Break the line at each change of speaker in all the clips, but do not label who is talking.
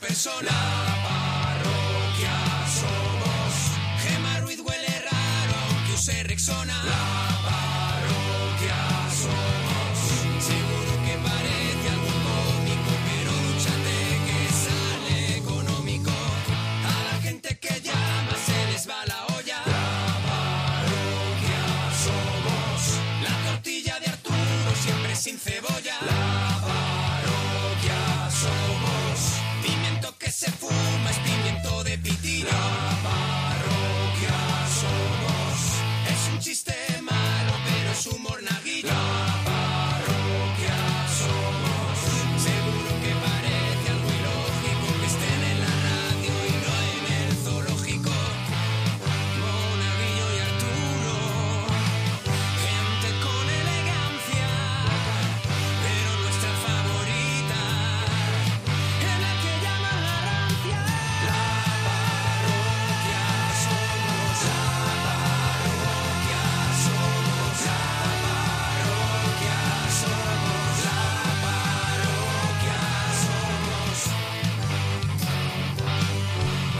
persona. La parroquia somos. Gema Ruiz huele raro, que use Rexona. La parroquia somos. Seguro que parece algo cómico, pero dúchate que sale económico. A la gente que llama se les va la olla. La parroquia somos. La tortilla de Arturo siempre sin cebolla. La parroquia somos. Pimiento que se fuma es pimiento de pitina. La parroquia somos. Es un chiste malo, pero es humor naguillo. La parroquia somos. Seguro que parece algo ilógico que estén en la radio y no en el zoológico. Monaguillo y Arturo, gente con elegancia, pero nuestra favorita es la que llaman ganancia. La parroquia somos, la parroquia somos, la parroquia somos, la parroquia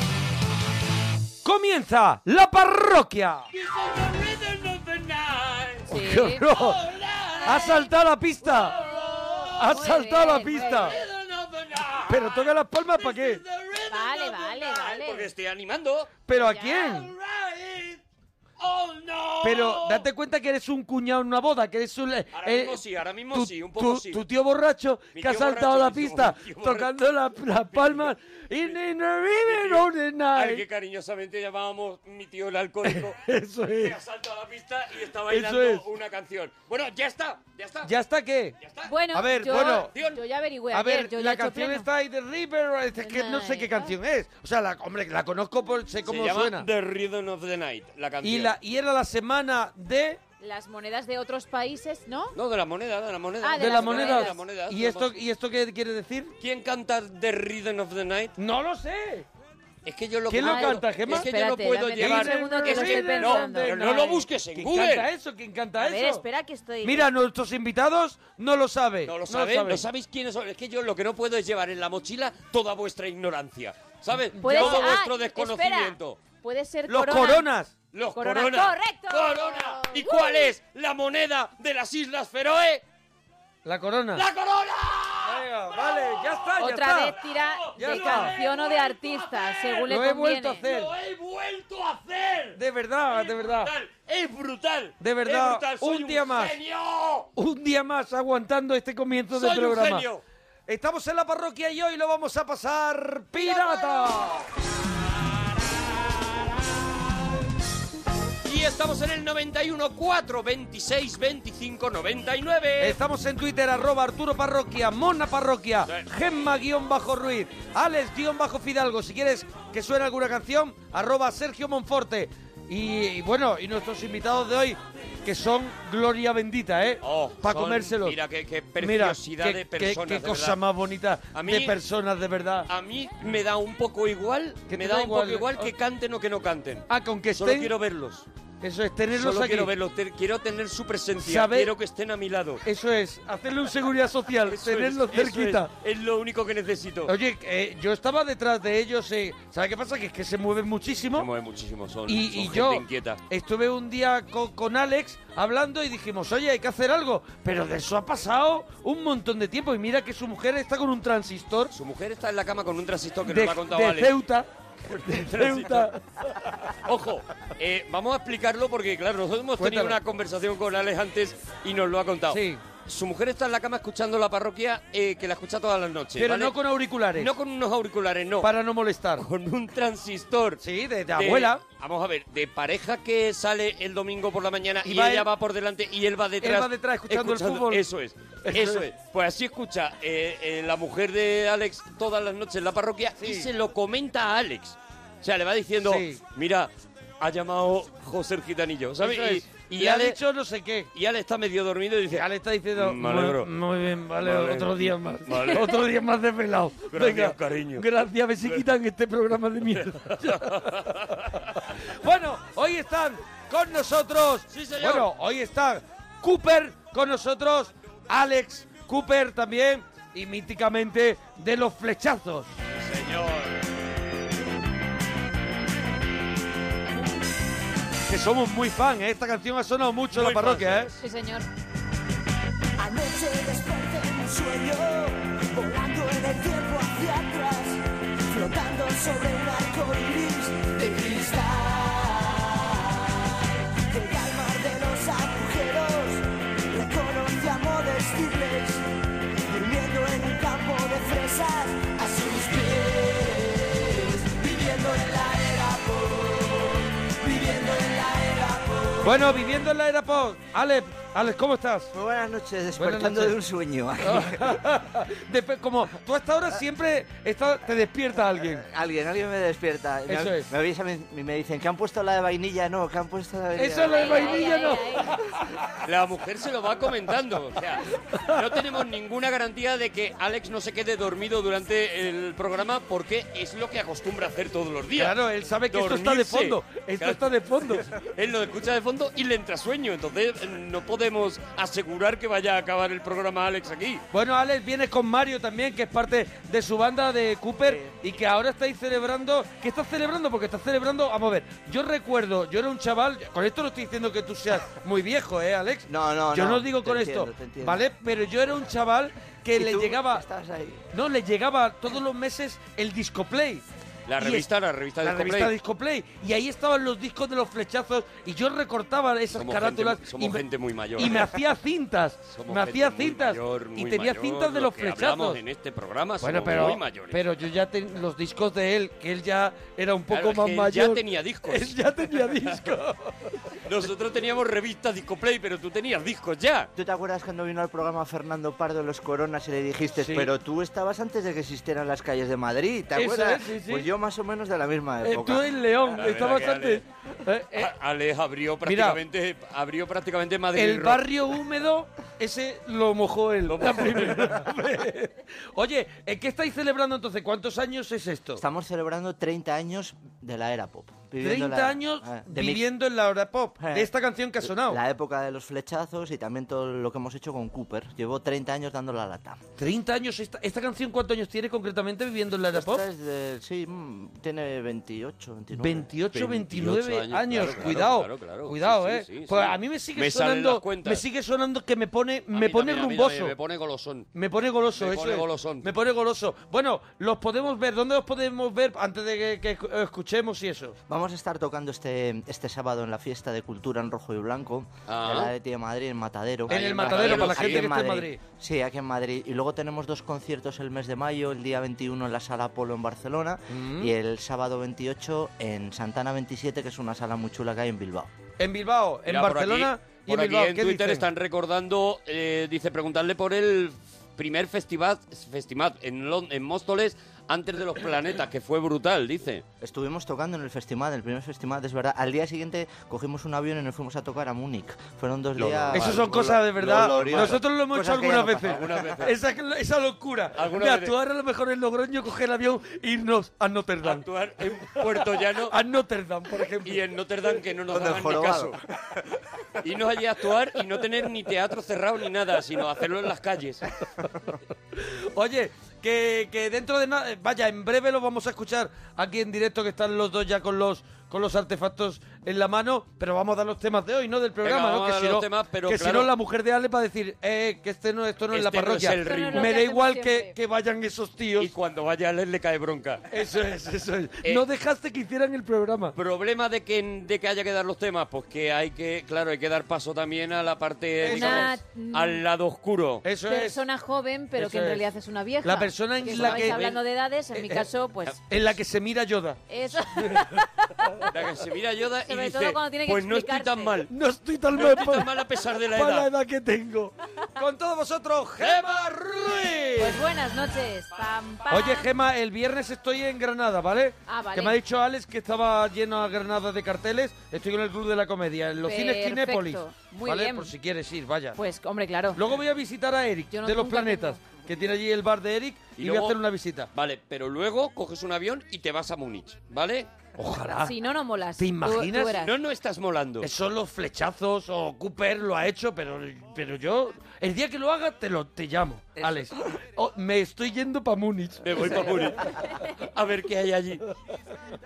somos.
Comienza la parroquia. ¡Qué horror! ¡Ha saltado la pista! ¡Ha saltado la pista! Pero toca las palmas para qué?
Vale, vale, vale.
Porque estoy animando.
¿Pero a quién?
Oh,
Pero date cuenta que eres un cuñado en una boda, que eres un... eh,
Ahora mismo sí, ahora mismo
tu,
sí, un poco
tu-
sí.
tu tío borracho
Mi
que ha
tío
saltado
borracho,
la
mi tío-
pista
mi tío borracho.
tocando la- las palmas. In the river of the
Al que
night.
cariñosamente llamábamos mi tío el alcohólico.
Eso
Que
es.
ha saltado a la pista y está
Eso
bailando
es.
una canción. Bueno, ya está, ya está.
¿Ya está qué?
Bueno,
a ver,
yo,
bueno.
yo ya
Pues,
averigüé.
A
ayer,
ver,
yo ya he
la
hecho
canción
pleno.
está ahí de River, es que no sé qué canción es. O sea, la, hombre, la conozco por sé cómo
Se llama
suena.
The Rhythm of the Night, la canción.
Y, la, y era la semana de,
Las monedas de otros países, ¿no?
No, de la moneda, de la moneda.
Ah,
de, la
las
moneda.
monedas.
De la moneda,
¿Y,
de
esto,
la-
¿Y esto qué quiere decir?
¿Quién canta The Rhythm of the Night?
No lo sé.
Es que yo lo
¿Quién lo
puedo-
canta, Gemma?
Es que yo no
Espérate,
puedo
dame un
llevar.
segundo que
es
lo
que
estoy
no,
pensando.
pero no lo busques en
¿Quién
Google.
canta eso? ¿Quién canta
A
eso?
ver, espera que estoy...
Mira, nuestros invitados no lo saben.
No lo saben, no, sabéis quiénes son. Es que yo lo que no puedo es llevar en la mochila toda vuestra ignorancia. ¿Sabes?
Puede
Todo
ser- ah,
vuestro
espera.
desconocimiento.
Puede ser
Los
corona.
coronas.
Los
Corona.
corona.
¡Correcto!
¡Corona! ¿Y
¡Uh!
cuál es la moneda de las Islas Feroe?
La corona.
¡La corona!
Venga, vale, ya está, ya
Otra
está.
vez tira
Ya
de
está.
canción o de artista, según le
Lo he
conviene.
vuelto a hacer.
¡Lo he vuelto a hacer!
De verdad, de verdad.
¡Es brutal!
De
es
verdad,
brutal, soy
un día más.
genio.
Un día más aguantando este comienzo del
Soy un
programa.
genio.
Estamos en la parroquia y hoy lo vamos a pasar pirata.
Y estamos en el 91 4 26 25 99.
Estamos en Twitter, arroba Arturo Parroquia, Mona Parroquia,
Sí.
Gemma guión bajo Ruiz, Alex guión bajo Fidalgo. Si quieres que suene alguna canción, arroba Sergio Monforte. Y, y bueno, y nuestros invitados de hoy, que son gloria bendita, ¿eh?
Oh,
Para
son-
comérselos.
Mira, qué, qué
Mira,
preciosidad
qué-
de
qué-
personas.
Qué,
de
cosa
verdad.
más bonita de
A mí-
personas, de verdad.
A mí me da un poco igual,
¿Qué
me
te
da,
da
un
igual? Oh.
poco igual que canten o que no canten.
Ah, con que
Solo
estén...
quiero verlos.
Eso es, tenerlos
Solo
aquí.
quiero verlos. te- quiero tener su presencia.
¿Sabe?
Quiero que estén a mi lado.
Eso es, hacerle un seguridad social,
Eso
tenerlos
es, eso
cerquita.
Es, es lo único que necesito.
Oye, eh, yo estaba detrás de ellos, eh, ¿sabes qué pasa? Que es que se mueven muchísimo.
Se mueve muchísimo, son,
y,
son
y
gente
yo
inquieta.
estuve un día co- con Alex hablando y dijimos, oye, hay que hacer algo. Pero de eso ha pasado un montón de tiempo. Y mira que su mujer está con un transistor
Su mujer está en la cama con un transistor que
de,
nos lo ha contado
de
Alex.
Ceuta. De Ceuta.
Ojo, eh, vamos a explicarlo porque, claro, nosotros hemos
Cuéntalo.
tenido una conversación con Alex antes y nos lo ha contado.
Sí.
Su mujer está en la cama escuchando la parroquia, eh, que la escucha todas las noches.
Pero
¿vale?
no con auriculares.
No con unos auriculares, no.
Para no molestar.
Con un transistor.
Sí, de, de
de-
abuela.
Vamos a ver, de pareja que sale el domingo por la mañana
Y
y,
va
ella
él-
va por delante y él va detrás.
va detrás escuchando el fútbol.
Eso es.
Eso
Eso
es.
es. Pues así escucha eh, eh, la mujer de Alex todas las noches en la parroquia y se lo comenta a Alex. O sea, le va diciendo,
Sí.
mira, ha llamado José el Gitanillo, ¿sabes?
Eso es.
Y, y
Le ha
Alex,
dicho no sé qué.
y Alex está medio dormido y dice, "Mm,
Ale está diciendo,
Me alegro.
"Muy- muy bien, vale,
Me alegro.
otro día más.
Vale.
Otro día más de pelado.
Gracias, cariño.
Gracias, a ver si quitan este programa de mierda. bueno, hoy están con nosotros.
Sí, señor.
Bueno, hoy están Cooper con nosotros, Alex Cooper también, y míticamente de los flechazos.
señor.
que somos muy fan, ¿eh? Esta canción ha sonado mucho en la parroquia, ¿eh?
Sí, señor.
Anoche desperté en un sueño, volando en el tiempo hacia atrás, flotando sobre un arco iris de cristal. Llegué al mar de los agujeros, reconocí a modestibles, durmiendo en un campo de fresas a sus pies, viviendo en la era pop, viviendo en la era pop.
Bueno, viviendo en la era pop. Alex, Alex, ¿cómo estás?
Muy buenas noches, despertando de un sueño.
Dep- como tú hasta ahora siempre está- te despierta alguien.
Alguien, alguien me despierta. Me-
Eso es.
Me, avisan, me, me dicen que han puesto la de vainilla, no, que han puesto la de vainilla.
Eso es lo de
Ahí,
vainilla,
ahí,
no.
ahí, ahí.
La mujer se lo va comentando. O sea, no tenemos ninguna garantía de que Alex no se quede dormido durante el programa porque es lo que acostumbra hacer todos los días.
Claro, él sabe que esto está de
Dormirse.
fondo. Esto
Claro.
está de fondo.
Él lo escucha de fondo y le entra sueño. Entonces eh, no podemos asegurar que vaya a acabar el programa Alex aquí.
Bueno, Alex viene con Mario también, que es parte de su banda de Cooper y que ahora estáis celebrando. ¿Qué estás celebrando? Porque estás celebrando. Vamos a ver, yo recuerdo, yo era un chaval. Con esto no estoy diciendo que tú seas muy viejo, ¿eh, Alex?
No, no,
Yo
no,
no digo
te
con
entiendo,
esto,
te entiendo.
¿vale? Pero yo era un chaval que
Y
le
tú
llegaba.
Estabas ahí.
No, le llegaba todos los meses el disco play.
La
Y
revista, la revista
la
Discoplay.
revista Discoplay. Y ahí estaban los discos de los flechazos y yo recortaba esas
Somos
carátulas.
gente- somos
y me-
gente muy mayor.
Y me hacía cintas.
Somos
me hacía
gente muy
cintas.
mayor,
y
muy
tenía
mayor,
cintas de
lo
los
que hablamos
flechazos.
en este programa
Bueno,
somos
pero,
muy mayores.
pero yo ya ten- los discos de él, que él ya era un poco
Claro, es
más
que él
mayor.
ya tenía discos.
Él ya tenía discos.
Nosotros teníamos revistas Discoplay, pero tú tenías discos ya.
¿Tú te acuerdas cuando vino al programa Fernando Pardo en Los Coronas y le dijiste,
Sí.
pero tú estabas antes de que existieran las calles de Madrid, ¿te
Eso
acuerdas?
es, sí, sí.
Pues yo más o menos de la misma
Eh,
época.
tú en León,
La
está
verdad que
bastante. Eh, eh,
A- Alex abrió prácticamente, abrió prácticamente Madrid.
El
Rock.
barrio húmedo, ese lo mojó él. la primera vez. Oye, ¿eh, ¿qué estáis celebrando entonces? ¿Cuántos años es esto?
Estamos celebrando 30 años de la era pop. viviendo
30
la-
años
ah, de mi-
viviendo en la hora pop,
Eh.
de esta canción que ha sonado.
La época de los flechazos y también todo lo que hemos hecho con Cooper. Llevo 30 años dando la lata.
30 años, esta, esta canción cuántos años tiene concretamente viviendo en la hora pop?
Esta es de- sí, mm, tiene 28, 29.
28, 29
28
años,
años, claro, claro,
cuidado,
claro, claro.
cuidado,
Sí,
eh.
sí, sí,
pues
sí.
a mí me sigue
Me salen
sonando,
las cuentas.
me sigue sonando que me pone,
A
me
mí
pone
también, a mí
rumboso.
también, me pone golosón.
Me pone goloso,
Me
eso
pone
es.
golosón.
Me pone goloso. Bueno, los podemos ver. ¿Dónde los podemos ver antes de que, que escu- escuchemos y eso?
Vamos a estar tocando este, este sábado en la fiesta de cultura en rojo y blanco,
Ah.
en la de Tía Madrid, en Matadero.
En
Ahí
el
en
matadero,
Matadero,
para la
sí.
gente que
Aquí
está en Madrid.
Sí, aquí en Madrid. Y luego tenemos dos conciertos el mes de mayo, el día 21 en la Sala Polo en Barcelona
Mm.
y el sábado 28 en Santana 27, que es una sala muy chula que hay en Bilbao.
En Bilbao, en
Mira, por
Barcelona
aquí-
y en
por aquí
Bilbao.
en
¿Qué
Twitter
dicen?
están recordando, eh, dice, preguntarle por el primer festival, festival en, Lon- en Móstoles antes de los planetas, que fue brutal, dice.
Estuvimos tocando en el festival, el primer festival, es verdad. Al día siguiente cogimos un avión y nos fuimos a tocar a Múnich. Fueron dos
Lo
días...
Eso
Vale,
son
lo-
cosas de
lo
verdad.
glorioso.
Nosotros lo hemos hecho
Cosas que ya
algunas
no
veces.
pasan.
Algunas veces.
Esa, esa locura.
Algunas
De
veces.
actuar a lo mejor en Logroño, coger el avión e irnos a Notre Dame.
Actuar en Puerto Llano
A Notre Dame, por ejemplo.
y en Notre Dame, que no nos
Donde
daban
el
ni caso.
jorobado.
Y nos allí a actuar y no tener ni teatro cerrado ni nada, sino hacerlo en las calles.
Oye, que, que dentro de nada, vaya, en breve lo vamos a escuchar aquí en directo, que están los dos ya con los con los artefactos en la mano, pero vamos a dar los temas de hoy, ¿no? Del programa,
Venga, vamos
¿no? Que,
a dar
si,
los
no,
temas, pero
que si
claro.
no, la mujer de Ale va a decir, eh, que este no, esto no es
Este
la
no es
parroquia.
el ritmo. Esto no es lo
Me
que
da
hacemos
igual que,
siempre.
que vayan esos tíos.
Y cuando vaya a leer le cae bronca.
Eso es, eso es.
Eh,
no dejaste que hicieran el programa.
Problema de que, de que haya que dar los temas, pues que hay que, claro, hay que dar paso también a la parte,
Una-
digamos, al lado oscuro.
Eso
persona joven, pero
Eso
que en
es.
realidad es una vieja.
La persona en
Porque
la
como vais
que- eh,
hablando de edades, en mi caso,
Eh,
pues...
es. En la que se mira Yoda.
Es...
La que se mira a Yoda y
Sobre
dice,
todo cuando tiene que
pues no estoy tan
explicarte".
mal.
No estoy tan
No
mal
estoy tan mal a pesar de la
para la
edad.
edad que tengo. Con todos vosotros, Gema Ruiz.
Pues buenas noches. Pam, pam.
Oye, Gema, el viernes estoy en Granada, ¿vale?
Ah, vale.
Que me ha dicho Alex que estaba lleno a Granada de carteles. Estoy en el Club de la Comedia, en los cines
Perfecto.
Cinépolis.
Muy
¿Vale?
bien.
Por si quieres ir, vaya.
Pues, hombre, claro.
Luego voy a visitar a Eric,
Yo no-
de los
nunca
planetas, que tiene allí el bar de Eric, y, voy a
luego-
hacer una visita.
Vale, pero luego coges un avión y te vas a Múnich, ¿vale?
Ojalá.
Si no, no molas.
¿Te
Tú-
imaginas?
tú verás.
No, no estás molando.
Eh, Son los flechazos o Cooper lo ha hecho, pero, pero yo, el día que lo haga, te, lo, te llamo, Alex. Oh, me estoy yendo para Múnich.
Me voy para Múnich. A ver qué hay allí.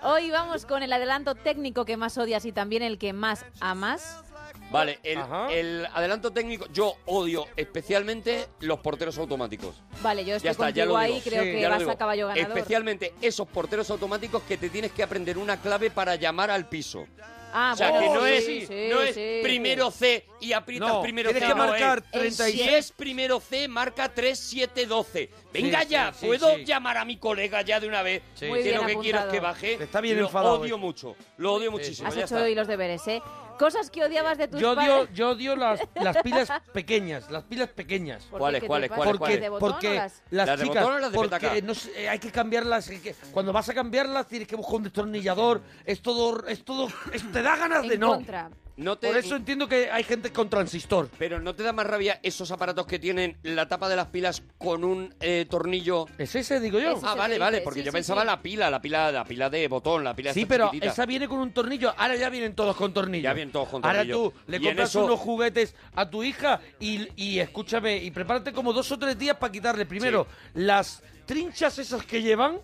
Hoy vamos con el adelanto técnico que más odias y también el que más amas.
Vale, el,
Ajá.
el adelanto técnico, yo odio especialmente los porteros automáticos.
Vale, yo estoy
Ya está, ya
contigo
lo
ahí,
digo.
creo
Sí,
que
Ya lo
vas a
digo.
caballo ganador.
Especialmente esos porteros automáticos que te tienes que aprender una clave para llamar al piso.
Ah,
o sea,
bueno,
que no
sí,
es,
sí,
no es
sí.
primero C y aprietas
No,
primero C.
tienes que
no,
marcar
eh.
El
36.
Si es primero C, marca 3712. Venga
Sí,
ya,
sí, sí,
¿puedo
sí.
llamar a mi colega ya de una vez?
Sí.
Que
Muy
lo
bien
que quiero es
apuntado.
que baje.
Está bien
lo
enfadado eh.
odio
hoy.
mucho, lo odio
sí.
muchísimo.
Has
ya
hecho
está.
hoy los deberes, ¿eh? Cosas que odiabas de tus
Yo odio,
padres.
yo odio las, las pilas pequeñas, las pilas pequeñas.
¿Por qué?
¿Cuáles,
¿Qué te
cuáles,
pasa?
Porque,
cuáles, cuáles?
¿De botón o
porque
las-
las
¿Las de
chicas,
botón o las de petaca?
porque no sé, eh, hay que cambiarlas. hay que- cuando vas a cambiarlas tienes que buscar un destornillador. Es todo, es todo, es- te da ganas
En
de no.
contra.
No te-
Por eso entiendo que hay gente con transistor.
Pero ¿no te da más rabia esos aparatos que tienen la tapa de las pilas con un eh, tornillo?
Es ese, digo yo.
Ese.
Ah,
se
vale,
dice,
vale, porque
sí,
yo
sí,
pensaba
sí.
la pila, la pila, la pila de botón, la pila
Sí,
esta
pero
chiquitita.
esa viene con un tornillo. Ahora ya vienen todos con tornillo.
Ya vienen todos con tornillo.
Ahora tú le
Y en
compras
eso-
unos juguetes a tu hija y, y escúchame, y prepárate como dos o tres días para quitarle primero las trinchas esas que llevan,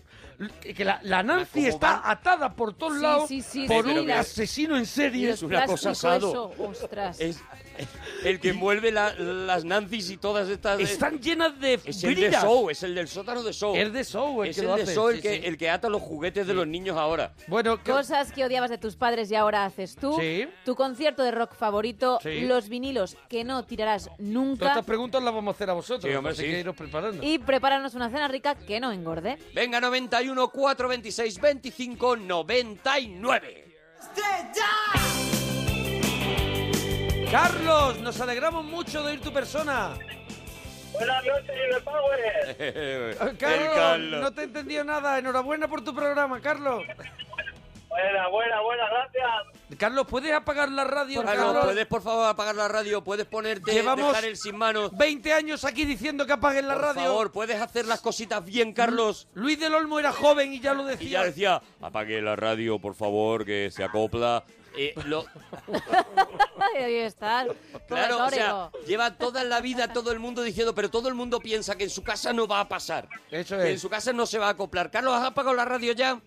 que que la, la Nancy
Ah, ¿Cómo
está
van?
atada por todos
Sí,
lados
sí, sí,
por
sí,
un
pero que-
asesino en
Y
serie.
los
es una cosa
plásticos,
asado.
eso, ostras.
Eh,
Es el que envuelve la- las Nancy's y todas estas...
Están llenas de
es el de
bridas.
Show, es el del sótano de Show.
Es de Show el
Es
que
el
lo
de
hace,
Show el,
sí,
que,
sí.
el que ata los juguetes de los niños ahora.
Bueno, que-
Cosas que odiabas de tus padres y ahora haces tú.
Sí.
Tu concierto de rock favorito.
Sí.
Los vinilos que no tirarás
todas
nunca.
estas preguntas las vamos a hacer a vosotros.
Sí, hombre,
así
sí.
que iros preparando.
Y prepáranos una cena rica que no engorde.
Venga, 91, 4, 26, 25, 99.
Carlos, nos alegramos mucho de oír tu persona. Eh,
Buenas noches, Power.
Carlos, no te he entendido nada. Enhorabuena por tu programa, Carlos.
Buena, buena, buena, gracias.
Carlos, ¿puedes apagar la radio,
Carlos,
Carlos?
¿puedes por favor apagar la radio? ¿Puedes ponerte,
Llevamos
dejar el sin manos?
20 años aquí diciendo que apaguen la
Por
radio.
favor, ¿puedes hacer las cositas bien, Carlos?
Luis del Olmo era joven y ya lo decía.
Y ya decía, apague la radio, por favor, que se acopla. Eh, lo-
Ahí estás.
claro, o sea,
Pobre Torero.
lleva toda la vida todo el mundo diciendo, pero todo el mundo piensa que en su casa no va a pasar.
Eso
Que
es.
en su casa no se va a acoplar. Carlos, ¿has apagado la radio ya?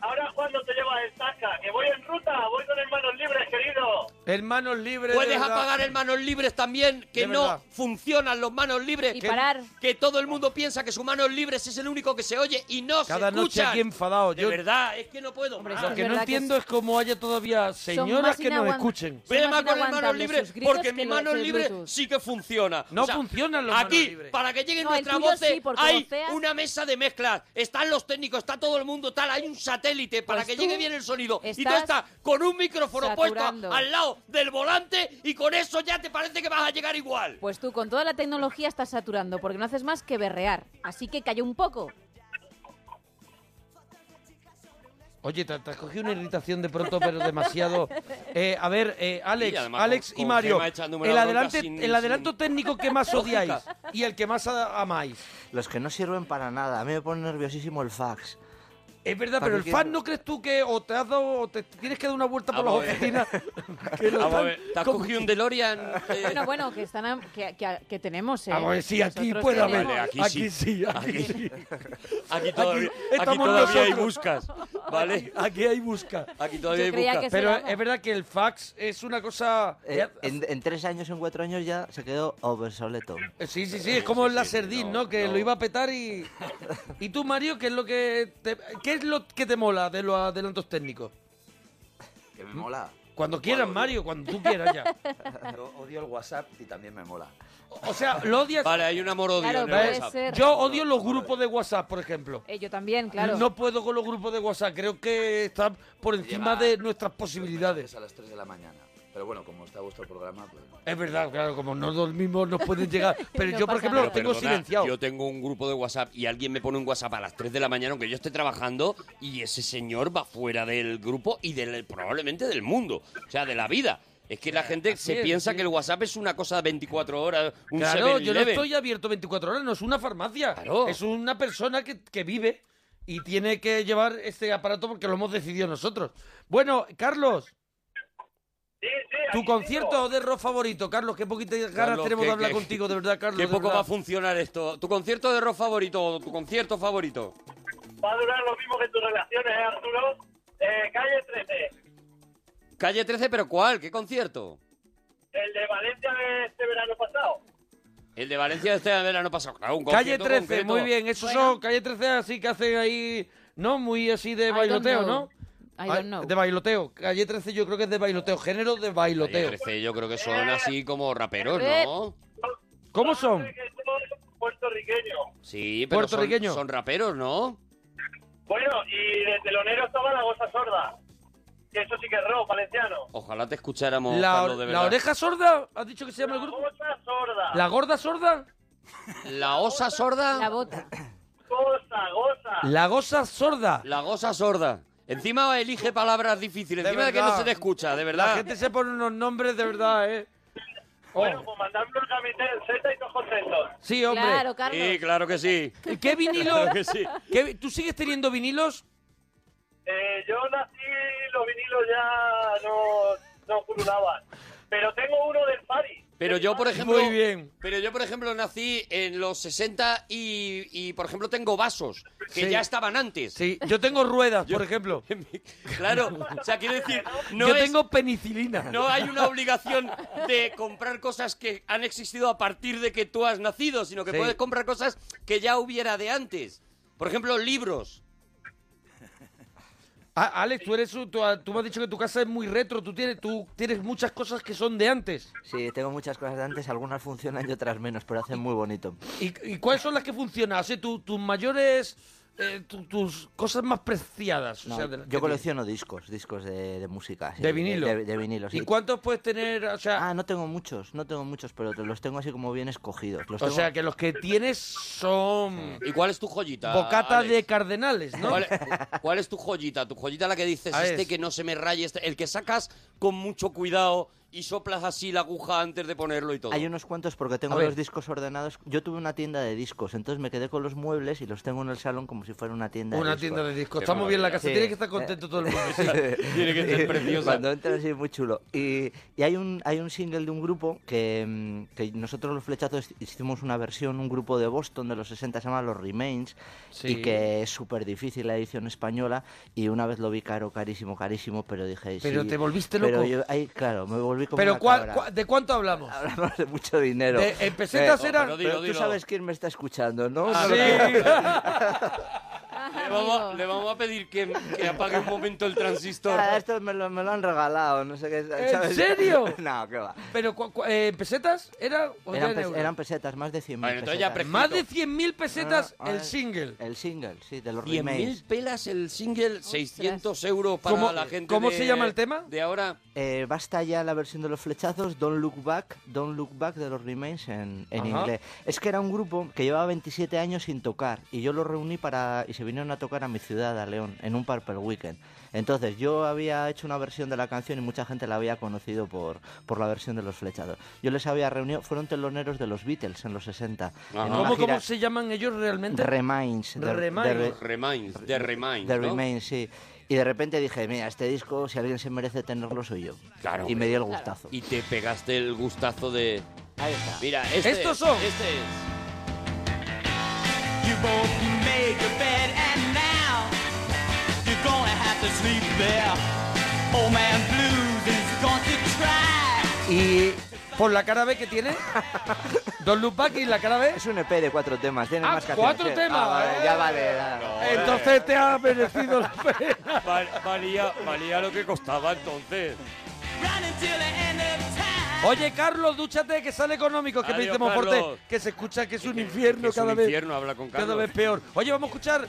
Ahora, ¿cuándo te llevas el taca? Que voy en ruta, voy con hermanos libres, querido.
Hermanos libres. de
¿Puedes
verdad.
apagar el manos libres también? Que
De
no
verdad.
funcionan los manos libres.
Y
Que-
parar.
Que todo el mundo piensa que sus manos libres es el único que se oye y no
Cada
se
noche
escuchan.
aquí enfadado.
De
Yo
verdad, es que no puedo.
Hombre,
más.
lo
eso Ah, Es
que no
verdad que
entiendo
es-
es cómo haya todavía
Son
señoras
más
que nos
inaguan-
escuchen.
son
Voy a
más
llamar con el manos
inaguantables
libres
sus gritos
porque
que
mi
lo-
mano
que el
libre
Bluetooth.
sí que funciona.
No funcionan los
Aquí,
manos libres.
para que lleguen
No, el
nuestras
tuyo
voces,
sí, porque
hay
voceas.
una mesa de mezclas. Están los técnicos, está todo el mundo, tal. Hay un satélite para
Pues
que
tú
llegue bien el sonido. Y tú
estás
estás con un micrófono puesto
saturando.
al lado del volante y con eso ya te parece que vas a llegar igual.
Pues tú con toda la tecnología estás saturando porque no haces más que berrear. Así que calla un poco.
Oye, te, te has cogido una irritación de pronto, pero demasiado. Eh, a ver, eh, Alex,
Y además
Alex
con-
y
con
Mario,
Gema echándome
el,
la
adelante,
bronca sin-
el adelanto
sin-
técnico que más odiáis y el que más a- amáis.
Los que no sirven para nada. A mí me pone nerviosísimo el fax.
Es verdad,
¿Para
pero
qué
el
quieres?
fan no crees tú que o te has dado o te tienes que dar una vuelta por las
Vamos a ver.
oficinas. que lo
Vamos a
están-
ver, ah, pues, eh, ¿te has cogido un DeLorean? Eh,
Bueno, bueno, que están a- que, que- que tenemos. ¿eh?
Vamos a ver, Ah, sí, aquí
Nosotros
puede haber.
tenemos.
Vale,
aquí,
aquí
sí, aquí,
Aquí-
sí.
Aquí todavía, aquí
estamos
todavía hay
nosotros.
buscas, ¿vale?
Aquí hay busca.
Aquí
Yo
todavía hay
creía
buscas.
que sí.
Pero
vamos.
es verdad que el fax es una cosa.
Eh,
ya-
en, en tres años, en cuatro años ya se quedó obsoleto.
Eh, Sí, sí, sí, es como el Laserdín, ¿no?
no,
Que
no.
lo iba a petar y... ¿Y tú, Mario, qué es lo que te, qué es lo que te mola de los adelantos técnicos?
Que me mola.
Cuando quieras, Mario, cuando tú quieras ya.
Yo odio el WhatsApp y también me mola.
O sea, lo odias...
Vale, hay un amor odio
Claro,
en el
puede
WhatsApp.
ser.
Yo odio los grupos de WhatsApp, por ejemplo.
Eh, yo también, claro.
No puedo con los grupos de WhatsApp, creo que están por encima
Lleva-
de nuestras
Es
posibilidades.
a las 3 de la mañana. Pero bueno, como está vuestro programa, pues...
Es verdad, claro, como no dormimos nos pueden llegar. Pero
No
yo, por
pasa
ejemplo,
nada.
los tengo
Perdona,
silenciados.
Yo tengo un grupo de WhatsApp y alguien me pone un WhatsApp a las 3 de la mañana, aunque yo esté trabajando, y ese señor va fuera del grupo y del, probablemente del mundo, o sea, de la vida. Es que la gente se
Eh, es,
piensa
sí.
que el WhatsApp es una cosa de 24 horas, un
Claro, yo no
7-Eleven.
estoy abierto 24 horas, no es una farmacia.
Claro.
Es una persona que, que vive y tiene que llevar este aparato porque lo hemos decidido nosotros. Bueno, Carlos. Tu concierto de rock favorito, Carlos, qué poquitas ganas
Carlos,
tenemos
qué-
de hablar
qué-
contigo, de verdad, Carlos.
Qué
de
poco
verdad.
va a funcionar esto. ¿Tu concierto de rock favorito o tu concierto favorito?
Va a durar lo mismo que tus relaciones, ¿eh, Arturo? Eh, calle 13,
Calle 13, pero ¿cuál? ¿Qué concierto?
el de Valencia de este verano pasado.
El de Valencia de este verano pasado. Claro, un
Calle
concierto
13,
concreto.
muy bien, esos son Calle 13 así que hacen ahí, ¿no? Muy así de
don't
bailoteo,
know.
¿no?
I don't
Ah,
know.
De bailoteo. Calle 13 yo creo que es de bailoteo, género de
Calle
bailoteo.
13 yo creo que son así como
Oh,
raperos,
Eh.
¿no?
¿Cómo son?
Puertorriqueño.
Sí, pero son,
Puertorriqueño.
son raperos, ¿no?
Bueno, y de telonero estaba la goza sorda. Que eso sí que es rock, valenciano.
Ojalá te escucháramos,
La,
Carlos, de
la
verdad.
oreja sorda, ¿has dicho que se llama el grupo?
Goza sorda.
¿La gorda sorda?
¿La osa sorda? La
bota.
Goza, goza.
La goza sorda.
La goza sorda. Encima elige palabras difíciles,
De
encima de que no
verdad.
se te escucha,
La
de verdad.
gente se pone unos nombres de verdad, ¿eh?
Bueno, pues mandadme un camiseta en Z y todos contentos.
Sí, hombre.
Claro, Carlos.
Sí, claro que sí.
¿Y ¿Qué vinilo?
Claro que sí.
¿Qué vi- ¿Tú sigues teniendo vinilos?
Eh, yo nací, los vinilos ya no, no pululaban. Pero tengo uno del París.
Pero yo, por ejemplo...
Muy bien.
Pero yo, por ejemplo, nací en los 60 y, y, por ejemplo, tengo vasos, que
Sí.
ya estaban antes.
Sí, yo tengo ruedas, por ejemplo.
Claro, o sea, quiero decir, no,
yo
es-
tengo penicilina.
no hay una obligación de comprar cosas que han existido a partir de que tú has nacido, sino que
Sí.
puedes comprar cosas que ya hubiera de antes. Por ejemplo, libros.
A- Ah, Alex, tú, eres, un- tú, tú me has dicho que tu casa es muy retro. Tú tienes, tú tienes muchas cosas que son de antes.
Sí, tengo muchas cosas de antes, algunas funcionan y otras menos, pero hacen muy bonito.
¿Y, y cuáles son las que funcionan? O sea, tu- tus mayores... eh, tu- tus cosas más preciadas. o
No,
sea, de las que
yo colecciono discos, discos de, de música. sí,
¿De vinilo?
De, de vinilo,
¿Y
sí.
cuántos puedes tener? O sea,
Ah, no tengo muchos, no tengo muchos, pero te- los tengo así como bien escogidos. Los
o
tengo-
sea que los que tienes son...
¿Y cuál es tu joyita?
Bocata
Alex?
de cardenales, ¿no?
¿Cuál, cuál es tu joyita? Tu joyita la que dices,
Ah,
este
es.
que no se me raye, este- el que sacas con mucho cuidado y soplas así la aguja antes de ponerlo y todo.
Hay unos cuantos porque tengo
A ver.
los discos ordenados. Yo tuve una tienda de discos, entonces me quedé con los muebles y los tengo en el salón como si fuera una tienda
Una
de discos.
tienda de discos. Está muy bien la casa.
Sí.
Tiene que estar contento todo el mundo. sí.
Tiene que ser preciosa.
Cuando entras sí, es muy chulo. Y, y hay un hay un single de un grupo que, mm, que nosotros los flechazos hicimos una versión, un grupo de Boston de los 60 se llama Los Remains
Sí.
y que es súper difícil la edición española y una vez lo vi caro, carísimo, carísimo, pero dije...
Pero
sí,
te volviste
pero
loco.
yo- ahí, claro, me volví como
Pero
una
¿cuál-
cabra.
cua- ¿de cuánto hablamos?
Hablamos de mucho dinero. Eh,
De- en pesetas era-
Pero,
Pero
tú
dilo,
sabes quién me está escuchando, ¿no?
Ah,
No lo
sí.
creo.
Le vamos, a- le vamos a pedir que, que apague un momento el transistor.
Ah, esto me lo, me lo han regalado, no sé qué.
¿En
¿sabes?
serio?
No, qué va.
¿Pero cu- cu- eh, pesetas? ¿Era o
Eran,
eran
pe-
euros?
eran pesetas, más de 100.000
Bueno, entonces ya
pesetas.
Más de 100.000 pesetas
Ah, ah,
el single.
El single, sí, de los
100.000
remakes.
pelas el single, 600 euros para
¿Cómo-
la gente.
cómo
de-
se llama el tema?
De ahora.
Eh, basta ya la versión de los flechazos, Don't Look Back, Don't Look Back de los Remains en, en
Ajá.
inglés. Es que era un grupo que llevaba 27 años sin tocar y yo lo reuní para y se vinieron a tocar a mi ciudad, a León, en un Purple Weekend. Entonces yo había hecho una versión de la canción y mucha gente la había conocido por, por la versión de los flechazos. Yo les había reunido, fueron teloneros de los Beatles en los 60. en
Ajá.
una
¿Cómo,
gira-
cómo se llaman ellos realmente?
Remains. de-
Remains.
de-
Remains, de Remains.
The
¿no?
Remains, sí. Y de repente dije, mira, este disco, si alguien se merece tenerlo, soy yo.
Claro.
Y me dio el gustazo.
Y te pegaste el gustazo de.
Ahí está.
Mira, este.
Estos
es,
son.
Este es.
You both made your bed and now you're gonna have to sleep there. Old man Blues is going to try.
Ah.
Y por la cara B que tiene, Don Look Back y la cara B.
Es un EP de cuatro temas, tiene
Ah,
más canciones.
cuatro
¿eh?
temas,
Ah, vale,
eh.
ya vale. ya.
Entonces te ha merecido la pena.
Val- valía, valía lo que costaba entonces.
Run until the end of time.
Oye, Carlos, dúchate, que sale económico, que me
Adiós,
dice Monforte,
Carlos.
que se escucha que es un infierno
Es
cada
un
vez.
infierno, habla con
Cada
Carlos.
vez peor. Oye, vamos a escuchar.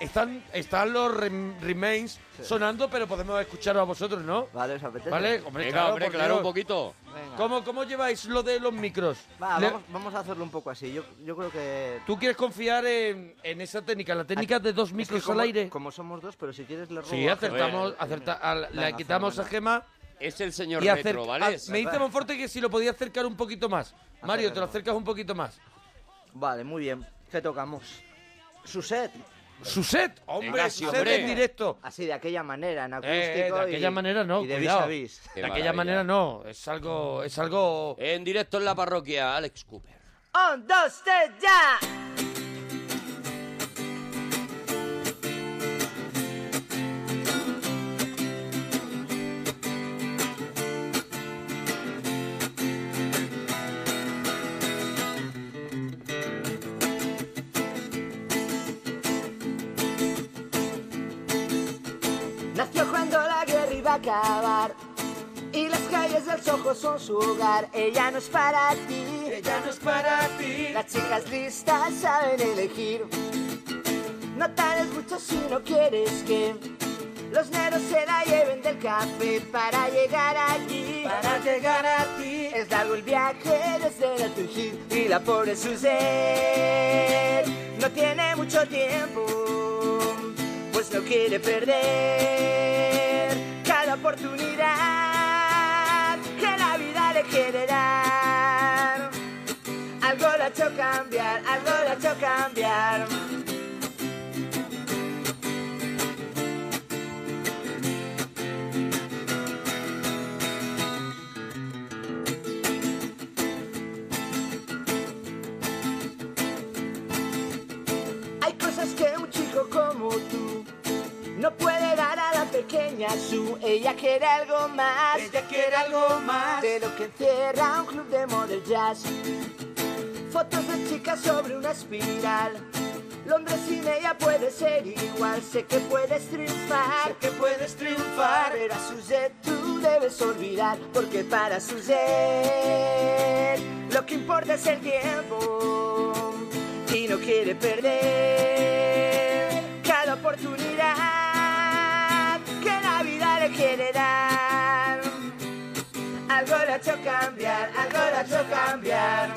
Están, están los rem- remains sonando, pero podemos escucharos a vosotros, ¿no?
Vale, ¿os apetece?
¿Vale? Hombre,
Venga,
claro,
hombre,
por
claro,
Dios.
un poquito.
Venga.
¿Cómo, ¿Cómo lleváis lo de los micros?
Va,
Le-
vamos, vamos a hacerlo un poco así. Yo, yo creo que...
¿Tú quieres confiar en, en esa técnica, la técnica de dos
Es que
micros
como,
al aire?
Como somos dos, pero si quieres le robo
Sí,
a-
acertamos, acerta- a- le
Venga,
quitamos a Gema
Es el señor
y acer-
retro,
a-
¿vale?
me dice Monforte que si lo podía acercar un poquito más. Mario, te lo
Acércalo.
acercas un poquito más.
Vale, muy bien. ¿Qué tocamos? Suset.
Suset, hombre,
Venga, sí,
Suset
hombre.
en directo.
Así, de aquella manera, en acústico.
Eh, eh, de aquella
y-
manera no,
Y de
cuidado.
vis a vis.
De aquella manera no, es algo, es algo...
En directo en la parroquia, Alex Cooper.
Un, dos, tres, ya.
Nació cuando la guerra iba a acabar y las calles del Soho son su hogar. Ella no es para ti, ella no es para ti. Las chicas listas saben elegir. No tardes mucho si no quieres que los negros se la lleven del café para llegar allí. Para llegar a ti es largo el viaje desde la Tujín y la pobre Suzette no tiene mucho tiempo pues no quiere perder cada oportunidad que la vida le quiere dar. Algo la ha hecho cambiar, algo la ha hecho cambiar. Hay cosas que un chico como tú no puede dar a la pequeña Su. Ella quiere algo más. Ella quiere algo más. De lo que encierra un club de model jazz. Fotos de chicas sobre una espiral. Londres sin ella puede ser igual. Sé que puedes triunfar. Sé que puedes triunfar. Pero a Suzette tú debes olvidar. Porque para Suzette lo que importa es el tiempo y no quiere perder cada oportunidad que la vida le quiere dar. Algo la ha hecho cambiar, algo la ha hecho cambiar.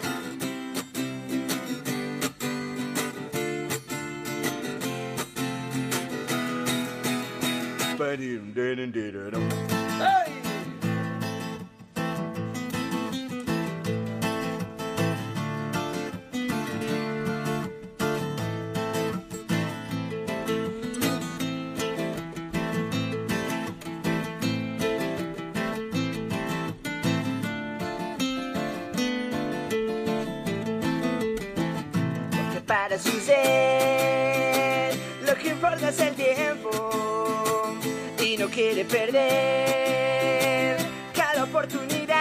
que para suceder lo que importa es el tiempo y no quiere perder cada oportunidad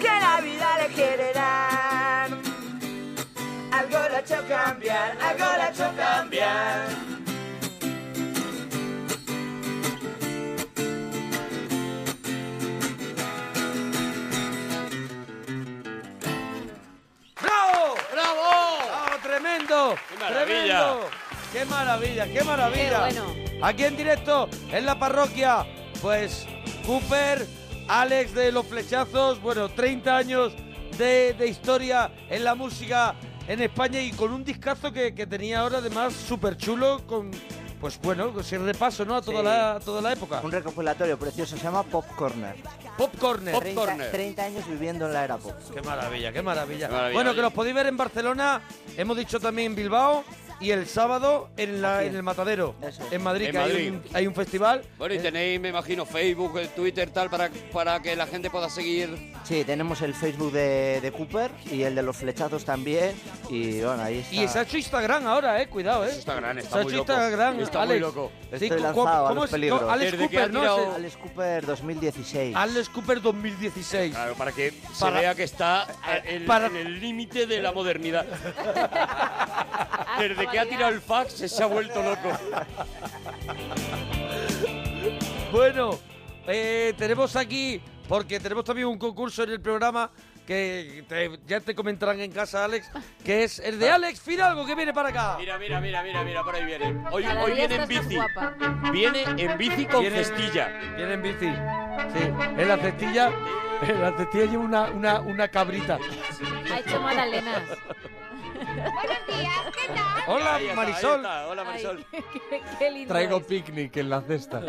que la vida le quiere dar. Algo la ha hecho cambiar, algo la ha hecho cambiar.
¡Bravo! ¡Bravo! ¡Oh, ¡Tremendo! ¡Qué
maravilla!
¡Tremendo! ¡Qué maravilla! ¡Qué maravilla!
Qué bueno.
Aquí en directo, en la parroquia, pues Cooper, Alex de los flechazos, bueno, 30 años de, de historia en la música en España y con un discazo que, que tenía ahora además súper chulo con... Pues bueno, si repaso, ¿no? A toda,
Sí.
la, a toda la época.
Un recopilatorio precioso, se llama Pop Corner.
Pop Corner.
30, 30 años viviendo en la era pop.
Qué maravilla, qué maravilla.
Qué maravilla,
bueno, que
oye.
los podéis ver en Barcelona, hemos dicho también en Bilbao y el sábado en, la-
Así es.
en el Matadero, en Madrid,
En
que hay
Madrid.
un- Hay, un, festival.
Bueno, y tenéis, me imagino, Facebook, eh, Twitter, tal, para, para que la gente pueda seguir.
Sí, tenemos el Facebook de, de Cooper y el de los flechazos también. Y bueno, ahí está.
Y se ha hecho Instagram ahora, eh, cuidado, eh. Instagram,
está
se ha
muy
hecho
loco.
Instagram,
Está muy
Alex.
loco.
Sí,
Estoy
¿cómo-
lanzado a
cómo
los
es? No,
peligros.
Alex
Desde que
Cooper,
ha
¿no?
tirado-
Es el-
Alex Cooper 2016.
Alex Cooper 2016.
Claro, para que Se
Para-
vea que está eh, en-
para-
en el límite de la modernidad. Desde que ha tirado el fax se ha vuelto loco.
Bueno, eh, tenemos aquí, porque tenemos también un concurso en el programa que te- ya te comentarán en casa, Alex, que es el de Alex Fidalgo, que viene para acá.
Ah. Mira, mira, mira, mira, mira, por ahí viene. Hoy,
Cada
hoy
día
viene en
estás más
bici.
guapa.
Viene en bici con
Viene-
cestilla.
Viene en bici. Sí, en la cestilla, en la cestilla lleva una, una, una cabrita.
Ha hecho magdalenas.
Buenos días, ¿qué tal?
Hola,
Ahí está,
Marisol.
ahí está. Hola, Marisol.
Ay, qué, qué- qué lindo.
Traigo
es.
picnic en la cesta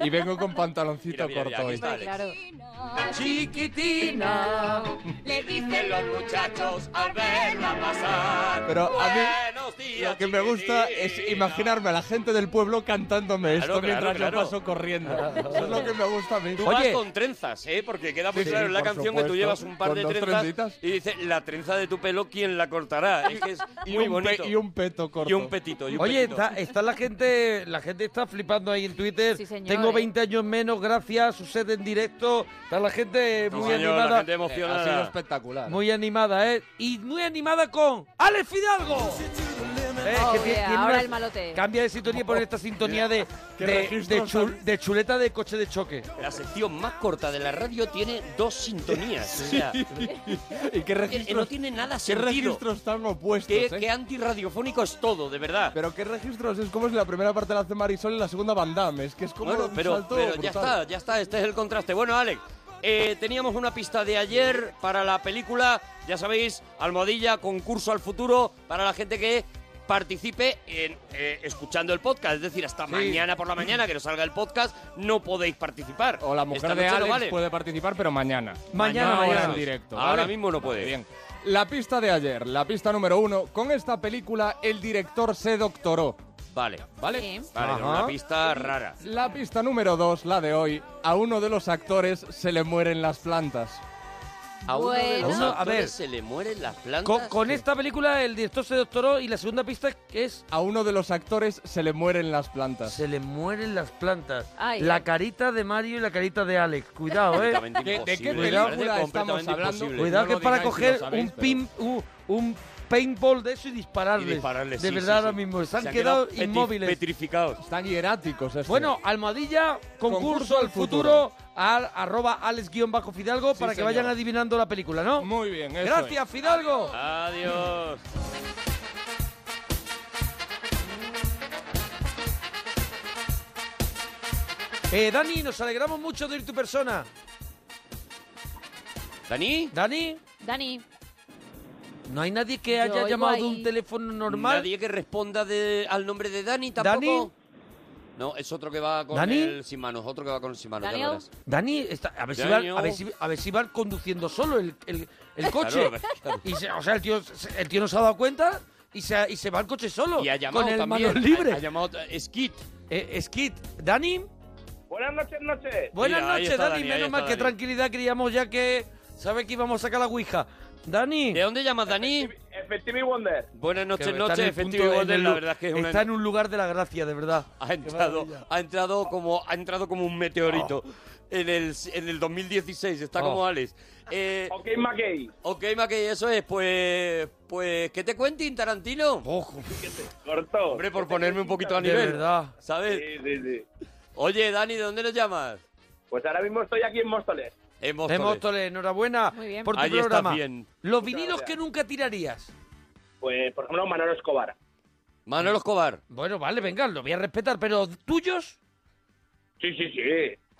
y vengo con pantaloncito
Mira, mira, mira,
corto
aquí
hoy.
está Alex.
Claro.
Chiquitina, le dicen los muchachos al verla pasar.
Pero a mí-
Buenos
Lo que me gusta es imaginarme a la gente del pueblo cantándome
Claro,
esto
claro,
mientras
claro.
yo paso corriendo. Eso es lo que me gusta a mí.
Tú vas con trenzas, ¿eh? Porque queda muy
Sí,
claro en la
por
canción que
supuesto.
tú llevas un par
Con
de
dos
trenzas
trenzitas.
y dice la trenza de tu pelo, ¿quién la cortará? Es que es
Y
muy
un pe-
bonito.
y un peto corto.
Y un petito, y un
Oye,
petito.
está, está la gente, la gente está flipando ahí en Twitter.
Sí, señor,
Tengo
eh.
20 años menos, gracias, su set en directo. Está la gente
No,
muy
señor, la
animada. Eh,
gente emocionada.
Ha sido espectacular.
Muy animada, ¿eh? Y muy animada con Alex Fidalgo. Eh,
Oh,
que tie-
yeah,
tiene
ahora
una-
el malote.
Cambia de sintonía por esta sintonía de,
Qué
de-
registro
de chul- de chuleta de coche de choque.
La sección más corta de la radio tiene dos sintonías. o sea,
¿Y qué
que-
registros,
no tiene nada
¿Qué
sentido.
registros tan opuestos?
Qué,
eh?
qué antirradiofónico es todo, de verdad.
Pero qué registros, es como si la primera parte la hace Marisol y la segunda Van Damme. Es que es como
Bueno,
un
pero,
salto
pero ya
brutal.
está, ya está, este es el contraste. Bueno, Alex, eh, teníamos una pista de ayer para la película, ya sabéis, Almohadilla, concurso al futuro, para la gente que participe en, eh, escuchando el podcast, es decir, hasta mañana por la mañana que nos salga el podcast, no podéis participar. O la
mujer de Alex puede participar, pero mañana.
Mañana,
no
mañana.
en directo.
Ahora
¿vale?
mismo no puede.
Bien. La pista de ayer, la pista número uno. Con esta película, el director se doctoró.
Vale.
¿Vale?
Vale, era una pista rara.
La pista número dos, la de hoy. A uno de los actores se le mueren las plantas.
A uno de los
Bueno. Uno, a
actores
ver.
se le mueren las
Con,
plantas.
con esta película el director se doctoró y la segunda pista es...
A uno de los actores se le mueren las plantas.
Se le mueren las plantas.
Ay.
La carita de Mario y la carita de Alex. Cuidado, ¿eh?
Completamente ¿De- de qué imposible, película me parece estamos completamente hablando? imposible.
Cuidado
No
que
lo
es para
digáis si
coger
lo sabéis,
un,
pero-
pin, un, un paintball de eso y dispararles.
Y dispararles,
de
sí,
verdad
sí,
ahora
sí.
mismo. Se han,
Se han
quedado
quedado peti-
inmóviles.
Petrificados.
Están hieráticos. este. estos.
Bueno, Almadilla, concurso, al futuro, al, arroba alex-fidalgo para que
señor.
vayan adivinando la película, ¿no?
Muy bien, eso
Gracias, Fidalgo.
Adiós.
Eh, Dani, nos alegramos mucho de ir tu persona.
¿Dani?
¿Dani?
Dani,
No hay nadie que
Yo
haya
oigo
llamado de
ahí.
un teléfono normal.
Nadie que responda de- al nombre de Dani tampoco. No, es otro que va con
¿Dani?
el sin manos, otro que va con el sin manos. ya
Daniel.
verás.
Dani, está- a, ver si va, a, ver si, a ver si va conduciendo solo el, el- el coche.
Claro, claro.
Y se- o sea, el tío, se- el tío no se ha dado cuenta y se, ha- y se va el coche solo.
Y ha llamado
con el
también.
manos libre.
Ha, ha llamado eh, Skit.
Eh, Skit, Dani.
Buenas noches, noches.
Buenas
Mira, ahí
noches,
está
Dani.
Dani, ahí
Menos
está
mal que
Dani.
tranquilidad queríamos ya que sabe que íbamos a sacar la ouija. Dani. ¿De
dónde llamas, Dani?
Effective Wonder.
Buenas
Que
noches,
está en
noches,
el punto-
efectivo.
en el
la
lu-
verdad es que es una-
Está en un lugar de la gracia, de verdad.
ha entrado,
maravilla.
ha entrado como ha entrado como un meteorito en el en el 2016, está
Oh.
como Alex. Eh,
ok, McKay.
Ok, McKay, eso es. Pues pues ¿qué te cuente, Tarantino?
Ojo.
Corto.
Hombre, por ponerme un poquito a
De
nivel.
verdad.
¿Sabes? Oye, Dani, ¿de dónde nos llamas?
Pues ahora mismo estoy aquí en Móstoles.
En
Móstoles.
Móstoles.
enhorabuena
bien.
por tu
Ahí estás
programa.
bien.
Los
Muchas
vinilos
gracias.
que nunca tirarías.
Pues, por ejemplo, Manolo Escobar.
Manolo Escobar.
Bueno, vale, venga, lo voy a respetar, pero ¿tuyos?
Sí, sí, sí.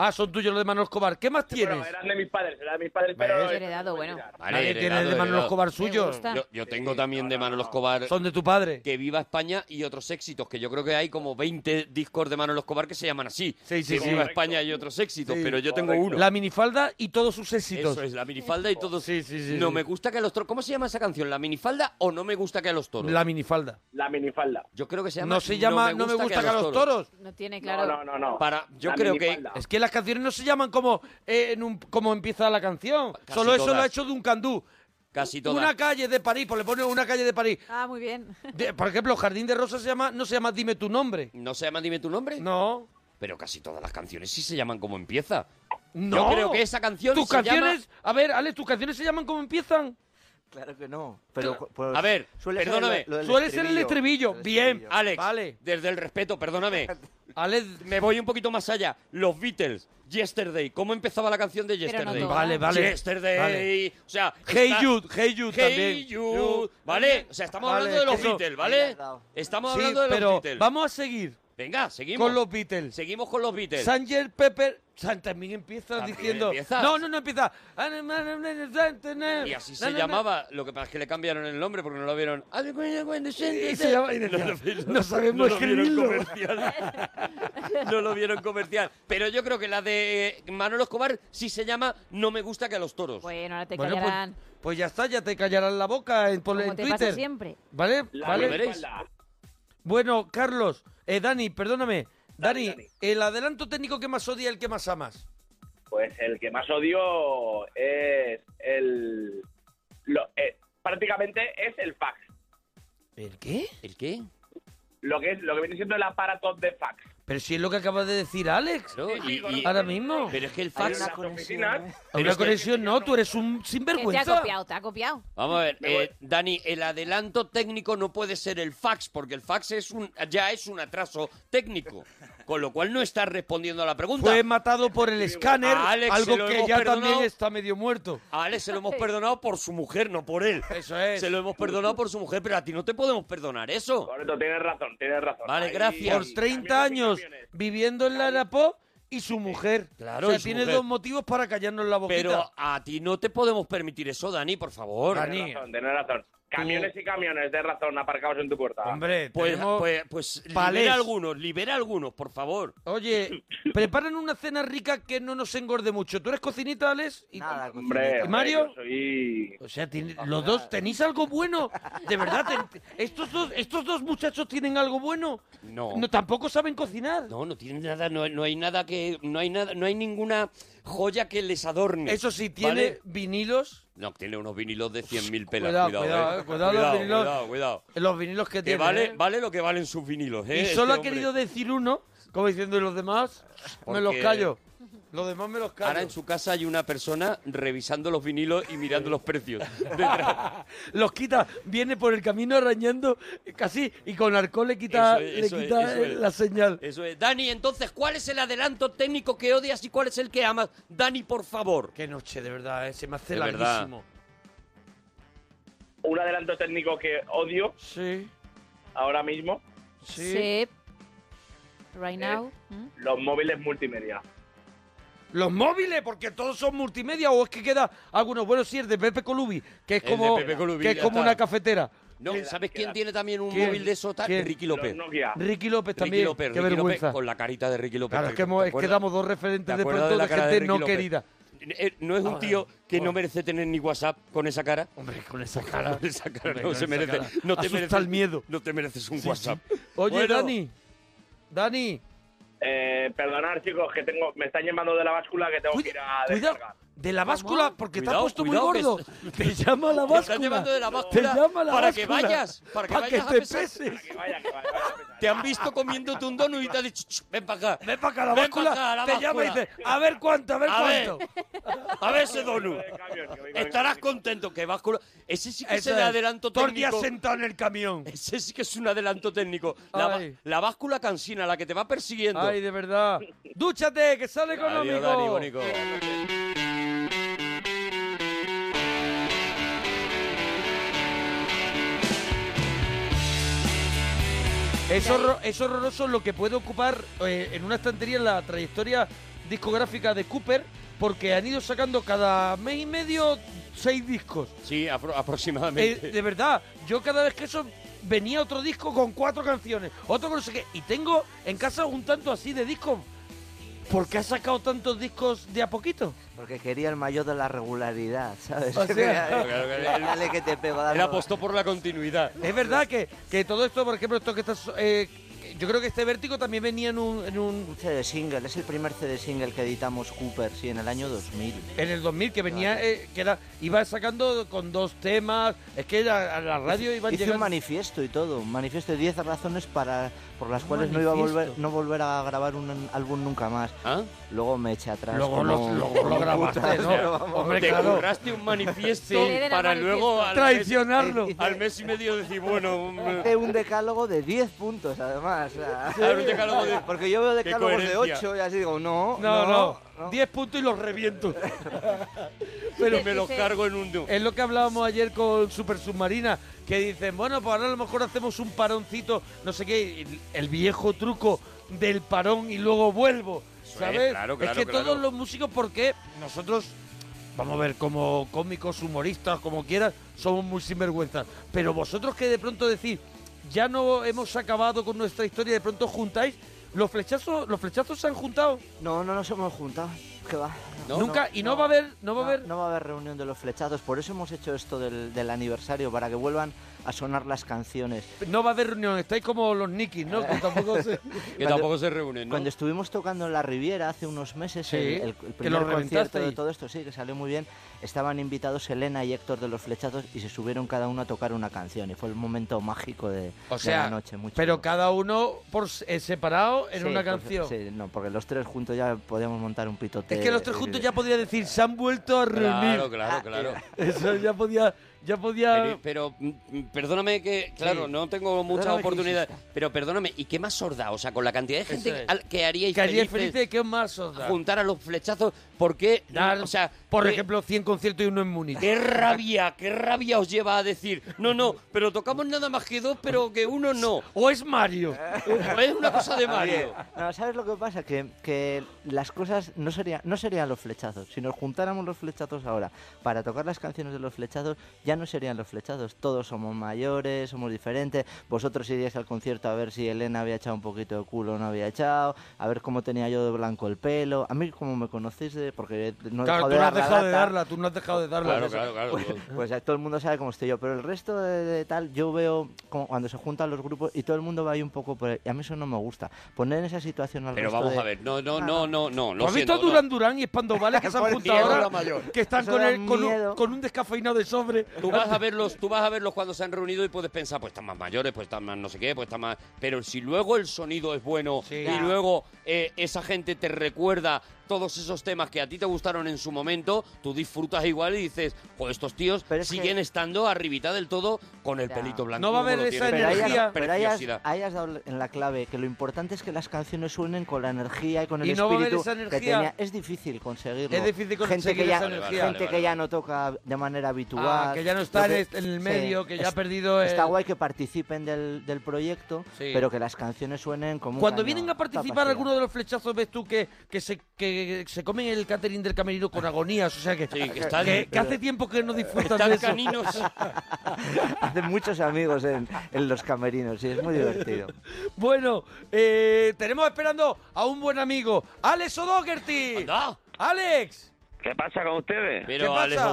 Ah, son tuyos los de Manuel Escobar. ¿Qué más tienes?
Eran de mis padres, eran de mis padres, pero...
¿Ves?
heredado, bueno.
Nadie tiene de Manolo Escobar suyo. Me gusta.
Yo, yo tengo también de Manolo Escobar.
Son de tu padre.
Que viva España y otros éxitos, que yo creo que hay como 20 discos de Manolo Escobar que se llaman así.
Sí, sí,
que
sí.
viva España y otros éxitos,
Sí.
pero yo tengo uno.
La minifalda y todos sus éxitos.
Eso es, la minifalda y todo.
Sí, sí, sí.
no
sí.
me gusta que a los toros. ¿Cómo se llama esa canción? ¿La minifalda o no me gusta que a los toros?
La minifalda.
La minifalda.
Yo creo que se llama.
No se llama No me gusta que a los toros.
no tiene claro.
Para, yo creo que.
Es que las canciones no se llaman como, eh, en un- como empieza la canción.
Casi
Solo eso lo
todas.
ha hecho Duncandú.
Casi todas.
Una calle de París, pues le pone una calle de París.
Ah, muy bien.
De- por ejemplo, Jardín de Rosas se llama, no se llama Dime tu nombre.
¿No se llama Dime tu nombre?
No.
Pero casi todas las canciones sí se llaman como empieza.
No.
Yo creo que esa canción
Tus
se llama-
canciones, a ver, Alex, tus canciones se llaman como empiezan.
Claro que no. Pero,
Claro.
pues,
a ver,
suele ser
perdóname.
lo- lo del
estribillo. Bien,
Alex. Desde el respeto, perdóname.
Alex,
me voy un poquito más allá. Los Beatles, Yesterday. ¿Cómo empezaba la canción de
Pero no
Yesterday?
todas. Vale, vale.
Yesterday.
Vale.
O sea,
Hey
está-
Jude, Hey Jude
Hey
también.
Jude, ¿Vale? O sea, estamos
Vale,
hablando de los
eso-
Beatles, ¿vale? Estamos
Sí,
hablando de los
pero
Beatles.
vamos a seguir.
Venga, seguimos.
Con los Beatles.
Seguimos con los Beatles.
Sanger Pepper. San también empieza
También
diciendo.
empieza.
No, no, no empieza.
Y así se llamaba, lo que pasa es que le cambiaron el nombre porque no lo vieron.
Y se llama- y decía,
lo vieron-
"No sabemos
lo vieron
escribirlo".
comercial. no lo vieron comercial. Pero yo creo que la de Manolo Escobar sí se llama No me gusta que a los toros.
Bueno, ahora te
Bueno, pues-
callarán.
pues, ya está, ya te callarán la boca en, por-
Como
en
te
Twitter.
pasa siempre.
¿Vale?
La
¿Vale?
espalda.
Bueno, Carlos, eh, Dani, perdóname. Dani, el adelanto técnico que más odia, el que más amas.
Pues el que más odio es el. lo- eh, prácticamente es el fax.
¿El qué?
¿El qué?
Lo que, es, lo que viene siendo el aparato de fax.
Pero si es lo que acabas de decir, Alex. ahora mismo.
Pero es que el
En
fax.
las
¿eh?
oficinas.
Una conexión no, tú eres un
Que Eh, te ha
sinvergüenza.
copiado, te ha copiado.
Vamos a ver, eh, Dani, el adelanto técnico no puede ser el fax, porque el fax es un, ya es un atraso técnico, con lo cual no estás respondiendo a la pregunta.
Fue matado por el escáner,
A Alex se
algo
lo
que
hemos
ya
perdonado.
también está medio muerto.
A Alex se lo hemos perdonado por su mujer, no por él.
Eso es.
Se lo hemos perdonado por su mujer, pero a ti no te podemos perdonar eso.
Correcto, tienes razón, tienes razón.
Vale,
Ahí-
gracias.
Por 30 años viviendo en la Arapó y su mujer.
Claro,
o sea,
y su
tiene
mujer.
dos motivos para callarnos la boquita.
Pero a ti no te podemos permitir eso, Dani, por favor.
Tienes razón, tienes razón. Camiones y camiones, de razón, aparcados en tu puerta.
Hombre,
Pues,
tenemos
pues, pues
palés.
libera algunos, libera algunos, por favor.
Oye, preparan una cena rica que no nos engorde mucho. ¿Tú eres cocinita, Alex? Y-
Nada,
¿y
Hombre,
Mario?
hombre, yo soy-
O sea, tiene-
Ah.
los dos, ¿tenéis algo bueno? De verdad, ten- estos, dos, ¿estos dos muchachos tienen algo bueno?
No.
No, tampoco saben cocinar.
Oh. No, no tienen nada, no, no hay nada que, no hay nada, no hay ninguna joya que les adorne.
Eso sí, tiene
¿vale?
vinilos.
No, tiene unos vinilos de 100.000 pelas.
Cuidado,
Cuidado,
cuidado,
eh.
eh, cuidado los vinilos.
Cuidado, cuidado.
Los vinilos que,
Que
tiene.
vale,
¿eh?
vale lo que valen sus vinilos, ¿eh?
y
este
solo ha
hombre.
querido decir uno, como diciendo, y los demás, me los
Porque-
callo. Los demás me los callo.
Ahora en su casa hay una persona revisando los vinilos y mirando los precios. Detrás.
los quita, viene por el camino arañando eh, casi y con alcohol le quita,
Eso es,
le
eso es,
quita
eso
eh,
es.
la señal.
Eso es. Dani, entonces, ¿cuál es el adelanto técnico que odias y cuál es el que amas? Dani, por favor.
Qué noche, de verdad, eh, se me hace
De verdad.
larguísimo.
Un adelanto técnico que odio
Sí,
ahora mismo,
sí. Eh,
Right now. ¿Mm?
los móviles multimedia.
Los móviles, porque todos son multimedia o es que queda algunos. Bueno, sí, el de Pepe Colubi, que es
El de
como,
Pepe Colubi,
que es
ya
como
está.
una cafetera.
No, ¿Sabes quién tiene también un
¿Quién?
móvil de esos? tal?
¿Quién?
Ricky López.
Los Nokia.
Ricky López
Ricky
también.
López,
Qué
Ricky López,
vergüenza.
con la carita de Ricky López.
Claro, es que, hemos-
¿Te
es que
acuerdas?
damos dos
¿Te
referentes de
acuerdas
pronto de,
la cara de
gente
Ricky
no
López?
querida. Ah,
Eh, No es un tío que no merece tener ni WhatsApp con esa cara.
Hombre, con esa cara.
Con esa cara
Hombre,
no
con
se
esa
merece.
cara.
No te
Asusta
mereces,
el miedo.
No te mereces un
Sí,
WhatsApp.
Oye,
Bueno,
Dani. Dani,
Eh, perdonar, chicos, que tengo, me están llamando de la báscula que tengo que ir a
cuidado.
descargar.
De la báscula, porque te
Cuidado,
has puesto muy
cuidado, que
gordo. Te llama la
Te
báscula.
están llevando de la
Te
báscula
llama la
para que
báscula.
vayas, para que vayas a
te
pesar.
peses.
Que vaya, que vaya, vaya.
Te han visto comiéndote un donut y te han dicho, "Ch, ven para acá.
Ven para acá, la
Ven pa'
báscula.
acá, la
Te llama y
báscula.
dice, a ver cuánto, a ver
A ver.
cuánto.
A ver ese donut.
Voy de camión, que voy con el
Estarás
camión.
contento que vas con... Ese sí que es
Eso
el
es.
adelanto
Todo el día
técnico.
sentado en el camión.
Ese sí que es un adelanto técnico. La, ba-
Ay.
la báscula cansina, la que te va persiguiendo.
Ay, de verdad. Dúchate, que sale económico.
Adiós, Dani, bonico.
Es, horror- es horroroso lo que puede ocupar eh, en una estantería en la trayectoria discográfica de Cooper, porque han ido sacando cada mes y medio seis discos.
Sí, apro-
Eh,
aproximadamente.
de verdad, yo cada vez que eso venía otro disco con cuatro canciones, otro con no sé qué, y tengo en casa un tanto así de discos. ¿Por qué ha sacado tantos discos de a poquito?
Porque quería el mayor de la regularidad, ¿sabes?
O sea-
dale que te pego, dale.
Él apostó por la continuidad.
Es verdad que, que todo esto, por ejemplo, esto que estás. eh, yo creo que este vértigo también venía en un, en un-
Un CD single, es el primer CD single que editamos Cooper, sí, en el año 2000.
en el 2000 que venía eh, que era iba sacando con dos temas, es que la- a la radio iban
Hice un
llegando
manifiesto y todo, un manifiesto de 10 razones para, por las cuales no iba a volver,
manifiesto?
no volver a grabar un álbum nunca más.
¿Ah?
Luego me eché atrás.
Luego
como
lo-
un-
luego lo
como un
grabaste,
puta,
¿no?
pero vamos.
Hombre,
Te
claro.
curraste un manifiesto
Sí. Le den el
para luego al mes,
traicionarlo.
al mes y medio decir, bueno, mm,
Hice un decálogo de 10 puntos, además. más. ah.
Sí. Claro, un decálogo de-
Porque yo veo
Qué
decálogos de
coherencia.
8 y así digo, no,
No,
no.
no. 10 puntos y los reviento. Pero
Y me los cargo en un...
Es lo que hablábamos ayer con Super Submarina, que dicen, bueno, pues ahora a lo mejor hacemos un paroncito, no sé qué, y el viejo truco del parón y luego vuelvo.
Eso es,
¿Sabes?
claro,
es
claro,
que
claro.
todos los músicos, porque nosotros, vamos a ver, como cómicos, humoristas, como quieras, somos muy sinvergüenzas. Pero vosotros que de pronto decís, ya no hemos acabado con nuestra historia, de pronto juntáis, los flechazos, los flechazos se han juntado.
No, no nos hemos juntado. ¿Qué va?
Nunca, y no, va a haber, no va a haber.
No va a haber reunión de los flechados, por eso hemos hecho esto del, del aniversario, para que vuelvan a sonar las canciones.
No va a haber reunión, estáis como los Nikis, ¿no? Que tampoco se...
Que tampoco se reúnen, ¿no?
Cuando estuvimos tocando en la Riviera hace unos meses,
Sí,
el, el- el
que lo
primer concierto de
reventasteis.
todo esto, sí, que salió muy bien, estaban invitados Elena y Héctor de los Flechados y se subieron cada uno a tocar una canción y fue el momento mágico de,
O
de
sea,
la noche. Muy
pero
chulo.
cada uno por s- eh, separado en
Sí,
una
porque-
canción.
sí, no, porque los tres juntos ya podíamos montar un pitote.
Es que los tres juntos ya podía decir, se han vuelto a reunir.
Claro, claro, claro.
eh. Eso ya podía, ya podía...
Pero, pero, mm, mm, perdóname que, claro, no tengo mucha
Perdóname que
oportunidad, pero perdóname, ¿y qué más sorda? O sea, con la cantidad de gente
Eso es.
al- que haríais
Que haríais
felices,
felices, ¿qué más os da?
juntar a los flechazos, ¿por qué? o sea,
Por
qué-
ejemplo, 100 conciertos y uno en Múnich.
Qué rabia, qué rabia os lleva a decir, no, no, pero tocamos nada más que dos, pero que uno no.
O es Mario.
O Pues es una cosa de Mario.
Oye, No, ¿Sabes lo que pasa? Que, que las cosas no serían, no serían los flechazos. Si nos juntáramos los flechazos ahora para tocar las canciones de los flechazos, ya no serían los flechazos. Todos somos mayores, somos diferentes. Vosotros iríais al concierto a ver si Elena había echado un poquito de culo o no había echado, a ver cómo tenía yo de blanco el pelo. A mí, como me conocéis, de, porque no he
claro, tú
dejado de
no
dar
has
la
dejado de
lata.
darla, tú no has dejado de darla.
Claro, claro, claro.
Pues, pues ya todo el mundo sabe cómo estoy yo, pero el resto de, de tal, yo veo como cuando se juntan los grupos y todo el mundo va ahí un poco por ahí. Y a mí eso no me gusta. Poner en esa situación al
Pero
resto
vamos
de-
a ver, no, no, no, no, no, lo
¿Has
siento.
visto
no.
Duran Duran y Spandovales que se han
Por
juntado
Diego
ahora?
la mayor.
Que están
Eso
con,
da
el- con un,
miedo.
con un descafeinado de sobre.
Tú vas a verlos, tú vas a verlos cuando se han reunido y puedes pensar, pues están más mayores, pues están más no sé qué, pues están más. Pero si luego el sonido es bueno y luego eh, esa gente te recuerda todos esos temas que a ti te gustaron en su momento, tú disfrutas igual y dices, pues estos tíos siguen estando arribita del todo con el pelito blanco.
No va a
como
haber
lo tienen.
esa
Es una
energía.
Pero ahí has,
preciosidad.
ahí has dado en la clave que lo importante es que las canciones suenen con la energía y con el
Y no va a haber
espíritu
esa energía.
que tenía. Es difícil conseguirlo.
Es difícil
gente
conseguir
que ya,
esa energía.
Gente
Vale, vale,
que ya no toca de manera habitual.
Ah, que ya no está
Lo
en est- en el medio, que ya ha
es-
perdido el-
Está guay que participen del, del proyecto,
Sí.
pero que las canciones suenen como. un
Cuando
cañón.
vienen a
Está
participar
apasionante.
algunos de los flechazos, ves tú que, que, se, que se comen el catering del camerino con agonías. O sea que,
que están-
que- que hace tiempo que no disfrutan
Están
de eso.
caninos.
Hacen muchos amigos en, en los camerinos y es muy divertido.
Bueno, eh, tenemos esperando a un buen amigo, Alex O'Dougherty. ¡Alex!
¿Qué pasa con ustedes?
¿Qué pasa?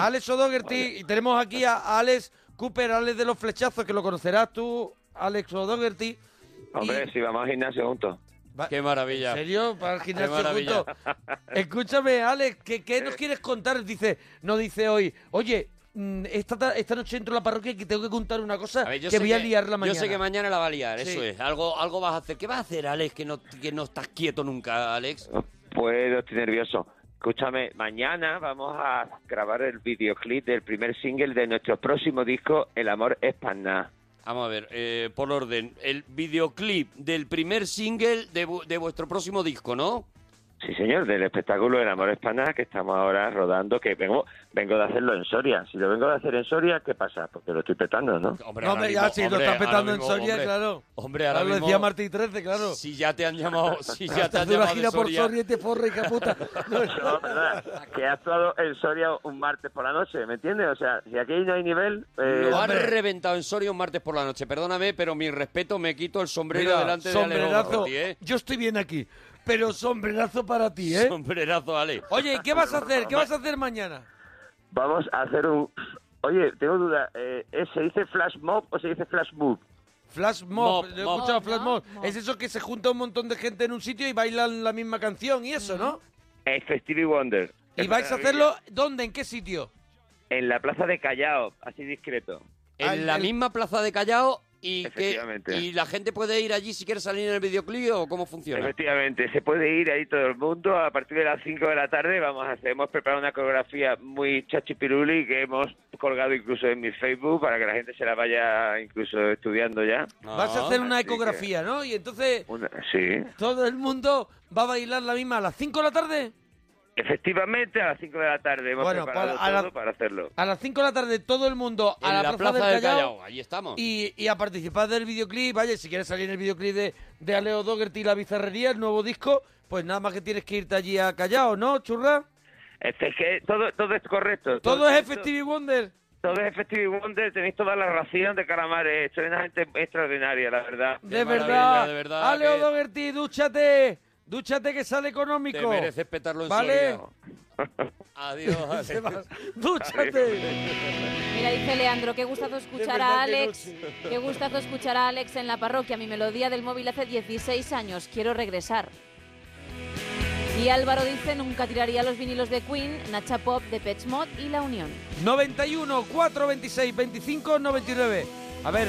Alex O'Dougherty. Y tenemos aquí a a Alex Cooper, Alex de los flechazos, que lo conocerás tú, Alex
Eh.
O'Dougherty.
Hombre, si vamos al gimnasio juntos.
Qué maravilla.
¿En serio? Para el gimnasio
maravilla.
juntos. Escúchame, Alex, ¿qué, qué
Eh.
nos quieres contar? Dice, nos dice hoy, oye, mm, esta, ta- esta noche entro a la parroquia y tengo que contar una cosa
A ver, yo
que
sé
voy a liar la mañana.
Yo sé que mañana la va a liar,
Sí.
eso es. Algo, algo vas a hacer. ¿Qué vas a hacer, Alex, que no, que no estás quieto nunca, Alex?
Pues yo estoy nervioso. Escúchame, mañana vamos a grabar el videoclip del primer single de nuestro próximo disco, El amor es pa' nada.
Vamos a ver, eh, por orden, el videoclip del primer single de, vu- de vuestro próximo disco, ¿no?
Sí, señor, del espectáculo El amor es pa' nada que estamos ahora rodando, que vengo, vengo de hacerlo en Soria. Si lo vengo de hacer en Soria, ¿qué pasa? Porque lo estoy petando, ¿no?
No, hombre, ya, si lo está petando en Soria,
hombre,
claro.
Hombre, ahora
Claro, lo
mismo-
decía Martí 13, claro.
Si ya te han llamado, si
Hasta
ya te han
hace una
llamado de
gira por
Soria.
Soria y te forra, hija puta.
No, perdona, que ha actuado en Soria un martes por la noche, ¿me entiendes? O sea, si aquí no hay nivel... eh,
Lo han reventado en Soria un martes por la noche. Perdóname, pero mi respeto, me quito el sombrero
Mira,
delante de Alex
sombrerazo.
Borghetti, ¿eh?
Yo estoy bien aquí, pero sombrerazo para ti, ¿eh?
Sombrerazo, Alex.
Oye, ¿y ¿qué vas a hacer? ¿Qué vas a hacer mañana?
Vamos a hacer un... Oye, tengo duda. eh, ¿eh, ¿Se dice flash mob o se dice flash move?
Flash mob,
Mob,
lo he
mob.
escuchado, flash mob.
Mob.
Es eso que se junta un montón de gente en un sitio y bailan la misma canción y eso, ¿no?
Este Stevie Wonder.
¿Y
Es
vais a
maravilla.
hacerlo dónde? ¿En qué sitio?
En la plaza de Callao, así discreto.
Ah,
En la misma plaza de Callao Y, que,
Efectivamente.
y la gente puede ir allí si quiere salir en el videoclip o cómo funciona.
Efectivamente, se puede ir ahí todo el mundo. A partir de las 5 de la tarde vamos a hacer, hemos preparado una coreografía muy chachipiruli que hemos colgado incluso en mi Facebook para que la gente se la vaya incluso estudiando ya.
Ah,
Vas a hacer una ecografía, ¿no? Y entonces
Una- sí.
todo el mundo va a bailar la misma a las 5 de la tarde.
Efectivamente, a las 5 de la tarde hemos
Bueno,
preparado
para- a la-
todo para hacerlo.
A las 5 de la tarde todo el mundo a
En
la,
la Plaza
del
del
Callao.
Callao, ahí estamos.
Y, y a participar del videoclip. Vaya, si quieres salir en el videoclip de, de Aleo Dogerty y la bizarrería, el nuevo disco, pues nada más que tienes que irte allí a Callao, ¿no, churra?
Este es que todo, todo es correcto.
Todo es
esto-
Festive Wonder.
Todo es Festive Wonder, tenéis toda la ración de calamares. Sois una gente extraordinaria, la verdad.
De verdad. Aleo Dogerty, dúchate. Dúchate que sale económico.
Te mereces petarlo en
¿Vale?
Adiós, Alex.
Se va. ¡Dúchate!
Mira, dice Leandro, qué gustazo escuchar
verdad
a
que
Alex.
no.
Qué gustazo escuchar a Alex en la parroquia. Mi melodía del móvil hace 16 años. Quiero regresar. Y Álvaro dice, nunca tiraría los vinilos de Queen, Nacha Pop, de Pet Mod y La Unión.
91 426 25 99. A ver,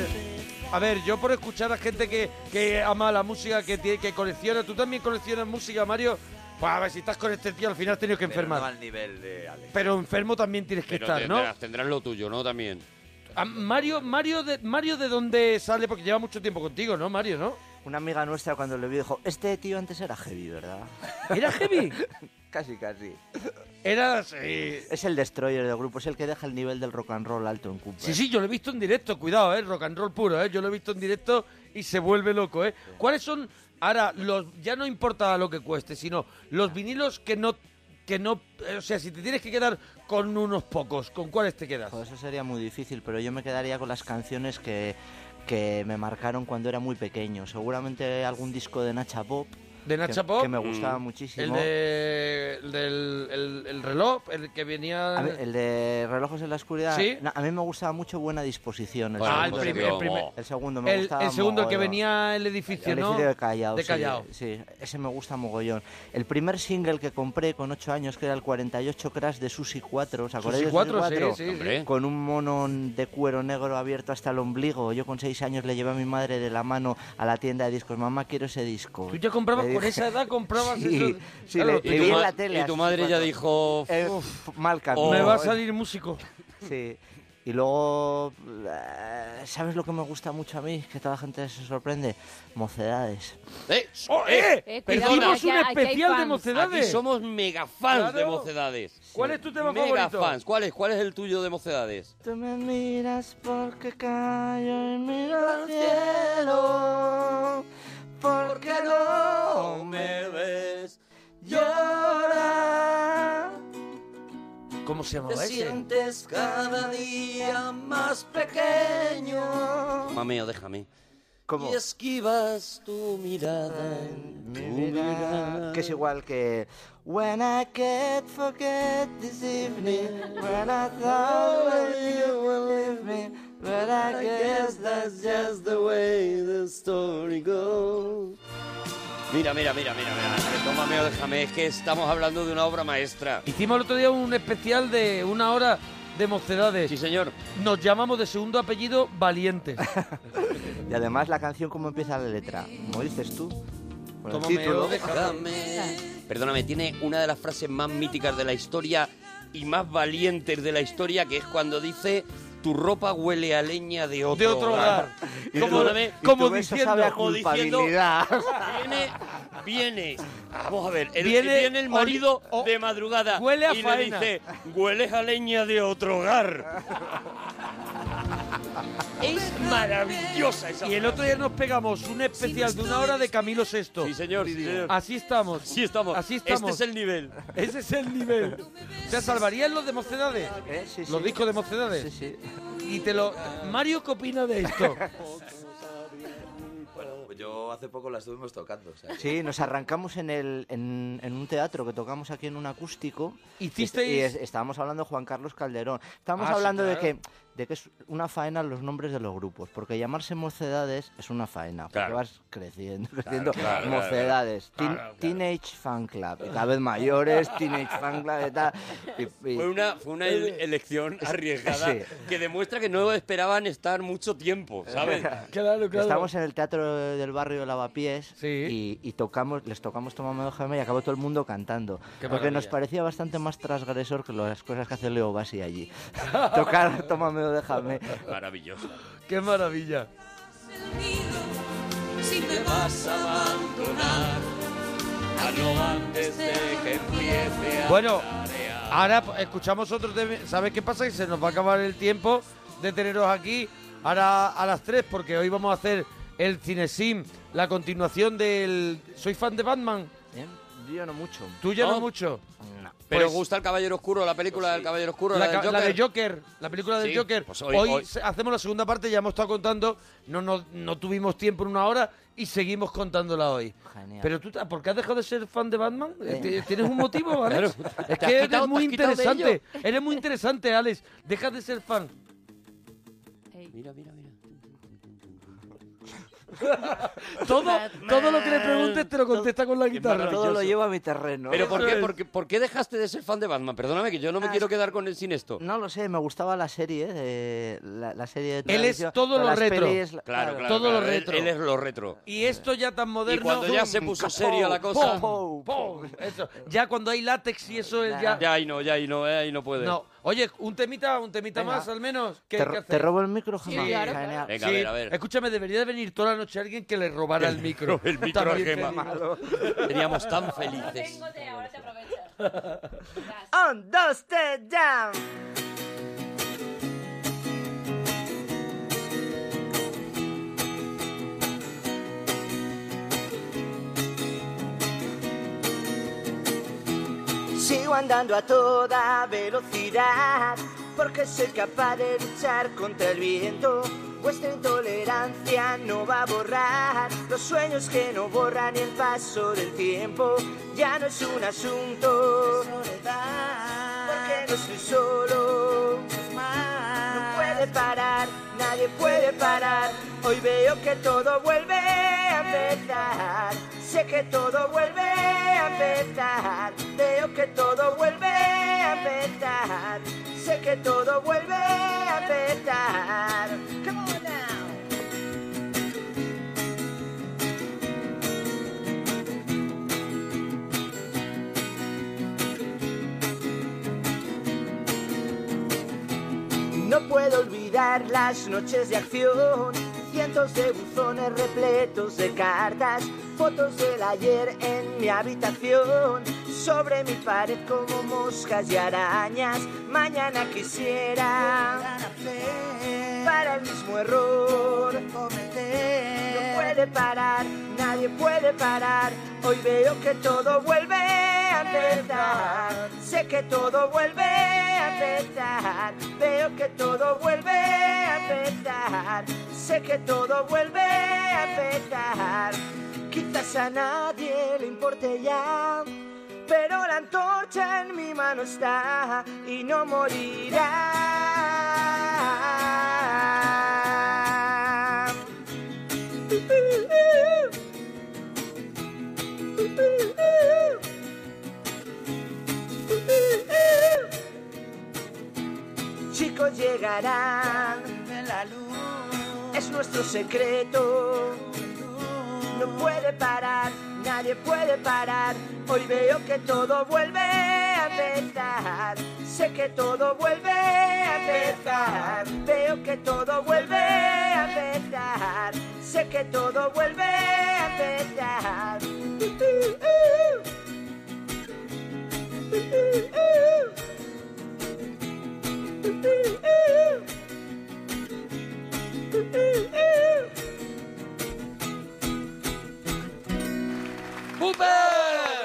a ver, yo por escuchar a gente que, que ama la música, que tiene, que colecciona, tú también coleccionas música, Mario. Pues a ver, si estás con este tío al final has tenido que
Pero
enfermar.
no
Pero,
al nivel de Alex.
enfermo también tienes que
Pero
estar, ¿no?
tendrás, tendrás lo tuyo, ¿no? También.
Ah, Mario, Mario de, Mario de dónde sale porque lleva mucho tiempo contigo, ¿no, Mario, no?
Una amiga nuestra cuando le vio dijo, este tío antes era heavy, ¿verdad?
¿Era heavy?
casi, casi.
Era...
Es el destroyer del grupo, es el que deja el nivel del rock and roll alto en Cooper.
Sí, sí, yo lo he visto en directo, cuidado, eh, rock and roll puro, eh, yo lo he visto en directo y se vuelve loco, eh. ¿Cuáles son ahora los ya no importa lo que cueste, sino los vinilos que no que no, eh, o sea, si te tienes que quedar con unos pocos, ¿con cuáles te quedas?
Joder, Pues eso sería muy difícil, pero yo me quedaría con las canciones que, que me marcaron cuando era muy pequeño. Seguramente algún disco de Nacha Pop.
De
que-
Nacha Pop.
Que me gustaba
Mm.
muchísimo.
El de el, del- el- el reloj, el que venía
A mí- el de Relojes en la Oscuridad.
Sí.
na- a mí me gustaba mucho Buena Disposición. El,
Ah, el
segundo,
primer- el primer-
el segundo me
el-
gustaba.
el segundo, el que
mogollón.
venía el edificio,
El
¿no?
edificio de Callao.
De
sí,
Callao.
Sí, ese me gusta mogollón. El primer single que compré con 8 años, que era el 48 Crash de Susi 4. ¿Os
Susi
acordáis de
4, sí,
Susi 4?
sí, sí. Hombre.
Con un mono de cuero negro abierto hasta el ombligo. Yo con 6 años le llevé a mi madre de la mano a la tienda de discos. Mamá, quiero ese disco.
Tú ya comprabas
Le
con
dije-
esa edad comprabas
Sí,
eso.
sí,
Claro,
le-
tú
le
ya-
vi en la tele.
y tu madre ya dijo,
"Uf, mal camino.
me va a salir músico.
Sí. Y luego, eh, ¿sabes lo que me gusta mucho a mí? Que toda la gente se sorprende. Mocedades.
¡Eh!
¡Oh, eh!
Eh,
Perdona,
cuidado,
Hicimos un
aquí- aquí hay
especial de
fans.
mocedades.
Aquí somos mega fans
Claro.
de mocedades.
¿Cuál es tu tema
mega
favorito?
fans. ¿Cuál es, ¿Cuál es el tuyo de mocedades?
Tú me miras porque callo y miro al cielo. Porque no me ves llorar.
¿Cómo se llamaba ese?
sientes cada día más pequeño.
Mameo, déjame.
¿Cómo?
Y esquivas tu mirada en tu mirada.
Que es igual que. When I can't forget this evening, when I thought that you would leave me, but I guess that's just the way the story goes.
Mira, mira, mira, mira, mira. Esto, Mameo, déjame. Es que estamos hablando de una obra maestra.
Hicimos el otro día un especial de una hora de mocedades. Sí,
señor.
Nos llamamos de segundo apellido Valientes.
Y además la canción, ¿cómo empieza la letra? ¿Cómo dices tú? Con el
Como
título.
Perdóname, tiene una de las frases más míticas de la historia y más valientes de la historia, que es cuando dice tu ropa huele a leña de
De
otro,
otro hogar.
Y
Como-
perdóname,
y tu como beso diciendo- sabe a
como diciendo,
culpabilidad.
viene, viene, vamos a ver, el,
Viene
viene, el marido de madrugada
huele a
y
faena.
le dice, hueles a leña de otro hogar. es maravillosa esa
Y el otro día nos pegamos un especial de una hora de Camilo VI. Sí,
señor.
Así estamos.
Sí, estamos.
Así estamos.
Este es el nivel.
Ese es el nivel. O sea, ¿salvarías los de mocedades? Los discos de mocedades.
Eh, Sí, sí.
Y te lo... Mario, ¿qué opina de esto?
Pues yo hace poco la estuvimos tocando. o sea, que-
Sí, nos arrancamos en, el, en, en un teatro que tocamos aquí en un acústico.
¿Hicisteis?
Y es- estábamos hablando de Juan Carlos Calderón. Estábamos
Ah, sí,
hablando
claro.
de que de que es una faena los nombres de los grupos, porque llamarse mocedades es una faena, porque vas creciendo, creciendo.
claro, claro,
mocedades,
claro,
teen-
claro.
Teenage Fan Club, y cada vez mayores, Teenage Fan Club y tal. y- y-
Fue una, fue una ele- elección arriesgada
Sí.
que demuestra que no esperaban estar mucho tiempo, ¿sabes?
Estamos en el teatro del barrio de Lavapiés y, y tocamos, les tocamos Tomamos de Gemma y acabó todo el mundo cantando.
Qué
Porque nos
maravilla.
parecía bastante más transgresor que las cosas que hace Leo Bassi allí. Tocar Tómame o déjame.
Maravilloso.
¡Qué maravilla!
Si me vas a abandonar, hazlo antes de que empiece a
Bueno, ahora pues, escuchamos otro tema. ¿Sabes qué pasa? Que se nos va a acabar el tiempo de teneros aquí ahora a las 3 porque hoy vamos a hacer el Cinesim, la continuación del... ¿Soy fan de Batman?
Yo no mucho.
¿Tú ya no,
No.
mucho?
Pero
Pues-
gusta el Caballero Oscuro, la película del Caballero Oscuro,
la,
la, del
ca- la
Joker.
de Joker, la película del
Sí,
Joker.
pues
hoy
hoy- hoy-
se- hacemos la segunda parte, ya hemos estado contando, no, no, no tuvimos tiempo en una hora y seguimos contándola hoy.
Genial.
Pero tú, ta- ¿por qué has dejado de ser fan de Batman?
Eh.
¿Ti- ¿Tienes un motivo, Alex?
Claro.
Es
Te has
que
quitado-
eres
te
muy
has quitado de
interesante.
ello.
Eres muy interesante, Alex. Deja de ser fan.
Mira, mira, mira.
Todo, todo lo que le preguntes te lo contesta con la guitarra.
maravilloso. Todo lo llevo
a mi terreno.
¿Pero por
Eso
qué,
es.
por, qué, por qué dejaste de ser fan de Batman? Perdóname que yo no me
Ah,
quiero
es-
quedar con él sin esto.
No lo sé, me gustaba la serie, de, la, la serie de
Él es
televisión,
todo
pero
lo
las
retro.
pelis, la-
Claro, claro, Todo lo claro, él- retro. él es lo retro.
Y esto ya tan moderno.
cuando ya se puso seria la cosa.
Po, po, eso. Ya cuando hay látex y eso es ya.
Ya ahí no, ya ahí no, eh, ahí no puede.
No. Oye, un temita, un temita más al menos. ¿Qué,
Te,
qué
ro-
haces?
te robo el micro, Gemma.
claro.
Genial.
Venga, a ver, a ver.
Escúchame, debería de venir toda la noche alguien que le robara el micro.
El micro a
También te
Gema.
digo.
Teníamos tan felices.
Un, dos, tres, ya.
Sigo andando a toda velocidad porque soy capaz de luchar contra el viento. Vuestra intolerancia no va a borrar los sueños que no borran el paso del tiempo. Ya no es un asunto de soledad porque no soy solo. No puede parar, nadie puede parar. Hoy veo que todo vuelve a empezar. Sé que todo vuelve a empezar. Veo que todo vuelve a empezar. Sé que todo vuelve a empezar. Come on now. No puedo olvidar las noches de acción, cientos de buzones repletos de cartas, fotos del ayer en mi habitación, sobre mi pared como moscas y arañas. Mañana quisiera para el mismo error cometer. No puede parar, nadie puede parar. Hoy veo que todo vuelve a empezar. Sé que todo vuelve a empezar. Veo que todo vuelve a empezar. Sé que todo vuelve a empezar. Quizás a nadie le importe ya. Pero la antorcha en mi mano está y no morirá. Chicos llegarán la luz. Es nuestro secreto. No puede parar, nadie puede parar. Hoy veo que todo vuelve a empezar. Sé que todo vuelve a empezar. Veo que todo vuelve a empezar. Sé que todo vuelve a empezar.
¡Buper!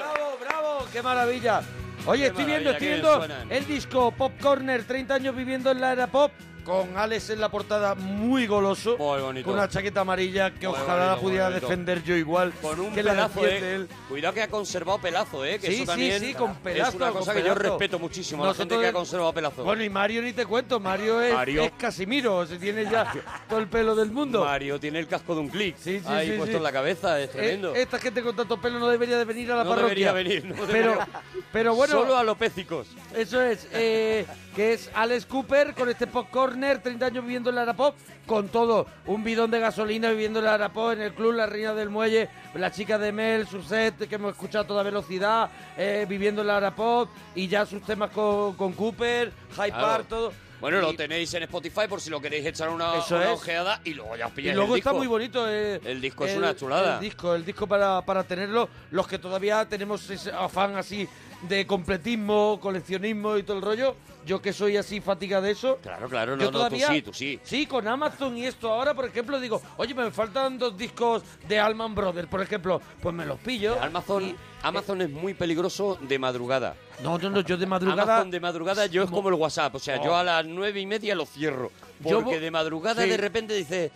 ¡Bravo, bravo! ¡Qué maravilla! Oye,
Qué
estoy viendo,
maravilla,
estoy
qué
viendo
bien suenan.
el disco Pop Corner, 30 años viviendo en la era pop. con Alex en la portada muy goloso. Con una chaqueta amarilla que
Muy
ojalá la
bonito,
pudiera
bonito.
defender yo igual.
Con un
que la
pelazo,
defiende
eh.
él.
Cuidado que ha conservado pelazo, eh. Que
Sí,
eso
sí,
también
sí, con
Es
pelazo,
una
con
cosa que yo
pelazo.
respeto muchísimo a la gente
Nosotros-
que ha conservado pelazo.
Bueno, y Mario ni te cuento, Mario es,
Mario.
es Casimiro, se tiene ya todo el pelo del mundo.
Mario tiene el casco de un clic
sí,
ahí
sí,
puesto
sí.
en la cabeza, es
Eh,
tremendo.
esta gente con tanto pelo no debería de venir a la
No
parroquia.
debería venir, no
pero,
debería.
pero bueno.
Solo alopécicos.
Eso es, eh, que es Alex Cooper con este Pop Corner, 30 años viviendo en la Arapop, con todo, un bidón de gasolina viviendo en la Arapop, en el club La Reina del Muelle, la chica de Mel, su set que hemos escuchado a toda velocidad, eh, viviendo en la Arapop, y ya sus temas con, con Cooper, Hyde
Claro.
Park, todo.
Bueno,
Y-
lo tenéis en Spotify por si lo queréis echar una,
Eso
una
es.
ojeada y luego ya os
Y
pilláis
luego
el
está
disco.
muy bonito. eh,
El disco es una chulada.
El disco, el disco para, para tenerlo, los que todavía tenemos ese afán así de completismo, coleccionismo y todo el rollo. Yo que soy así fatiga de eso.
Claro, claro,
yo
no, no, tú
todavía-
sí, tú sí.
Sí, con Amazon y esto ahora, por ejemplo, digo, oye, me faltan dos discos de Alman Brothers, por ejemplo, pues me los pillo. eh,
Amazon, Amazon es muy peligroso de madrugada.
No, no, no, yo de madrugada.
Amazon de madrugada yo es como el WhatsApp, o sea,
No.
yo a las nueve y media lo cierro.
Yo
Porque
vo-
de madrugada
Sí.
de repente dices,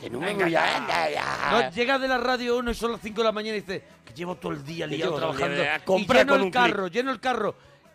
que no me
Venga,
voy
ya.
a... anda ya.
No, llegas de la radio 1 y son las 5 de la mañana y dices, que llevo todo el día
Que
liado
llevo todo el día,
trabajando.
¿verdad?
y
Compra
lleno
con
el
un clic.
carro, lleno el carro.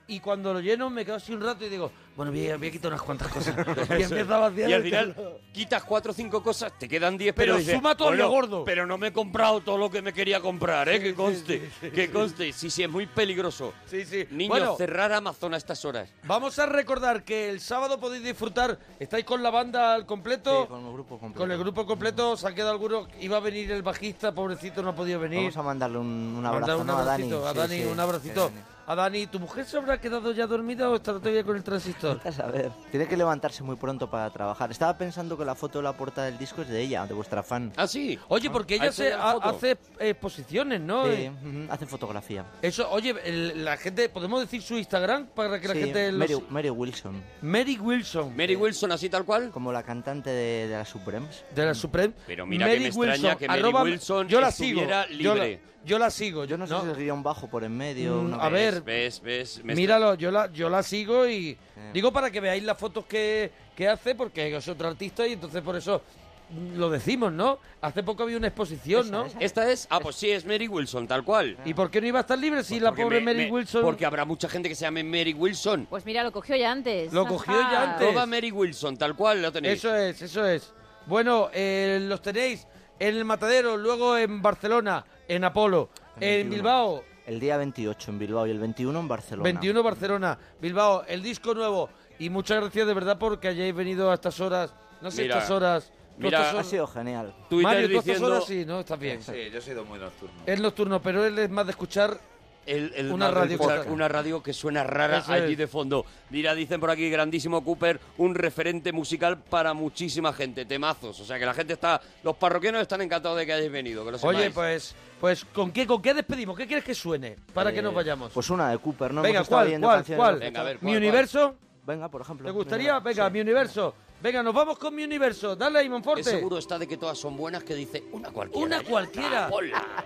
Y cuando lo lleno me quedo así un rato y digo, bueno, voy a, voy a quitar unas cuantas cosas. y empiezo a vaciar
Y al
el
final
carro.
quitas cuatro o cinco cosas, te quedan diez,
Pero
pero, dices,
suma todo
bueno,
lo gordo.
Pero no me he comprado todo lo que me quería comprar, ¿eh? que conste, que conste. Sí, sí, es muy peligroso.
Sí, sí.
Niños,
Bueno.
cerrar Amazon a estas horas.
Vamos a recordar que el sábado podéis disfrutar, estáis con la banda al completo.
Sí, con el grupo completo.
Con el grupo completo, se han quedado algunos. Iba a venir el bajista, pobrecito, no ha podido venir.
Vamos a mandarle un, un
Mandar
abrazo
un
¿no? a Dani.
abracito, a
Sí,
Dani,
sí,
un abracito.
sí, Dani.
A Dani, ¿tu mujer se habrá quedado ya dormida o estará todavía con el transistor?
A ver, tiene que levantarse muy pronto para trabajar. Estaba pensando que la foto de la puerta del disco es de ella, de vuestra fan.
Ah, sí.
Oye, porque ella se ha- hace eh, exposiciones, ¿no?
Sí,
Eh,
ujú, hace fotografía.
Eso, oye, el- la gente, ¿podemos decir su Instagram para que la
Sí,
gente lo
Mary,
si-
Mary Wilson.
Mary Wilson.
Mary Wilson, así tal cual.
Como la cantante de, de las Supremes.
De las Supremes.
Pero mira que me extraña que Mary
arroba-
Wilson
yo la sigo,
estuviera
yo la-
libre.
Yo la sigo. Yo
no, sé si es guión bajo por en medio.
Mm,
no
a
sé.
ver,
¿Ves? ¿Ves? Me
Míralo, yo la, yo la sigo y digo para que veáis las fotos que, que hace, porque es otro artista y entonces por eso mm, lo decimos, ¿no? Hace poco había una exposición, ¿no?
Esta es, ah, pues sí, es Mary Wilson, tal cual. Pues
¿Y por qué no iba a estar libre si la
Porque
pobre
me-
Mary
me-
Wilson...
Porque habrá mucha gente que se llame Mary Wilson.
Pues mira, lo cogió ya antes.
Lo cogió
Ajá.
ya antes.
Toda Mary Wilson, tal cual lo tenéis.
Eso es, eso es. Bueno, eh, los tenéis en el Matadero, luego en Barcelona, en Apolo, en
21.
Bilbao,
El día 28 en Bilbao y el 21 en Barcelona.
21 Barcelona, Bilbao, el disco nuevo. Y muchas gracias de verdad porque hayáis venido a estas horas, no sé,
Mira,
estas horas. no, estas
ha
horas-
sido genial.
Mario, tú estas horas sí, ¿no? Estás bien.
Sí, yo he sido muy nocturno.
Es nocturno, pero él es más de escuchar
el
una
más
radio.
escuchar
corta.
una radio que suena rara
Eso
allí
es.
de fondo. Mira, dicen por aquí, grandísimo Cooper, un referente musical para muchísima gente, temazos. O sea que la gente está, los parroquianos están encantados de que hayáis venido. Que lo
Oye,
sepáis.
pues, pues ¿con qué, con qué despedimos? ¿Qué quieres que suene para que
Eh,
nos vayamos?
Pues una de Cooper, ¿no?
Venga,
Hemos estado
¿cuál,
viendo
cuál,
canciones,
cuál?
hemos
Venga, a
estado-
ver, ¿Mi ¿cuál, universo?
Venga, por ejemplo.
¿Te gustaría? Venga, mi universo. Venga, nos vamos con mi universo. Dale ahí, Monforte.
Que seguro está de que todas son buenas que dice una cualquiera. ¿eh?
Una cualquiera.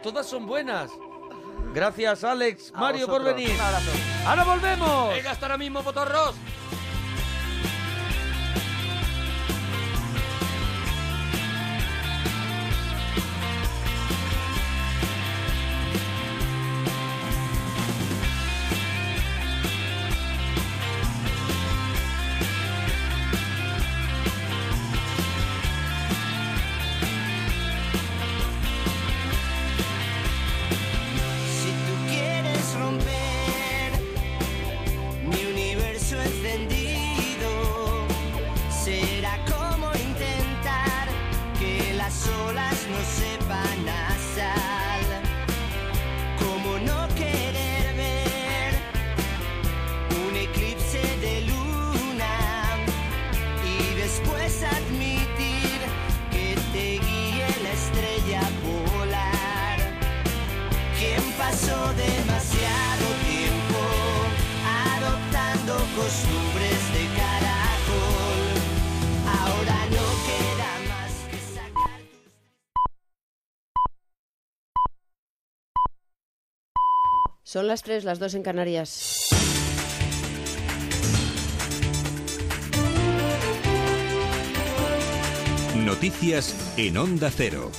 Todas son buenas. Gracias, Alex,
A
Mario, por
vosotros.
venir.
Un abrazo.
¡Ahora volvemos!
Venga, hasta ahora mismo, potorros.
Si tú quieres romper mi universo encendido, será como intentar que las olas no sepan a sal. Como no querer ver un eclipse de luna y después admitir que te guíe la estrella polar. ¿Quién pasó demasiado tiempo adoptando costumbres de caracol? Ahora no queda más que sacar.
Son las 3, las 2 en Canarias.
pues-
Noticias en Onda Cero.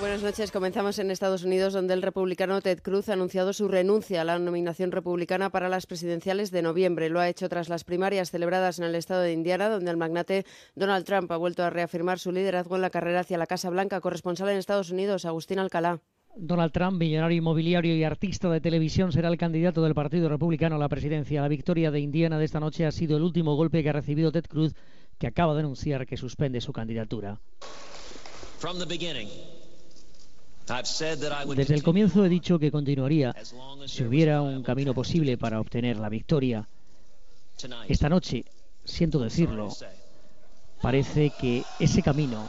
Buenas noches. Comenzamos en Estados Unidos, donde el republicano Ted Cruz ha anunciado su renuncia a la nominación republicana para las presidenciales de noviembre. Lo ha hecho tras las primarias celebradas en el estado de Indiana, donde el magnate Donald Trump ha vuelto a reafirmar su liderazgo en la carrera hacia la Casa Blanca. Corresponsal en Estados Unidos, Agustín Alcalá.
Donald Trump, millonario inmobiliario y artista de televisión, será el candidato del Partido Republicano a la presidencia. La victoria de Indiana de esta noche ha sido el último golpe que ha recibido Ted Cruz, que acaba de anunciar que suspende su candidatura.
From the beginning, I've said that I would
Desde el comienzo he dicho que continuaría si hubiera un camino posible para obtener la victoria. Esta noche, siento decirlo, parece que ese camino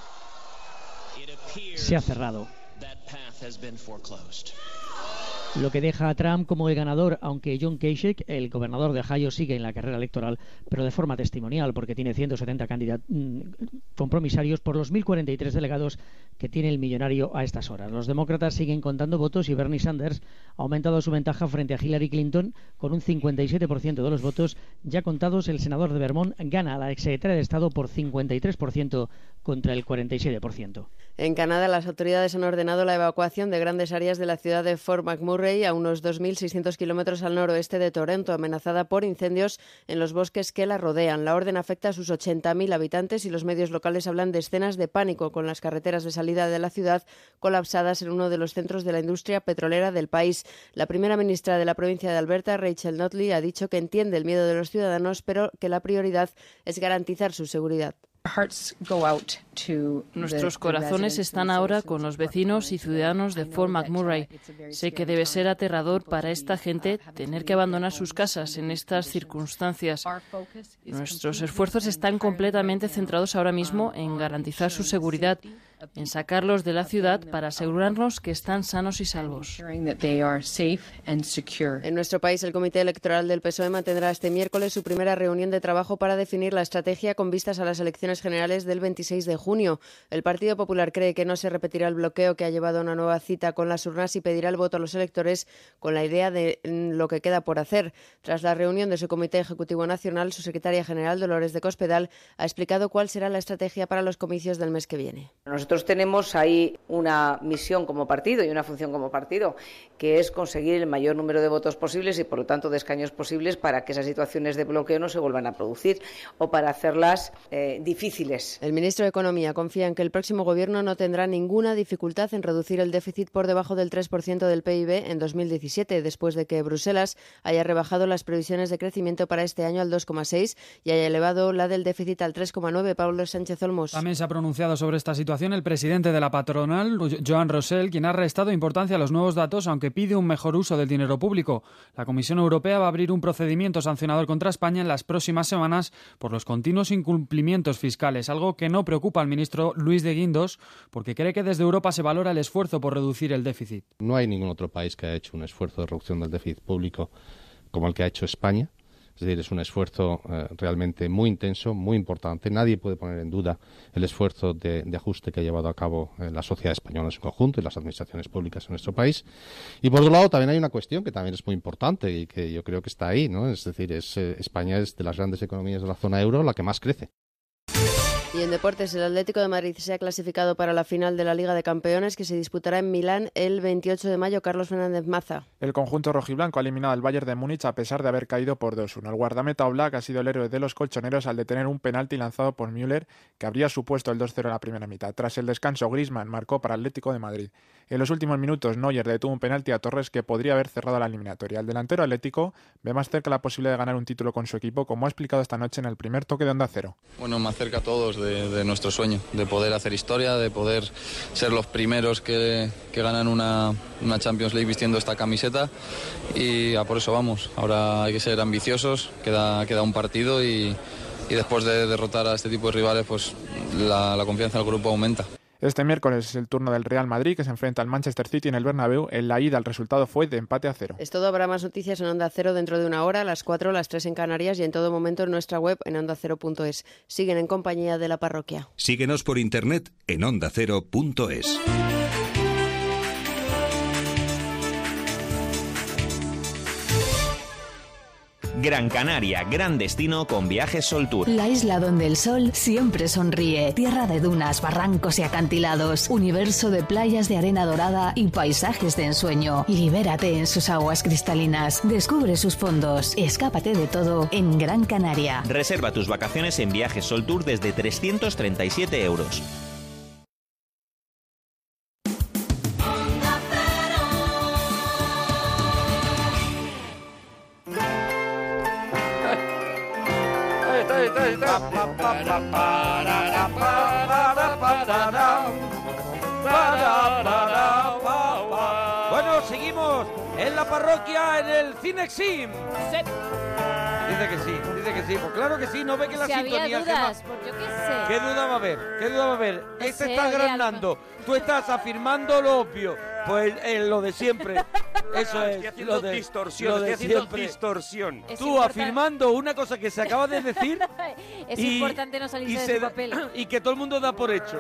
se ha cerrado,
that path has been foreclosed.
lo que deja a Trump como el ganador, aunque John Kasich, el gobernador de Ohio, sigue en la carrera electoral, pero de forma testimonial, porque tiene 170 candidat- mm, compromisarios por los 1.043 delegados que tiene el millonario a estas horas. Los demócratas siguen contando votos y Bernie Sanders ha aumentado su ventaja frente a Hillary Clinton con un 57% de los votos ya contados. El senador de Vermont gana a la exsecretaria de Estado por 53% contra el 47%.
En Canadá, las autoridades han ordenado la evacuación de grandes áreas de la ciudad de Fort McMurray, a unos 2.600 kilómetros al noroeste de Toronto, amenazada por incendios en los bosques que la rodean. La orden afecta a sus 80.000 habitantes y los medios locales hablan de escenas de pánico con las carreteras de salida de la ciudad colapsadas en uno de los centros de la industria petrolera del país. La primera ministra de la provincia de Alberta, Rachel Notley, ha dicho que entiende el miedo de los ciudadanos, pero que la prioridad es garantizar su seguridad.
Nuestros corazones están ahora con los vecinos y ciudadanos de Fort McMurray. Sé que debe ser aterrador para esta gente tener que abandonar sus casas en estas circunstancias. Nuestros esfuerzos están completamente centrados ahora mismo en garantizar su seguridad, en sacarlos de la ciudad para asegurarnos que están sanos y salvos.
En nuestro país, el Comité Electoral del PSOE mantendrá este miércoles su primera reunión de trabajo para definir la estrategia con vistas a las elecciones generales del 26 de junio. El Partido Popular cree que no se repetirá el bloqueo que ha llevado a una nueva cita con las urnas y pedirá el voto a los electores con la idea de mm, lo que queda por hacer. Tras la reunión de su Comité Ejecutivo Nacional, su secretaria general, Dolores de Cospedal, ha explicado cuál será la estrategia para los comicios del mes que viene.
Nosotros tenemos ahí una misión como partido y una función como partido, que es conseguir el mayor número de votos posibles y, por lo tanto, de escaños posibles para que esas situaciones de bloqueo no se vuelvan a producir o para hacerlas eh, difíciles.
El ministro de Economía confía en que el próximo gobierno no tendrá ninguna dificultad en reducir el déficit por debajo del 3% del PIB en 2017, después de que Bruselas haya rebajado las previsiones de crecimiento para este año al 2,6 y haya elevado la del déficit al 3,9. Pablo Sánchez Olmos.
También se ha pronunciado sobre esta situación el presidente de la patronal, Joan Rosell, quien ha restado importancia a los nuevos datos, aunque pide un mejor uso del dinero público. La Comisión Europea va a abrir un procedimiento sancionador contra España en las próximas semanas por los continuos incumplimientos fiscales, algo que no preocupa al ministro Luis de Guindos, porque cree que desde Europa se valora el esfuerzo por reducir el déficit.
No hay ningún otro país que haya hecho un esfuerzo de reducción del déficit público como el que ha hecho España. Es decir, es un esfuerzo eh, realmente muy intenso, muy importante. Nadie puede poner en duda el esfuerzo de, de ajuste que ha llevado a cabo eh, la sociedad española en su conjunto y las administraciones públicas en nuestro país. Y por otro lado, también hay una cuestión que también es muy importante y que yo creo que está ahí, ¿no? Es decir, es, eh, España es de las grandes economías de la zona euro la que más crece.
Y en deportes, el Atlético de Madrid se ha clasificado para la final de la Liga de Campeones que se disputará en Milán el 28 de mayo. Carlos Fernández Maza.
El conjunto rojiblanco ha eliminado al Bayern de Múnich a pesar de haber caído por 2-1. El guardameta Oblak ha sido el héroe de los colchoneros al detener un penalti lanzado por Müller que habría supuesto el 2-0 en la primera mitad. Tras el descanso, Griezmann marcó para Atlético de Madrid. En los últimos minutos, Neuer detuvo un penalti a Torres que podría haber cerrado la eliminatoria. El delantero atlético ve más cerca la posibilidad de ganar un título con su equipo, como ha explicado esta noche en el primer toque de onda cero.
Bueno, más cerca a todos de, de nuestro sueño, de poder hacer historia, de poder ser los primeros que, que ganan una, una Champions League vistiendo esta camiseta y a por eso vamos. Ahora hay que ser ambiciosos, queda, queda un partido y, y después de derrotar a este tipo de rivales, pues la, la confianza del grupo aumenta.
Este miércoles es el turno del Real Madrid que se enfrenta al Manchester City en el Bernabéu. En la ida el resultado fue de empate a cero.
Es todo, habrá más noticias en Onda Cero dentro de una hora, a las 4, a las 3 en Canarias y en todo momento en nuestra web en ondacero.es. Siguen en compañía de la parroquia.
Síguenos por internet en ondacero.es.
Gran Canaria, gran destino con viajes Sol Tour.
La isla donde el sol siempre sonríe. Tierra de dunas, barrancos y acantilados. Universo de playas de arena dorada y paisajes de ensueño. Libérate en sus aguas cristalinas. Descubre sus fondos. Escápate de todo en Gran Canaria.
Reserva tus vacaciones en Viajes Sol Tour desde 337 euros.
Bueno, seguimos en la parroquia, en el Cinexim. Dice que sí, dice que sí. Pues claro que sí, no ve que la
si
sintonía...
había
se va-
dudas, pues yo qué sé.
¿Qué duda va a haber? ¿Qué duda va a haber? Este
sé, pues.
está
oye, a lo
agrandando. Tú estás afirmando lo obvio. Pues eh, lo de siempre. Eso es.
Estoy haciendo
lo de,
distorsión,
lo
estoy
de
haciendo
siempre.
distorsión.
Es
Tú
importante-
afirmando una cosa que se acaba de decir
es
y-
importante no salirse
y,
de
se
su
da-
papel.
y que todo el mundo da por hecho.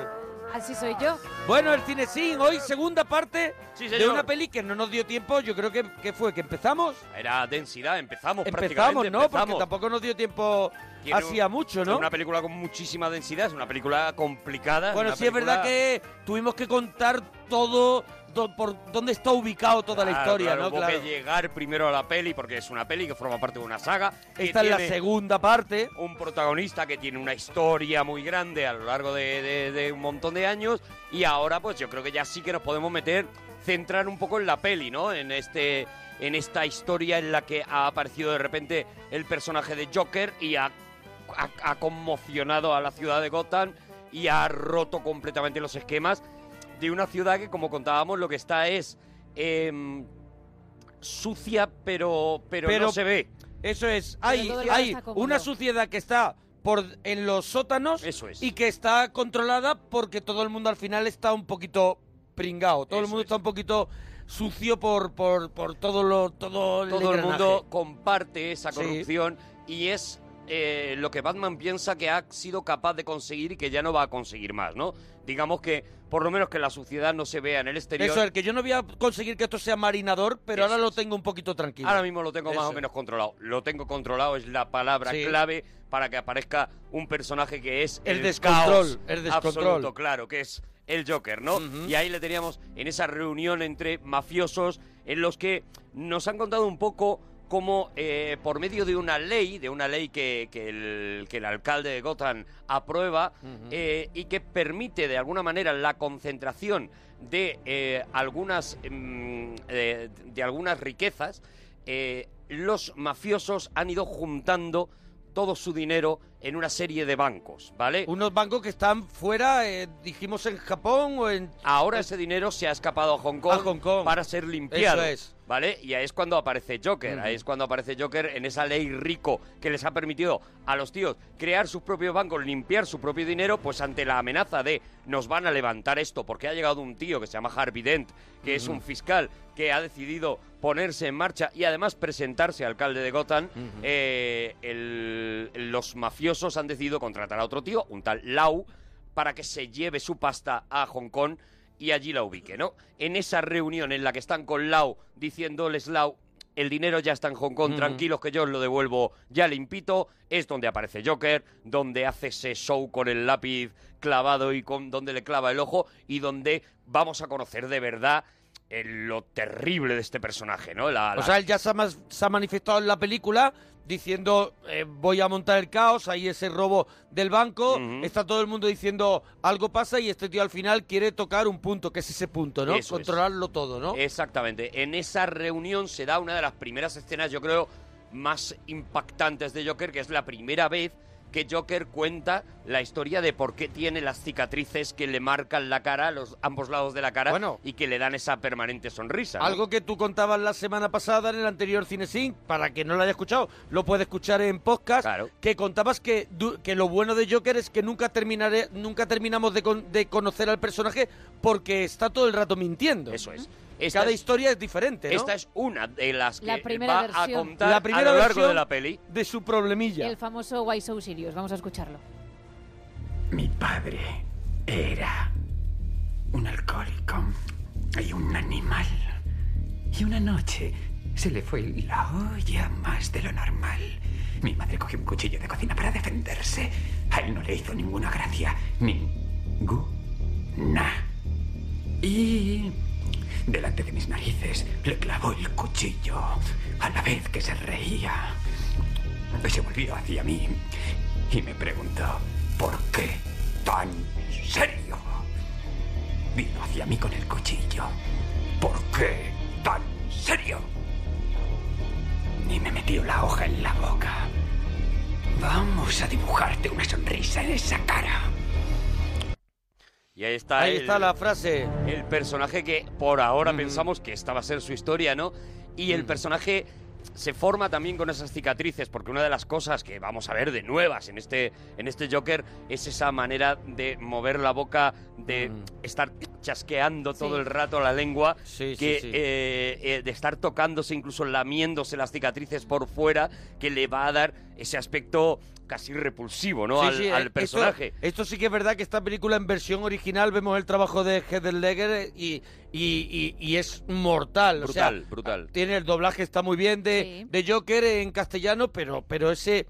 Así soy yo.
Bueno, el cine sin hoy segunda parte de
señor.
una peli que no nos dio tiempo. Yo creo que, que fue que empezamos.
Era densidad, empezamos,
Empezamos,
prácticamente.
¿no? Porque tampoco nos dio tiempo hacía mucho, ¿no?
Es una película con muchísima densidad, es una película complicada.
Bueno,
una
sí es verdad
película-
que tuvimos que contar todo, do- por dónde está ubicado toda la
Claro,
historia,
claro,
¿no?
Hubo
Claro.
que llegar primero a la peli porque es una peli que forma parte de una saga. que
Esta es la
tiene
segunda parte.
Un protagonista que tiene una historia muy grande a lo largo de, de- de un montón de años y ahora pues yo creo que ya sí que nos podemos meter, centrar un poco en la peli, ¿no? En este en esta historia en la que ha aparecido de repente el personaje de Joker y ha, ha- ha conmocionado a la ciudad de Gotham y ha roto completamente los esquemas de una ciudad que como contábamos lo que está es em, sucia pero, pero no se ve.
Eso es, hay,
todo el
hay
mundo está cómodo.
una suciedad que está por en los sótanos y que está controlada porque todo el mundo al final está un poquito pringado, todo el mundo está un poquito sucio por por, por todo lo todo el,
todo el
engranaje.
mundo comparte esa
Sí.
corrupción y es eh, lo que Batman piensa que ha sido capaz de conseguir y que ya no va a conseguir más, ¿no? Digamos que por lo menos que la suciedad no se vea en el exterior.
Eso es que yo no voy a conseguir que esto sea marinador, pero
Eso
ahora lo tengo un poquito tranquilo.
Ahora mismo lo tengo más
Eso
o menos controlado. Lo tengo controlado es la palabra
Sí.
clave para que aparezca un personaje que es
El
el,
descontrol,
caos
el descontrol.
absoluto, claro, que es el Joker, ¿no? Y ahí le teníamos en esa reunión entre mafiosos en los que nos han contado un poco cómo eh, por medio de una ley, de una ley que, que el, que el alcalde de Gotham aprueba eh, y que permite de alguna manera la concentración de eh, algunas mm, eh, de algunas riquezas, eh, los mafiosos han ido juntando todo su dinero en una serie de bancos, ¿vale?
Unos bancos que están fuera, eh, dijimos en Japón Eh, o en...
Ahora ese dinero se ha escapado a Hong Kong, para ser limpiado.
Eso es.
¿Vale? Y ahí es cuando aparece Joker.
Ujú.
Ahí es cuando aparece Joker en esa ley rico que les ha permitido a los tíos crear sus propios bancos, limpiar su propio dinero, pues ante la amenaza de nos van a levantar esto, porque ha llegado un tío que se llama Harvey Dent, que es
Ujú.
un fiscal que ha decidido ponerse en marcha y además presentarse alcalde de Gotham, eh, el- los mafiosos han decidido contratar a otro tío, un tal Lau, para que se lleve su pasta a Hong Kong y allí la ubique, ¿no? En esa reunión en la que están con Lau diciéndoles Lau, el dinero ya está en Hong Kong,
Ujú.
tranquilos que yo os lo devuelvo ya limpito, es donde aparece Joker, donde hace ese show con el lápiz clavado y con donde le clava el ojo y donde vamos a conocer de verdad eh, lo terrible de este personaje, ¿no? La-
O
la-
sea, él ya se ha, mas- se ha manifestado en la película diciendo eh, voy a montar el caos, ahí ese robo del banco, está todo el mundo diciendo algo pasa y este tío al final quiere tocar un punto, que es ese punto, ¿no?
Eso es.
Controlarlo todo, ¿no?
Exactamente. En esa reunión se da una de las primeras escenas, yo creo, más impactantes de Joker, que es la primera vez que Joker cuenta la historia de por qué tiene las cicatrices que le marcan la cara, los ambos lados de la cara, y que le dan esa permanente sonrisa. ¿no?
Algo que tú contabas la semana pasada en el anterior CineSync, para que no lo haya escuchado, lo puede escuchar en podcast, que contabas que, du- que lo bueno de Joker es que nunca terminaré, nunca terminamos de, con- de conocer al personaje porque está todo el rato mintiendo. Eso
es.
Cada
es-
historia es diferente, ¿no?
Esta es una de las que
La primera
va a
versión.
contar
La
a
primera
lo largo
versión
de la peli.
de su problemilla.
El famoso Why So Sirius. Vamos a escucharlo.
Mi padre era un alcohólico y un animal. Y una noche Se le fue la olla más de lo normal. Mi madre cogió un cuchillo de cocina para defenderse. A él no le hizo ninguna gracia. Ninguna. Y... Delante de mis narices le clavó el cuchillo a la vez que se reía. Se volvió hacia mí y me preguntó, ¿por qué tan serio? Vino hacia mí con el cuchillo. ¿Por qué tan serio? Y me metió la hoja en la boca. Vamos a dibujarte una sonrisa en esa cara.
Y ahí está.
Ahí
el-
está la frase. Mm.
El personaje que por ahora pensamos que esta va a ser su historia, ¿no? Y el personaje se forma también con esas cicatrices, porque una de las cosas que vamos a ver de nuevas en este, en este Joker es esa manera de mover la boca, de estar chasqueando todo
Mm. Sí.
el rato la lengua,
Sí, sí,
que,
sí.
eh, eh, de estar tocándose, incluso lamiéndose las cicatrices por fuera, que le va a dar ese aspecto casi repulsivo, ¿no?
Sí,
al,
sí, eh,
al
esto-
personaje.
Esto, sí que es verdad que esta película en versión original vemos el trabajo de Heather y, y, y, y es mortal.
brutal,
o sea,
brutal.
tiene el doblaje está muy bien de, de Joker en castellano, pero, pero ese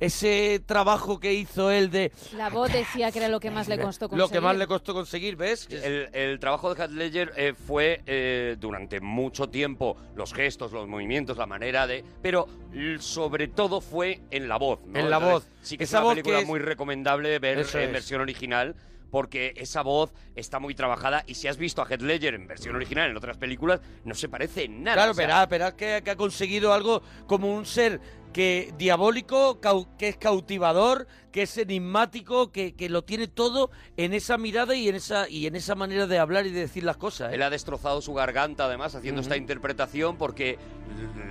ese trabajo que hizo él de
La voz decía que era lo que más le costó conseguir.
lo que más le costó conseguir, ¿ves?
El, el trabajo de Heath Ledger eh, fue eh, durante mucho tiempo los gestos, los movimientos, la manera de, pero l- sobre todo fue en la voz. ¿no?
En la voz.
Sí que
Esa
es una
voz
película
que es-
muy recomendable ver
Eso
en
es.
versión original. Porque esa voz está muy trabajada y si has visto a Heath Ledger en versión original en otras películas, no se parece en nada.
Claro,
o sea,
verás, verás que, que ha conseguido algo como un ser que diabólico, cau- que es cautivador, que es enigmático, que, que lo tiene todo en esa mirada y en esa y en esa manera de hablar y de decir las cosas. ¿eh?
Él ha destrozado su garganta, además, haciendo
Ujú.
esta interpretación porque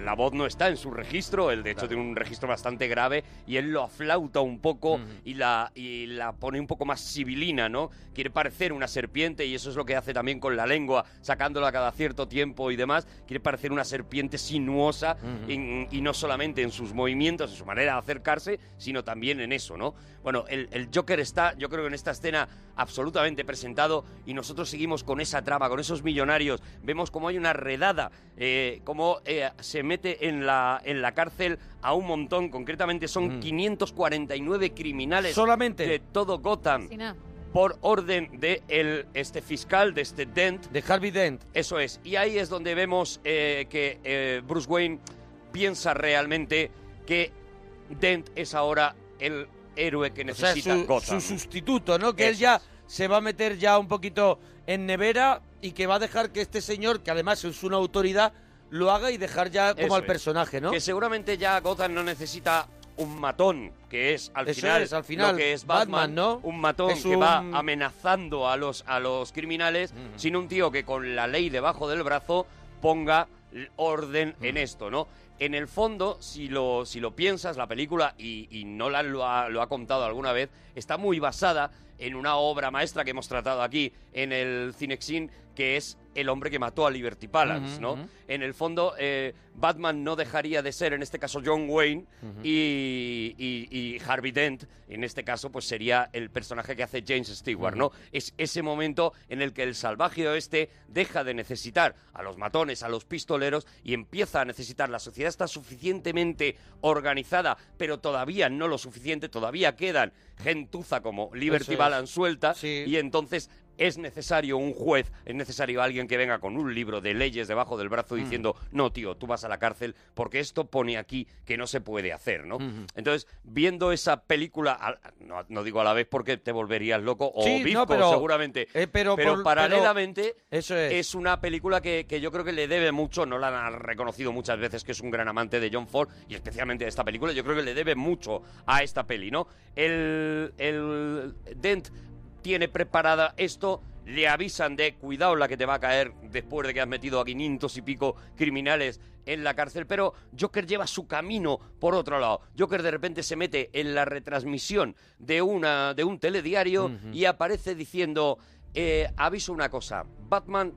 la voz no está en su registro. Él, de hecho, tiene un registro bastante grave y él lo aflauta un poco y, la, y la pone un poco más sibilina, ¿no? Quiere parecer una serpiente y eso es lo que hace también con la lengua, sacándola cada cierto tiempo y demás. Quiere parecer una serpiente sinuosa
Ujú.
en- y no solamente en sus movimientos, en su manera de acercarse, sino también en eso, ¿no? Bueno, el, el Joker está, yo creo que en esta escena, absolutamente presentado y nosotros seguimos con esa trama, con esos millonarios. Vemos cómo hay una redada, eh, cómo eh, se mete en la, en la cárcel a un montón, concretamente son 549 criminales
Solamente.
de todo Gotham
Sí, nada.
por orden de el, este fiscal, de este Dent.
De Harvey Dent.
Eso es. Y ahí es donde vemos eh, que eh, Bruce Wayne piensa realmente que Dent es ahora el héroe que
O sea,
necesita
su,
Gotham.
su sustituto, ¿no? Que él ya se va a meter ya un poquito en nevera y que va a dejar que este señor, que además es una autoridad, lo haga y dejar ya como
Eso
al
es.
personaje, ¿no?
Que seguramente ya Gotham no necesita un matón, que es al
Eso
final
es, al final,
lo que es
Batman,
Batman,
¿no?
Un matón
Es
que va
un-
amenazando a los a los criminales, sino un tío que con la ley debajo del brazo ponga l- orden en esto, ¿no? En el fondo, si lo, si lo piensas, la película, y, y Nolan lo ha, lo ha contado alguna vez, está muy basada en una obra maestra que hemos tratado aquí en el Cinexin, que es El hombre que mató a Liberty Balance,
Ujú,
¿no?
ujú.
en el fondo eh, Batman no dejaría de ser, en este caso, John Wayne
Ujú.
y, y- y Harvey Dent, en este caso, pues sería el personaje que hace James Stewart,
Ujú.
¿no? Es ese momento en el que el salvaje oeste deja de necesitar a los matones, a los pistoleros y empieza a necesitar. La sociedad está suficientemente organizada, pero todavía no lo suficiente, todavía quedan gentuza como
Eso
Liberty
es.
Balance suelta y entonces es necesario un juez, es necesario alguien que venga con un libro de leyes debajo del
Mm.
brazo diciendo, no, tío, tú vas a la cárcel porque esto pone aquí que no se puede hacer, ¿no?
Ujú.
Entonces, viendo esa película, al- no, no digo a la vez porque te volverías loco o
Sí, no,
bizco,
pero-
seguramente,
eh, pero por- pero-
paralelamente
Eso es.
es una película que, que yo creo que le debe mucho, no la han reconocido muchas veces que es un gran amante de John Ford y especialmente de esta película, yo creo que le debe mucho a esta peli, ¿no? El, el Dent tiene preparada esto, le avisan de cuidado la que te va a caer después de que has metido a 500 y pico criminales en la cárcel, pero Joker lleva su camino por otro lado. Joker de repente se mete en la retransmisión de, una, de un telediario
Ujú.
y aparece diciendo, eh, aviso una cosa, Batman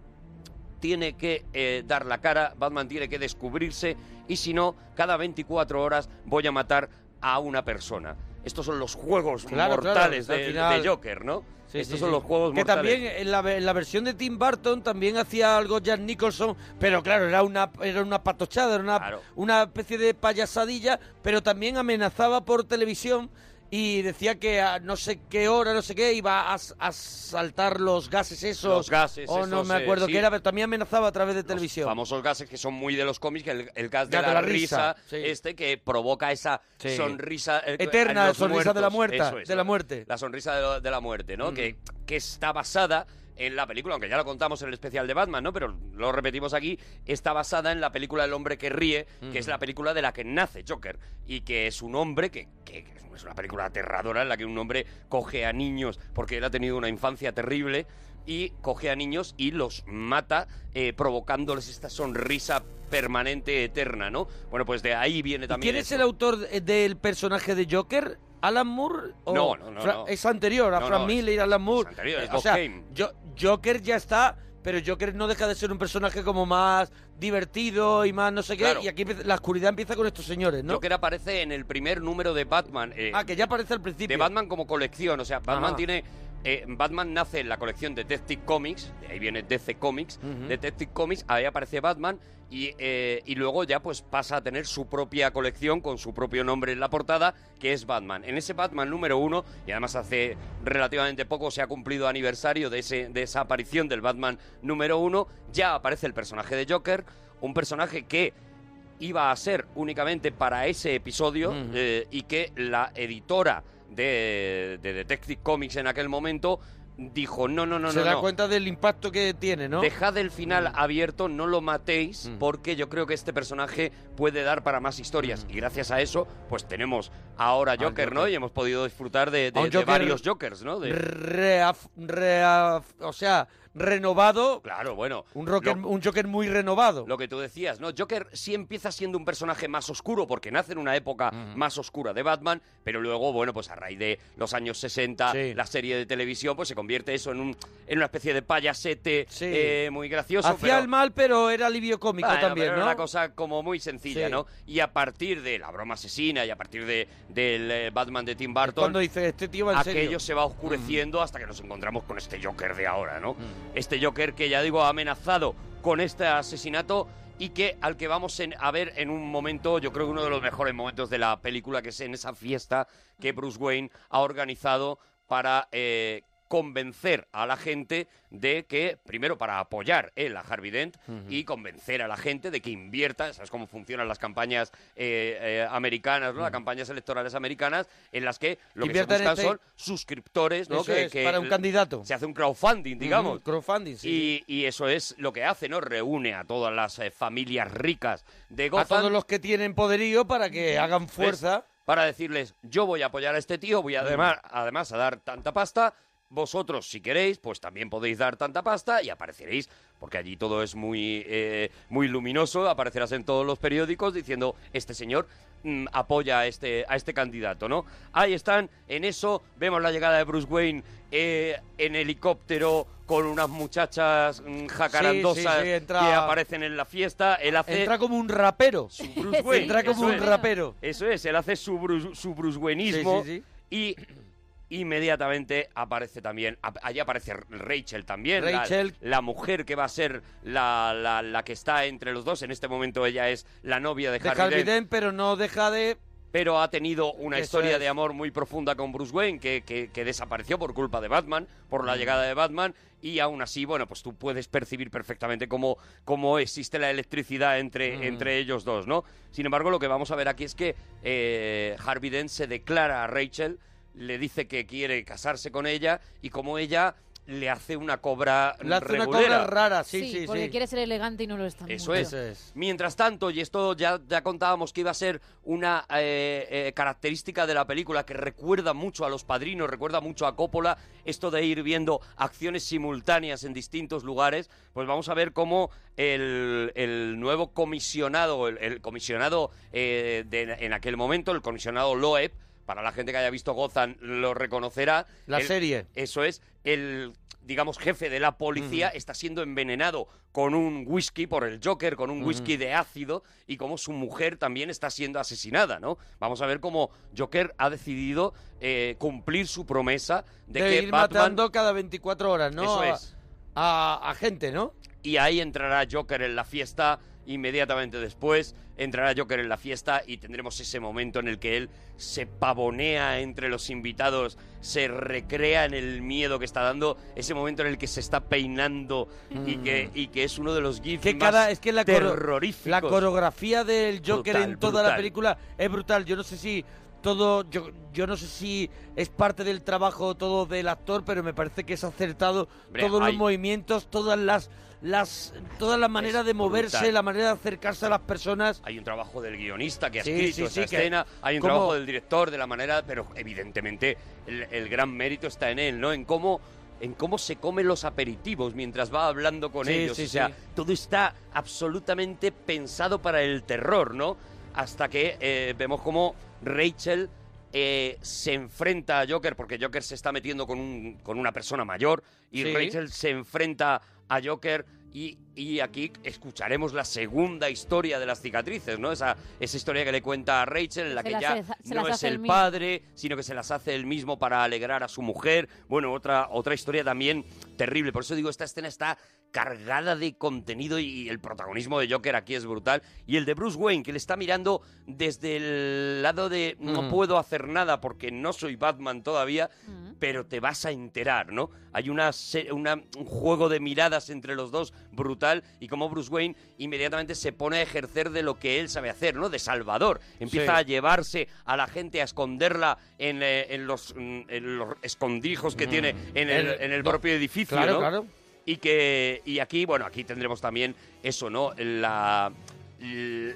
tiene que eh, dar la cara, Batman tiene que descubrirse y si no, cada 24 horas voy a matar a una persona. Estos son los juegos
Claro, claro,
mortales
al
de-
final-
de Joker, ¿no?
Sí,
Estos
sí,
son
sí.
los juegos
Que
mortales.
también en la, en la versión de Tim Burton también hacía algo Jack Nicholson, pero claro, era una era una patochada, era una, una especie de payasadilla, pero también amenazaba por televisión y decía que a no sé qué hora, no sé qué, iba a, s- a saltar los gases esos.
Los gases
O no
esos,
me
eh,
acuerdo
sí.
qué era, pero también amenazaba a través de televisión.
famosos gases que son muy de los cómics, que el, el gas de
Gas
la, risa,
sí.
este que provoca esa
Sí.
sonrisa eh,
Eterna
a los
sonrisa de la muerta,
Eso es,
de la muerte. Mm.
La sonrisa de, lo- de la muerte, ¿no? Que, que está basada en la película, aunque ya la contamos en el especial de Batman, ¿no? Pero lo repetimos aquí, está basada en la película El hombre que ríe, que es
Ujú.
la película de la que nace Joker y que es un hombre que, que es una película aterradora en la que un hombre coge a niños porque él ha tenido una infancia terrible y coge a niños y los mata eh, provocándoles esta sonrisa permanente eterna, ¿no? Bueno, pues de ahí viene también
¿Quién es
esto.
el autor de- del personaje de Joker? ¿Alan Moore? O
No, no, no,
Fra-
no.
Es anterior a
No,
Frank
no, es-
Miller y Alan Moore.
anterior,
Eh,
es
o sea,
Bob Kane.
Jo- Joker ya está, pero Joker no deja de ser un personaje como más divertido y más no sé qué.
Claro.
Y aquí empieza- la oscuridad empieza con estos señores, ¿no?
Joker aparece en el primer número de Batman. eh,
Ah, que ya aparece al principio. Ah.
De Batman como colección, o sea, Batman
Ajá.
tiene... eh, Batman nace en la colección Detective Comics, de ahí viene DC Comics,
Ujú.
Detective Comics, ahí aparece Batman y, eh, y luego ya pues pasa a tener su propia colección con su propio nombre en la portada, que es Batman. En ese Batman número uno, y además hace relativamente poco se ha cumplido aniversario de, ese, de esa aparición del Batman número uno, ya aparece el personaje de Joker, un personaje que iba a ser únicamente para ese episodio
Ujú.
eh, y que la editora de, de Detective Comics en aquel momento dijo no no no
Se
no,
da
no.
cuenta del impacto que tiene, ¿no?
Dejad el final abierto, no lo matéis, porque yo creo que este personaje puede dar para más historias. Y gracias a eso, pues tenemos ahora
Al
Joker, ¿no?
Joker.
Y hemos podido disfrutar de, de-
A un
de
Joker
varios Jokers, ¿no? De-
Reaf- reaf- o sea, renovado.
Claro, bueno.
Un, rocker-
Lo-
un Joker muy renovado.
Lo que tú decías, ¿no? Joker sí empieza siendo un personaje más oscuro, porque nace en una época más oscura de Batman, pero luego, bueno, pues a raíz de los años 60,
Sí.
la serie de televisión, pues se convierte eso en, un, en una especie de payasete eh, muy gracioso.
Hacía
pero-
el mal, pero era alivio cómico
Bueno,
también,
pero
¿no?
Era una cosa como muy sencilla,
Sí.
¿no? Y a partir de la broma asesina y a partir de, del eh, Batman de Tim Burton.
Cuando dice, este tío va en serio. Mm.
Aquello se va oscureciendo hasta que nos encontramos con este Joker de ahora, ¿no? Este Joker que ya digo ha amenazado con este asesinato y que al que vamos en- a ver en un momento, yo creo que uno de los mejores momentos de la película, que es en esa fiesta que Bruce Wayne ha organizado para eh, convencer a la gente de que, primero para apoyar él a Harvey Dent
Ujú.
y convencer a la gente de que invierta, sabes cómo funcionan las campañas eh, eh, americanas, ¿no? las campañas electorales americanas, en las que lo que se
Invierta en
buscan
este-
son suscriptores, ¿no?
Eso es, para un candidato.
Se hace un crowdfunding, digamos.
Ujú, crowdfunding, sí,
Y, y eso es lo que hace, ¿no? Reúne a todas las eh, familias ricas de
A
Gotham
todos los que tienen poderío para que hagan fuerza.
¿Ves? Para decirles, yo voy a apoyar a este tío, voy a además, además a dar tanta pasta. Vosotros, si queréis, pues también podéis dar tanta pasta y apareceréis, porque allí todo es muy, eh, muy luminoso, aparecerás en todos los periódicos diciendo, este señor mm, apoya a este, a este candidato, ¿no? Ahí están, en eso vemos la llegada de Bruce Wayne eh, en helicóptero con unas muchachas mm, jacarandosas
sí, entra-
que aparecen en la fiesta, él hace...
Entra como un rapero.
Bruce Wayne.
Entra como
Eso
un
es.
rapero.
Eso es, él hace su, Bruce, su Bruce Wayneismo
Sí, sí,
y inmediatamente aparece también, ap- allí aparece Rachel también, la-
Rachel.
La, mujer que va a ser la, la- la que está entre los dos, en este momento ella es la novia de,
De
Harvey
Harvey
Dent,
Dent, pero no deja de...
pero ha tenido una
Eso
historia
es.
de amor muy profunda con Bruce Wayne que, que- que desapareció por culpa de Batman, por
Mm.
la llegada de Batman y aún así, bueno, pues tú puedes percibir perfectamente cómo, cómo existe la electricidad entre,
Mm.
entre ellos dos, ¿no? Sin embargo, lo que vamos a ver aquí es que eh, Harvey Dent se declara a Rachel, le dice que quiere casarse con ella y como ella le hace una cobra
Le hace una
regulera.
cobra rara, Ah, sí, sí, sí.
porque quiere ser elegante y no lo está.
Eso
mucho.
es. Mientras tanto, y esto ya, ya contábamos que iba a ser una eh, eh, característica de la película que recuerda mucho a Los Padrinos, recuerda mucho a Coppola, esto de ir viendo acciones simultáneas en distintos lugares, pues vamos a ver cómo el, el nuevo comisionado, el, el comisionado eh, de- en aquel momento, el comisionado Loeb, para la gente que haya visto Gozan lo reconocerá.
La
El-
serie.
Eso es, el digamos, jefe de la policía, está siendo envenenado con un whisky por el Joker, con un whisky
Ujú.
de ácido, y cómo su mujer también está siendo asesinada, ¿no? Vamos a ver cómo Joker ha decidido eh, cumplir su promesa de,
De,
que
ir
Batman
matando cada 24 horas, ¿no?
Eso
A-
es. A, gente, ¿no? Y ahí entrará Joker en la fiesta inmediatamente después. Entrará Joker en la fiesta y tendremos ese momento en el que él se pavonea entre los invitados, se recrea en el miedo que está dando, ese momento en el que se está peinando y,
Mm.
que, y que es uno de los gifs
Que
más
cada, es que la, coro-
terroríficos.
la coreografía del Joker
Brutal,
en toda la
brutal.
película es brutal. Yo no sé si todo, yo, yo no sé si es parte del trabajo todo del actor, pero me parece que es acertado
Hombre,
todos
hay-
los movimientos, todas las, las, todas las maneras de moverse,
brutal.
la manera de acercarse a las personas.
Hay un trabajo del guionista que ha
Sí,
escrito
sí, sí,
esa
que-
escena, hay un
¿cómo?
trabajo del director, de la manera, pero evidentemente el, el gran mérito está en él, ¿no? En cómo en cómo se comen los aperitivos mientras va hablando con
Sí,
ellos,
sí,
o sea,
sí.
todo está absolutamente pensado para el terror, ¿no? Hasta que eh, vemos cómo Rachel eh, se enfrenta a Joker, porque Joker se está metiendo con, un- con una persona mayor, y
Sí.
Rachel se enfrenta a Joker. Y, y aquí escucharemos la segunda historia de las cicatrices, ¿no? Esa, esa historia que le cuenta a Rachel, en la
Se
que
las
ya
hace- se las
no es
hace él
el
mismo.
padre, sino que se las hace él mismo para alegrar a su mujer. Bueno, otra, otra historia también terrible. Por eso digo, esta escena está cargada de contenido y el protagonismo de Joker aquí es brutal. Y el de Bruce Wayne, que le está mirando desde el lado de no
Mm.
puedo hacer nada porque no soy Batman todavía, pero te vas a enterar, ¿no? Hay una, se- una- un juego de miradas entre los dos brutal y como Bruce Wayne inmediatamente se pone a ejercer de lo que él sabe hacer, ¿no? De salvador. Empieza
Sí.
a llevarse a la gente, a esconderla en, eh, en los, mm, en los escondrijos que tiene en el,
Mm. El-
en el
no.
propio edificio,
Claro,
¿no?
claro.
Y que y aquí, bueno, aquí tendremos también eso, ¿no? La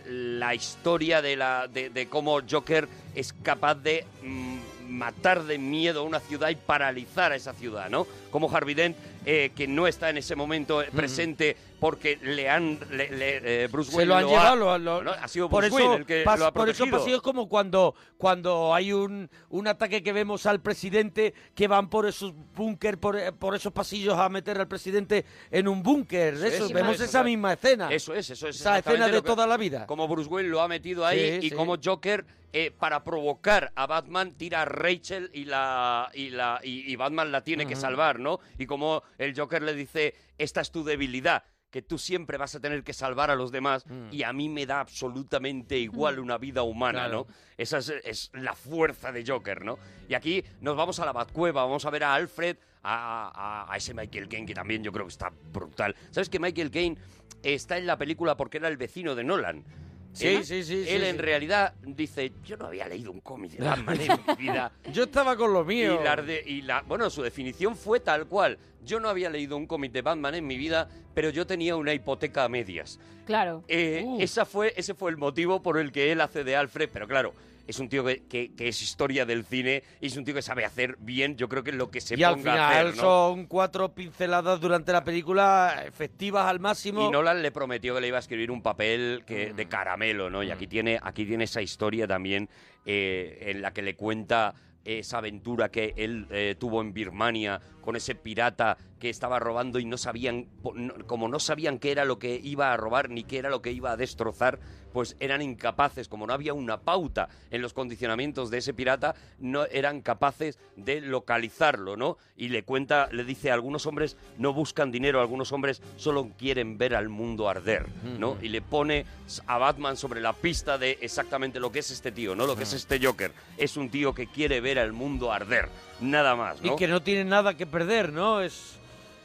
la historia de la de, de cómo Joker es capaz de mm, matar de miedo a una ciudad y paralizar a esa ciudad, ¿no? Como Harvey Dent eh, que no está en ese momento eh,
Ujú.
presente porque le han le- le- eh, Bruce
Se
Wayne
lo han
ha-
llevado, lo- lo-
bueno, ha sido
por
Bruce
eso,
Wayne el que
pas-
lo ha
por eso
protegido.
pasillo es como cuando, cuando hay un, un ataque que vemos al presidente que van por esos búnker, por, eh, por esos pasillos a meter al presidente en un búnker. Eso,
Eso es,
vemos
eso es,
esa
o sea,
misma escena.
Eso es, eso es.
Esa escena
exactamente
de
lo que-
toda la vida.
Como Bruce Wayne lo ha metido ahí
Sí,
y
sí.
como Joker, eh, para provocar a Batman, tira a Rachel y, la, y, la, y, y Batman la tiene que
Ujú.
salvar, ¿no? Y como el Joker le dice, esta es tu debilidad que tú siempre vas a tener que salvar a los demás
Mm.
y a mí me da absolutamente igual una vida humana,
Claro.
¿no? Esa es, es la fuerza de Joker, ¿no? Y aquí nos vamos a la Batcueva, vamos a ver a Alfred, a, a- a ese Michael Caine que también yo creo que está brutal. ¿Sabes que Michael Caine está en la película porque era el vecino de Nolan?
Sí,
Él-
sí, sí, sí,
Él
sí.
en realidad dice, yo no había leído un cómic de Batman en mi vida.
Yo estaba con lo mío.
Y, la de- y la- bueno, su definición fue tal cual. Yo no había leído un cómic de Batman en mi vida, pero yo tenía una hipoteca a medias.
Claro.
Eh,
Uh.
esa fue, ese fue el motivo por el que él hace de Alfred, pero claro, es un tío que, que- que es historia del cine y es un tío que sabe hacer bien, yo creo que lo que se
Y al
ponga a
final
hacer, ¿no?
son cuatro pinceladas durante la película efectivas al máximo.
Y Nolan le prometió que le iba a escribir un papel
Mm.
que, de caramelo, ¿no? Y aquí tiene, aquí tiene esa historia también eh, en la que le cuenta esa aventura que él eh, tuvo en Birmania con ese pirata que estaba robando y no sabían, po- no- como no sabían qué era lo que iba a robar ni qué era lo que iba a destrozar, pues eran incapaces, como no había una pauta en los condicionamientos de ese pirata, no eran capaces de localizarlo, ¿no? Y le cuenta, le dice, algunos hombres no buscan dinero, algunos hombres solo quieren ver al mundo arder, ¿no?
Ujú.
Y le pone a Batman sobre la pista de exactamente lo que es este tío, ¿no? Lo que es este Joker. Es un tío que quiere ver al mundo arder, nada más, ¿no?
Y que no tiene nada que perder, ¿no? Es,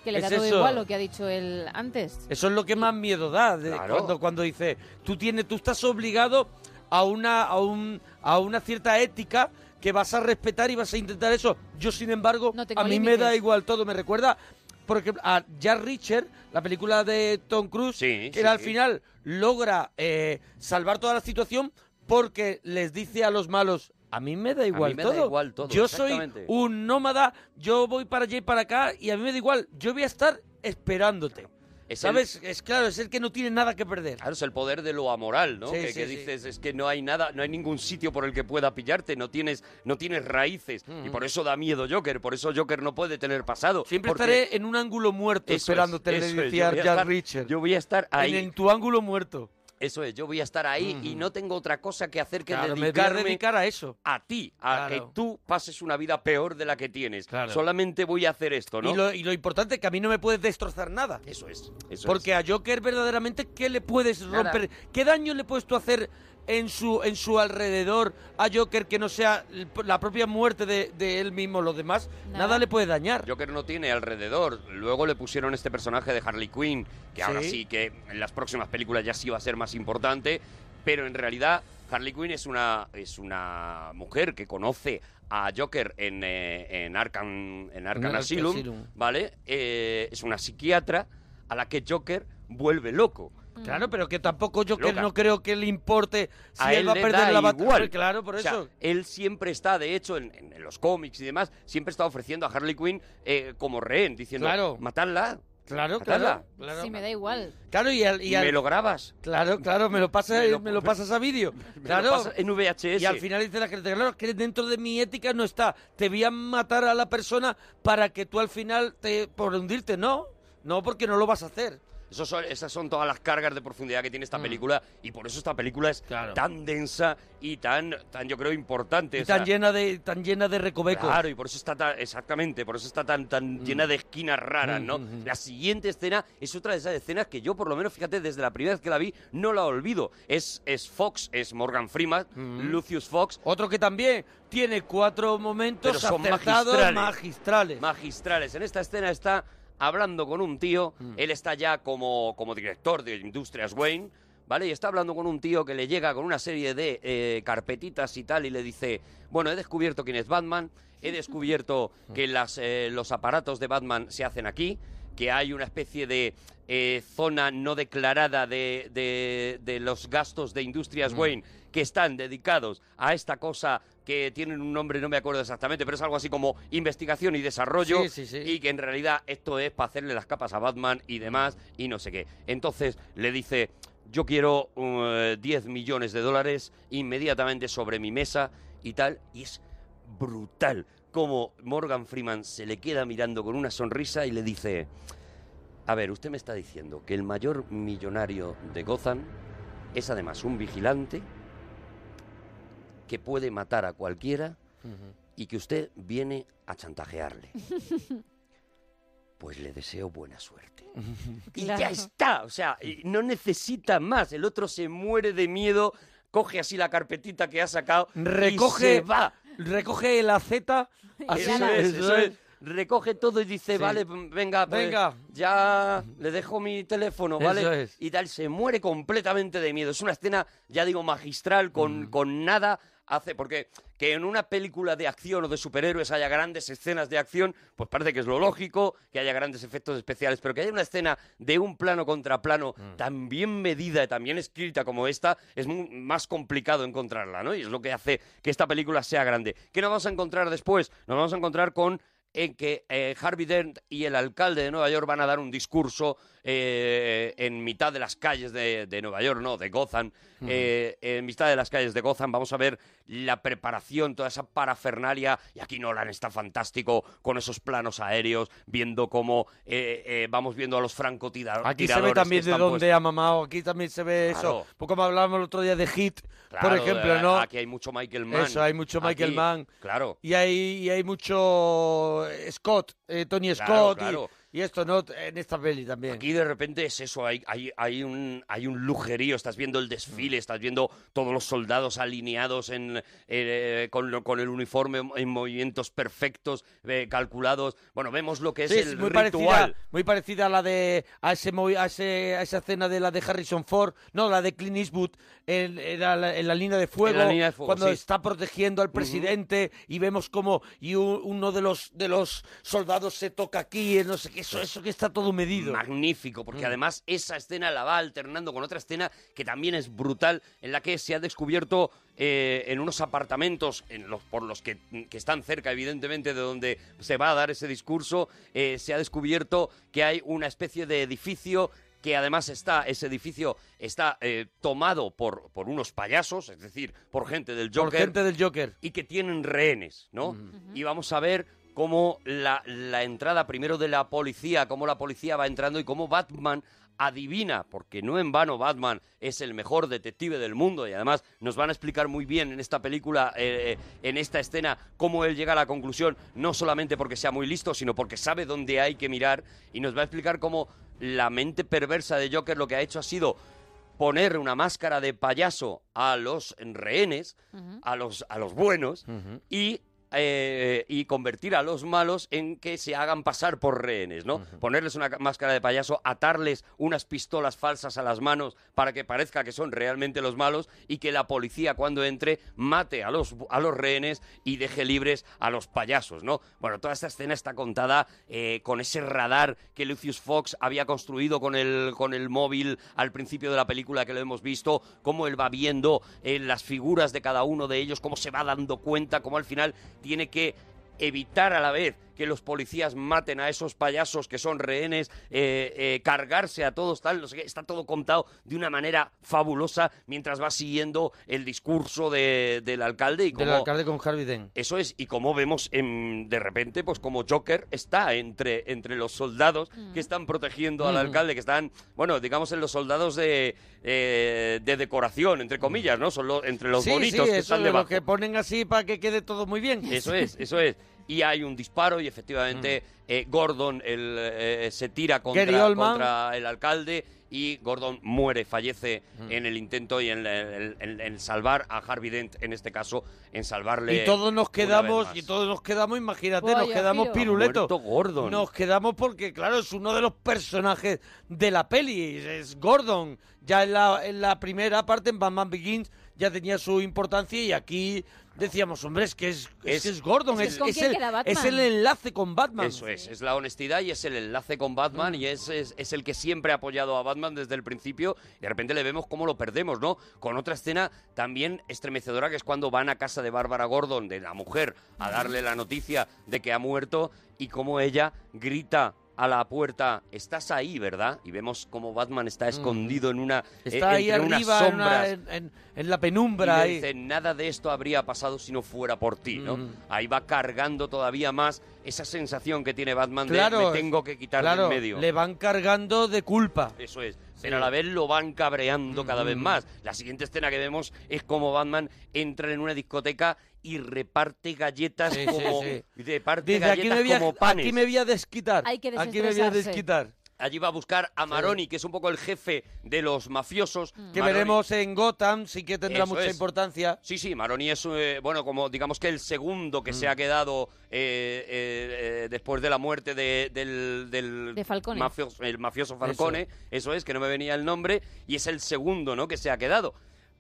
Que le da
es
todo
eso.
igual lo que ha dicho él antes.
Eso es lo que más miedo da de- cuando, cuando dice, tú tienes, tú estás obligado a una, a un, a una cierta ética que vas a respetar y vas a intentar eso. Yo, sin embargo,
tengo
a mí me
límites.
da igual todo. Me recuerda, porque a Jack Richard, la película de Tom Cruise, que
sí,
al
sí.
final logra eh, salvar toda la situación porque les dice a los malos, a mí me da igual,
me da
todo.
igual todo,
Yo soy
exactamente.
un nómada, yo voy para allá y para acá y a mí me da igual, yo voy a estar esperándote.
Es
¿Sabes? Es claro, es el que no tiene nada que perder.
Claro, es el poder de lo amoral, ¿no?
Sí,
que
sí,
que
sí.
dices, es que no hay nada, no hay ningún sitio por el que pueda pillarte, no tienes, no tienes raíces. Y por eso da miedo Joker, por eso Joker no puede tener pasado.
Mm. Siempre
porque-
estaré en un ángulo muerto
Eso
esperando
es, eso es, yo
teledenunciar
voy a
Jack
estar-
Richard.
Yo voy a estar ahí.
En, tu ángulo muerto.
Eso es, yo voy a estar ahí y no tengo otra cosa que hacer que
Mm. Claro, me voy a
dedicarme
dedicar a eso.
A ti, a
Claro.
que tú pases una vida peor de la que tienes.
Claro.
Solamente voy a hacer esto, ¿no?
Y, lo, y lo importante es que a mí no me puedes destrozar nada.
Eso es. eso
Porque a Joker verdaderamente, ¿qué le puedes
Nada.
romper? ¿Qué daño le puedes tú hacer en su, en su alrededor a Joker que no sea el- la propia muerte de, de él mismo? Los demás, nada, le puede dañar.
Joker no tiene alrededor. Luego le pusieron este personaje de Harley Quinn, que ahora
Sí.
sí que en las próximas películas ya sí va a ser más importante, pero en realidad Harley Quinn es una es una mujer que conoce a Joker en, eh, en Arkham en Arkham
Arkham
Asylum,
Asylum.
¿vale? Eh, es una psiquiatra a la que Joker vuelve loco.
Mm. Claro, pero que tampoco Joker
Loca.
no creo que le importe si
a
él,
él,
va a
le
perder
da
la
igual.
batalla. Claro, por
O sea,
eso.
Él siempre está, de hecho, en, en- en los cómics y demás, siempre está ofreciendo a Harley Quinn eh, como rehén, diciendo,
Claro.
matarla.
Claro,
matarla.
claro, claro.
Sí, me da igual.
Claro, y, al, y
Y
al-
me lo grabas.
Claro, claro, me lo pasas,
Me
me
lo-
lo, pasas a vídeo.
lo
Claro.
pasas en VHS.
Y al final dice la gente, claro, es que dentro de mi ética no está. Te voy a matar a la persona para que tú al final te por hundirte, no. No, porque no lo vas a hacer.
Eso son- esas son todas las cargas de profundidad que tiene
Mm.
esta película y por eso esta película es tan densa y tan, tan yo creo, importante.
Y
O sea,
tan llena de tan llena de recovecos.
Claro, y por eso está tan, exactamente, por eso está tan, tan llena de esquinas raras, ¿no?
Mm, mm,
La siguiente escena es otra de esas escenas que yo, por lo menos, fíjate, desde la primera vez que la vi, no la olvido. Es, es Fox, es Morgan Freeman,
Mm.
Lucius Fox.
Otro que también tiene cuatro momentos
Pero son
acertados,
magistrales.
magistrales.
magistrales. En esta escena está hablando con un tío, él está ya como, como director de Industrias Wayne, ¿vale? Y está hablando con un tío que le llega con una serie de eh, carpetitas y tal y le dice, bueno, he descubierto quién es Batman, he descubierto que las, eh, los aparatos de Batman se hacen aquí, que hay una especie de eh, zona no declarada de, de- de los gastos de Industrias
Mm.
Wayne que están dedicados a esta cosa que tienen un nombre, no me acuerdo exactamente, pero es algo así como investigación y desarrollo
Sí, sí, sí.
y que en realidad esto es para hacerle las capas a Batman y demás y no sé qué. Entonces le dice, yo quiero uh, 10 millones de dólares inmediatamente sobre mi mesa y tal, y es brutal como Morgan Freeman se le queda mirando con una sonrisa y le dice, a ver, usted me está diciendo que el mayor millonario de Gotham es además un vigilante que puede matar a cualquiera y que usted viene a chantajearle. Pues le deseo buena suerte. Y ya
Claro.
está, o sea, y no necesita más. El otro se muere de miedo, coge así la carpetita que ha sacado, y
Recoge-
se va.
Recoge la Z. así,
Eso es,
eso
eso
es. ¿eh?
es. Recoge todo y dice,
Sí.
vale, m- venga, pues,
Venga.
ya le dejo mi teléfono, ¿vale?
Eso es.
Y tal, se muere completamente de miedo. Es una escena, ya digo, magistral, con,
Mm.
con nada hace... Porque que en una película de acción o de superhéroes haya grandes escenas de acción, pues parece que es lo lógico, que haya grandes efectos especiales, pero que haya una escena de un plano contra plano
Mm.
tan bien medida y tan bien escrita como esta, es mu- más complicado encontrarla, ¿no? Y es lo que hace que esta película sea grande. ¿Qué nos vamos a encontrar después? Nos vamos a encontrar con en que eh, Harvey Dent y el alcalde de Nueva York van a dar un discurso eh, en mitad de las calles de, de Nueva York, no, de Gotham,
Ujú.
eh, en mitad de las calles de Gotham vamos a ver la preparación, toda esa parafernalia, y aquí Nolan está fantástico con esos planos aéreos, viendo cómo eh, eh, vamos viendo a los francotira- tiradores
Aquí se ve también
que
de
están
dónde ha mamado, aquí también se ve
Claro.
eso. Pues como hablábamos el otro día de Hit,
Claro,
por ejemplo,
eh,
¿no?
Aquí hay mucho Michael Mann.
Eso, hay mucho Michael
Aquí,
Mann.
Claro.
Y hay, y hay mucho Scott, eh, Tony
Claro,
Scott. y-
claro.
Y, esto, ¿no? En esta peli también.
Aquí de repente es eso, hay, hay, hay, un, hay un lujerío, estás viendo el
Mm.
desfile, estás viendo todos los soldados alineados en, eh, con, lo- con el uniforme en movimientos perfectos, eh, calculados. Bueno, vemos lo que es
Sí,
el
muy
ritual.
parecida, muy parecida a la de a ese, movi- a ese- a esa escena de la de Harrison Ford, no, la de Clint Eastwood en, en la, la- en la línea de fuego,
línea de fuego,
cuando
sí.
está protegiendo al presidente y vemos como y u- uno de los de los soldados se toca aquí, eh, no sé qué, es Eso, eso que está todo medido.
Magnífico, porque
Mm.
además esa escena la va alternando con otra escena que también es brutal, en la que se ha descubierto eh, en unos apartamentos, en los, por los que, mm, que están cerca, evidentemente, de donde se va a dar ese discurso, eh, se ha descubierto que hay una especie de edificio que además está, ese edificio está eh, tomado por, por unos payasos, es decir, por gente del
Por
Joker
gente del Joker.
y que tienen rehenes, ¿no? Y vamos a ver cómo la, la entrada primero de la policía, cómo la policía va entrando y cómo Batman adivina, porque no en vano Batman es el mejor detective del mundo y además nos van a explicar muy bien en esta película, eh, eh, en esta escena, cómo él llega a la conclusión, no solamente porque sea muy listo, sino porque sabe dónde hay que mirar y nos va a explicar cómo la mente perversa de Joker lo que ha hecho ha sido poner una máscara de payaso a los rehenes, a, los, a los buenos, y, eh, y convertir a los malos en que se hagan pasar por rehenes, ¿no? Ponerles una ca- máscara de payaso, atarles unas pistolas falsas a las manos para que parezca que son realmente los malos y que la policía cuando entre mate a los, bu- a los rehenes y deje libres a los payasos, ¿no? Bueno, toda esta escena está contada eh, con ese radar que Lucius Fox había construido con el, con el móvil al principio de la película que lo hemos visto, cómo él va viendo eh, las figuras de cada uno de ellos, cómo se va dando cuenta, cómo al final tiene que evitar a la vez que los policías maten a esos payasos que son rehenes, eh, eh, cargarse a todos, tal, no sé qué. está todo contado de una manera fabulosa mientras va siguiendo el discurso de- del alcalde y
Del
cómo-
alcalde con Harvey Dent.
eso es, y como vemos en, de repente, pues como Joker está entre, entre los soldados que están protegiendo al
Mm.
alcalde, que están, bueno, digamos en los soldados de, eh, de decoración, entre comillas, ¿no? Son los, entre los
sí,
bonitos
sí,
que
eso
están
es
debajo.
Lo que ponen así para que quede todo muy bien.
Eso es, eso es. Y hay un disparo y efectivamente eh, Gordon el, eh, se tira
Mm. Gary
contra,
Oldman.
contra el alcalde y Gordon muere, fallece
Mm.
en el intento y en, en- en- en salvar a Harvey Dent, en este caso, en salvarle.
Y todos nos
una vez
quedamos,
más.
y todos nos quedamos, imagínate,
Vaya
nos quedamos
giro.
piruletos.
Ha muerto Gordon.
Nos quedamos porque, claro, es uno de los personajes de la peli, es Gordon. Ya en la, en la primera parte, en Batman Begins, ya tenía su importancia y aquí decíamos, hombre, es que es, es, que es Gordon,
Es
es,
con
es
quién
el,
queda Batman.
es el enlace con Batman.
Eso es, es la honestidad y es el enlace con Batman y es, es, es el que siempre ha apoyado a Batman desde el principio. Y de repente le vemos cómo lo perdemos, ¿no? Con otra escena también estremecedora que es cuando van a casa de Bárbara Gordon, de la mujer, a darle la noticia de que ha muerto y cómo ella grita a la puerta, estás ahí, ¿verdad? Y vemos cómo Batman está escondido en una... eh,
Mm. Está ahí
entre unas
arriba, en, una-
sombras.
en- en- en la penumbra.
Y le
ahí.
dice, nada de esto habría pasado si no fuera por ti, ¿no?
Mm.
Ahí va cargando todavía más esa sensación que tiene Batman de
Claro,
me tengo que quitar de
claro,
en medio.
le van cargando de culpa.
Eso es. Pero a la vez lo van cabreando cada
Mm.
vez más. La siguiente escena que vemos es como Batman entra en una discoteca y reparte galletas
Sí, sí,
como...
sí.
reparte
Dice, aquí
galletas
me, voy a,
como panes.
aquí me voy a desquitar.
Hay que
aquí me voy a
desestresarse.
desquitar.
Allí va a buscar a Maroni, que es un poco el jefe de los mafiosos.
Mm.
Que
Maroni-
veremos en Gotham, sí que tendrá
Eso
mucha
es.
importancia.
Sí, sí, Maroni es, eh, bueno, como digamos que el segundo que
Mm.
se ha quedado eh, eh, eh, después de la muerte de- del, del
De Falcone.
mafioso, el mafioso Falcone, eso. es, que no me venía el nombre, y es el segundo, ¿no?, que se ha quedado.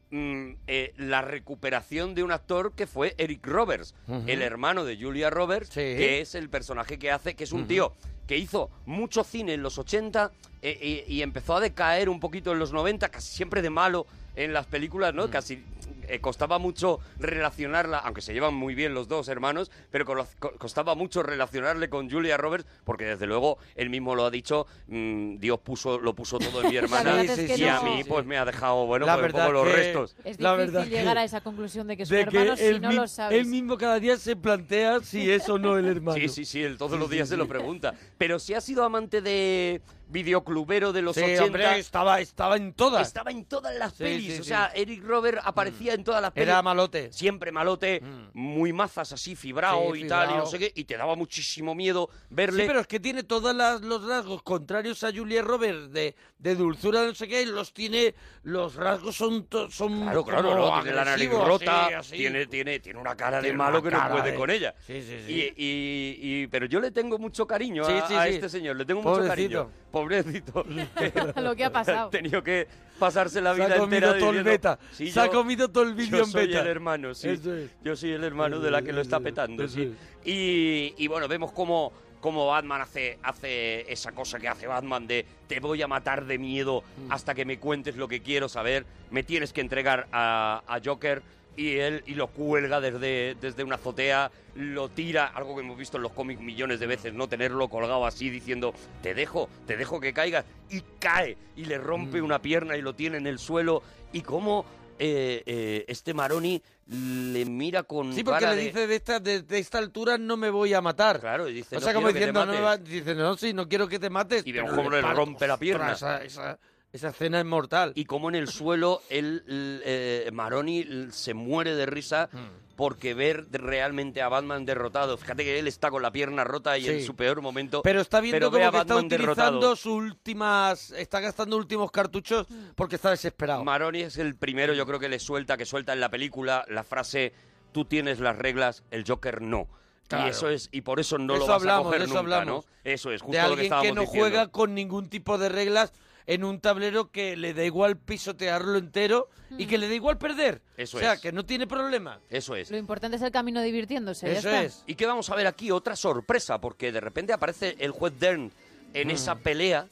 Mm, eh, la recuperación de un actor que fue Eric Roberts,
Ujú.
el hermano de Julia Roberts, que es el personaje que hace, que es un tío que hizo mucho cine en los 80 eh, y, y empezó a decaer un poquito en los 90, casi siempre de malo en las películas, ¿no? Casi eh, costaba mucho relacionarla, aunque se llevan muy bien los dos hermanos, pero con los- co- costaba mucho relacionarle con Julia Roberts, porque desde luego él mismo lo ha dicho, mm, Dios puso, lo puso todo en mi
La
hermana
verdad es que
y a
no.
mí pues me ha dejado, bueno,
La
pues, un
verdad
poco los
que-
restos.
Es
La
difícil
verdad que-
llegar a esa conclusión de que son
De que
hermanos si
él
no
mi-
lo sabes.
él mismo cada día se plantea si es o no el hermano.
Sí, sí, sí, él todos
Sí,
los
sí,
días se
sí.
lo pregunta. Pero si ha sido amante de videoclubero de los
Sí,
80.
hombre, estaba, estaba en todas.
Estaba en todas las
Sí,
pelis.
sí,
o
sí.
sea, Eric Robert aparecía en todas las pelis.
Era malote. Mm.
Siempre malote, muy mazas así, fibrao
Sí,
y tal, y no
fibrao.
sé qué. Y te daba muchísimo miedo verle.
Sí, pero es que tiene todos los rasgos contrarios a Julia Roberts de, de dulzura, no sé qué, los tiene, los rasgos son... to- son
Claro, claro,
como
¿no? tiene la nariz
agresivos,
rota,
así, así.
Tiene, tiene, tiene una cara de
Tiene
malo
una
que no
cara
puede
de-
con ella.
Sí, sí, sí.
Y, y- y- pero yo le tengo mucho cariño a,
Sí, sí,
a
sí.
este señor, le tengo mucho cariño. Pobrecito.
Lo que ha pasado.
Ha tenido que pasarse la
Se ha
vida
comido
entera
todo el
diciendo,
beta,
"Sí,
se ha
yo-
comido todo el vídeo
Yo
en
soy
beta".
el hermano, sí.
Eso es.
Yo soy el hermano de la que lo está petando, sí. Y, y bueno, vemos cómo, cómo Batman hace, hace esa cosa que hace Batman de te voy a matar de miedo
Mm.
hasta que me cuentes lo que quiero saber, me tienes que entregar a, a Joker y él y lo cuelga desde, desde una azotea, lo tira, algo que hemos visto en los cómics millones de veces, no tenerlo colgado así diciendo, te dejo, te dejo que caigas, y cae, y le
Mm.
rompe una pierna y lo tiene en el suelo, y cómo eh, eh, este Maroni le mira con...
Sí, porque
cara
le
de-
dice de esta, de, de esta altura no me voy a matar.
Claro, y dice,
O
"No
sea, como
quiero que te
diciendo, no, me va-
mates".
dice, no, sí, no quiero que te mates.
Y vemos
pero
cómo le
parto.
rompe la pierna.
Ostras, esa- esa- esa escena es mortal.
Y como en el suelo, él, l- eh, Maroni l- se muere de risa
Mm.
porque ver de- realmente a Batman derrotado. Fíjate que él está con la pierna rota y en
Sí.
su peor momento.
Pero está viendo
pero ve
como
a
que está
Batman
utilizando
derrotado.
sus últimas. Está gastando últimos cartuchos porque está desesperado.
Maroni es el primero, yo creo que le suelta, que suelta en la película la frase: Tú tienes las reglas, el Joker no.
Claro.
Y eso es, y por eso no
Eso
lo vas
hablamos,
a coger
de eso
nunca,
hablamos.
¿no? Eso es, justo
de
lo que
alguien
estábamos
no
diciendo.
juega con ningún tipo de reglas en un tablero que le da igual pisotearlo entero y que le da igual perder.
Eso
o sea,
es.
que no tiene problema.
Eso es.
Lo importante es el camino divirtiéndose. ya está.
¿Y qué vamos a ver aquí? Otra sorpresa, porque de repente aparece el juez Dern
Mm.
en esa pelea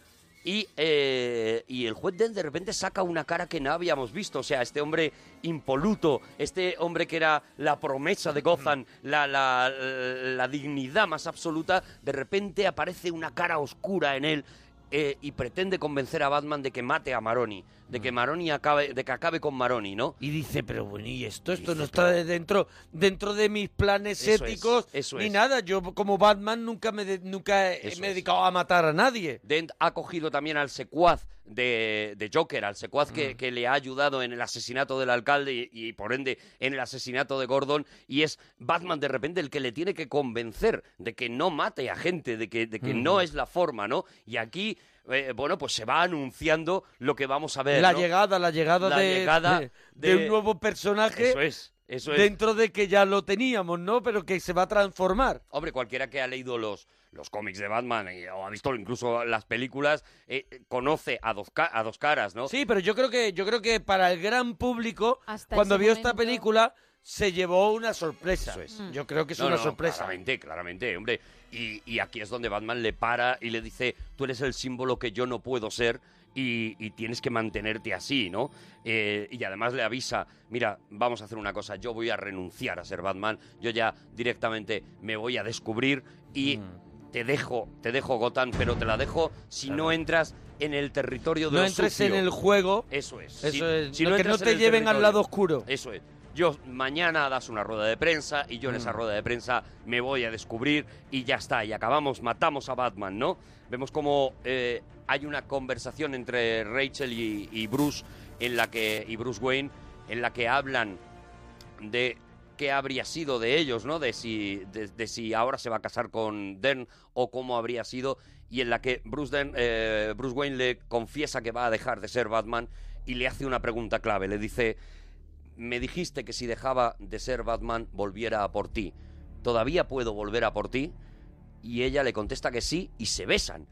y, eh, y el juez Dern de repente saca una cara que no habíamos visto. O sea, este hombre impoluto, este hombre que era la promesa de
Mm.
Gotham, la, la- la dignidad más absoluta, de repente aparece una cara oscura en él. eh, y pretende convencer a Batman de que mate a Maroni, de que Maroni acabe, de que acabe con Maroni, ¿no?
Mm. Y dice, pero bueno, y esto, esto no está de- dentro, dentro de mis planes
Eso es,
éticos
eso
ni
es.
nada. Yo como Batman nunca me de- nunca he-
Eso
me he
es.
dedicado a matar a nadie.
Dent ha cogido también al secuaz de, de Joker, al secuaz
Mm.
que, que le ha ayudado en el asesinato del alcalde y, y, por ende en el asesinato de Gordon y es Batman de repente el que le tiene que convencer de que no mate a gente, de que, de que
Mm.
no es la forma, ¿no? Y aquí, eh, bueno, pues se va anunciando lo que vamos a ver.
la
¿no?
llegada, la llegada,
La
de,
llegada
de-
de-
de un nuevo personaje.
Eso es, eso es.
Dentro de que ya lo teníamos, ¿no? Pero que se va a transformar.
Hombre, cualquiera que ha leído los, los cómics de Batman eh, o ha visto incluso las películas, eh, conoce a dos, ca- a dos caras, ¿no?
Sí, pero yo creo que yo creo que para el gran público
Hasta
cuando
ese
vio esta
momento-
película se llevó una sorpresa.
Mm.
Yo creo que es
No,
una
no,
sorpresa.
Claramente, claramente, hombre. Y, y aquí es donde Batman le para y le dice, tú eres el símbolo que yo no puedo ser y, y tienes que mantenerte así, ¿no? Eh, y además le avisa, mira, vamos a hacer una cosa, yo voy a renunciar a ser Batman, yo ya directamente me voy a descubrir y...
Mm.
Te dejo, te dejo Gotham, pero te la dejo si no entras en el territorio de
No
lo
entres
sucio.
en el juego.
Eso es.
Eso
Si-
es,
si
no- que no
entras en
te
el
lleven al
territorio.
lado oscuro.
Eso es. Yo mañana das una rueda de prensa y yo en esa rueda de prensa me voy a descubrir y ya está. Y acabamos, matamos a Batman, ¿no? Vemos como eh, hay una conversación entre Rachel y, y Bruce en la que y Bruce Wayne en la que hablan de qué habría sido de ellos, ¿no? De si, de, de si ahora se va a casar con Dern o cómo habría sido. Y en la que Bruce, Dern- eh, Bruce Wayne le confiesa que va a dejar de ser Batman y le hace una pregunta clave. Le dice, me dijiste que si dejaba de ser Batman volviera a por ti. ¿Todavía puedo volver a por ti? Y ella le contesta que sí y se besan.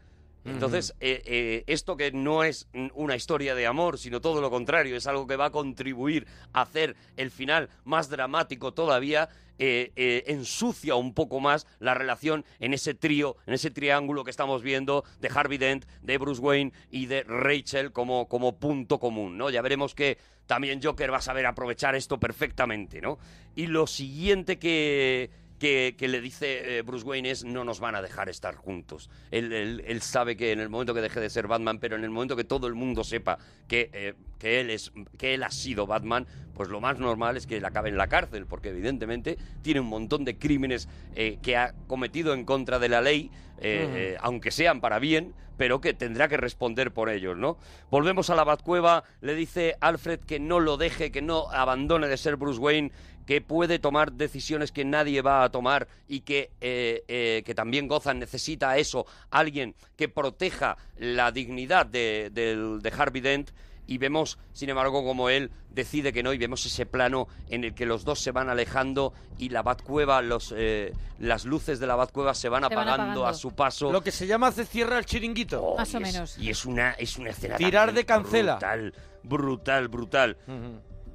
Entonces, eh, eh, esto que no es mm, una historia de amor, sino todo lo contrario, es algo que va a contribuir a hacer el final más dramático todavía, eh, eh, ensucia un poco más la relación en ese trío, en ese triángulo que estamos viendo de Harvey Dent, de Bruce Wayne y de Rachel como, como punto común, ¿no? Ya veremos que también Joker va a saber aprovechar esto perfectamente, ¿no? Y lo siguiente que, que, que le dice eh, Bruce Wayne es no nos van a dejar estar juntos. Él, él- él sabe que en el momento que deje de ser Batman, pero en el momento que todo el mundo sepa que, eh, que, él es, que él ha sido Batman, pues lo más normal es que él acabe en la cárcel, porque evidentemente tiene un montón de crímenes eh, que ha cometido en contra de la ley, eh,
Ujú.
eh, aunque sean para bien, pero que tendrá que responder por ellos, ¿no? Volvemos a la Batcueva, le dice Alfred que no lo deje, que no abandone de ser Bruce Wayne, que puede tomar decisiones que nadie va a tomar y que, eh, eh, que también Gotham necesita eso, alguien que proteja la dignidad de, del- de Harvey Dent. Y vemos, sin embargo, como él decide que no, y vemos ese plano en el que los dos se van alejando y la Batcueva, los, eh, las luces de la Batcueva se van
Se van
apagando, a
apagando.
su paso. Oh,
Lo que se llama hace cierra el chiringuito.
y es- Y es una, es una escena
Tirar
también
de cancela.
Brutal, brutal, brutal.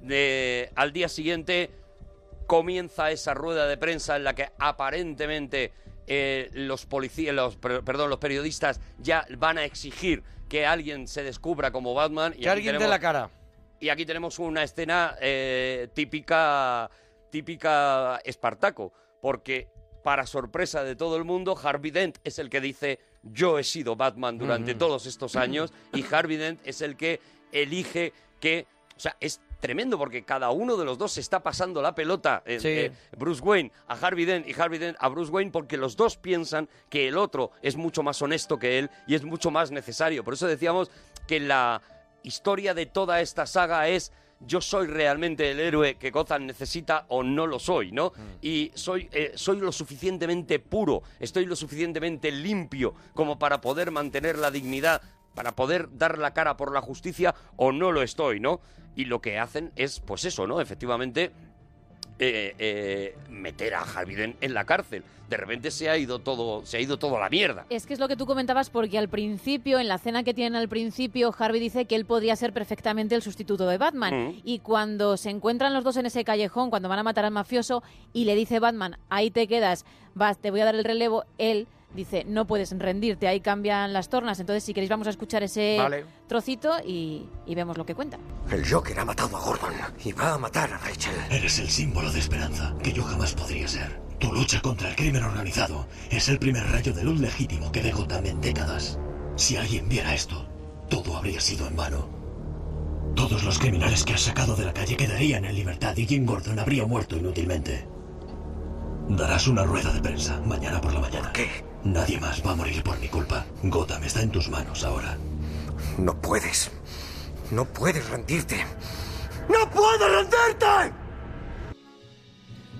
De- al día siguiente comienza esa rueda de prensa en la que aparentemente eh, los policías, los, per- perdón, los periodistas ya van a exigir que alguien se descubra como Batman. Y
Que alguien dé la cara.
Y aquí tenemos una escena eh, típica, típica Espartaco, porque para sorpresa de todo el mundo, Harvey Dent es el que dice yo he sido Batman durante
Ujú.
todos estos años y Harvey Dent es el que elige que, o sea, es tremendo porque cada uno de los dos se está pasando la pelota. eh,
Sí.
eh, Bruce Wayne a Harvey Dent y Harvey Dent a Bruce Wayne porque los dos piensan que el otro es mucho más honesto que él y es mucho más necesario. Por eso decíamos que la historia de toda esta saga es yo soy realmente el héroe que Gotham necesita o no lo soy, ¿no? Y soy, eh, soy lo suficientemente puro, estoy lo suficientemente limpio como para poder mantener la dignidad para poder dar la cara por la justicia o no lo estoy, ¿no? Y lo que hacen es, pues eso, ¿no? Efectivamente, eh, eh, meter a Harvey Dent en la cárcel. De repente se ha ido todo, se ha ido todo a la mierda.
Es que es lo que tú comentabas porque al principio, en la cena que tienen al principio, Harvey dice que él podría ser perfectamente el sustituto de Batman.
Mm.
Y cuando se encuentran los dos en ese callejón, cuando van a matar al mafioso y le dice Batman, ahí te quedas, vas, te voy a dar el relevo, él dice, no puedes rendirte, ahí cambian las tornas. Entonces, si queréis, vamos a escuchar ese
Vale.
trocito y, y vemos lo que cuenta.
El Joker ha matado a Gordon y va a matar a Rachel.
Eres el símbolo de esperanza que yo jamás podría ser. Tu lucha contra el crimen organizado es el primer rayo de luz legítimo que dejó en décadas. Si alguien viera esto, todo habría sido en vano. Todos los criminales que has sacado de la calle quedarían en libertad y Jim Gordon habría muerto inútilmente. Darás una rueda de prensa mañana por la mañana. ¿Qué? Nadie más va a morir por mi culpa. Gotham está en tus manos ahora.
No puedes. No puedes rendirte.
¡No puedo renderte!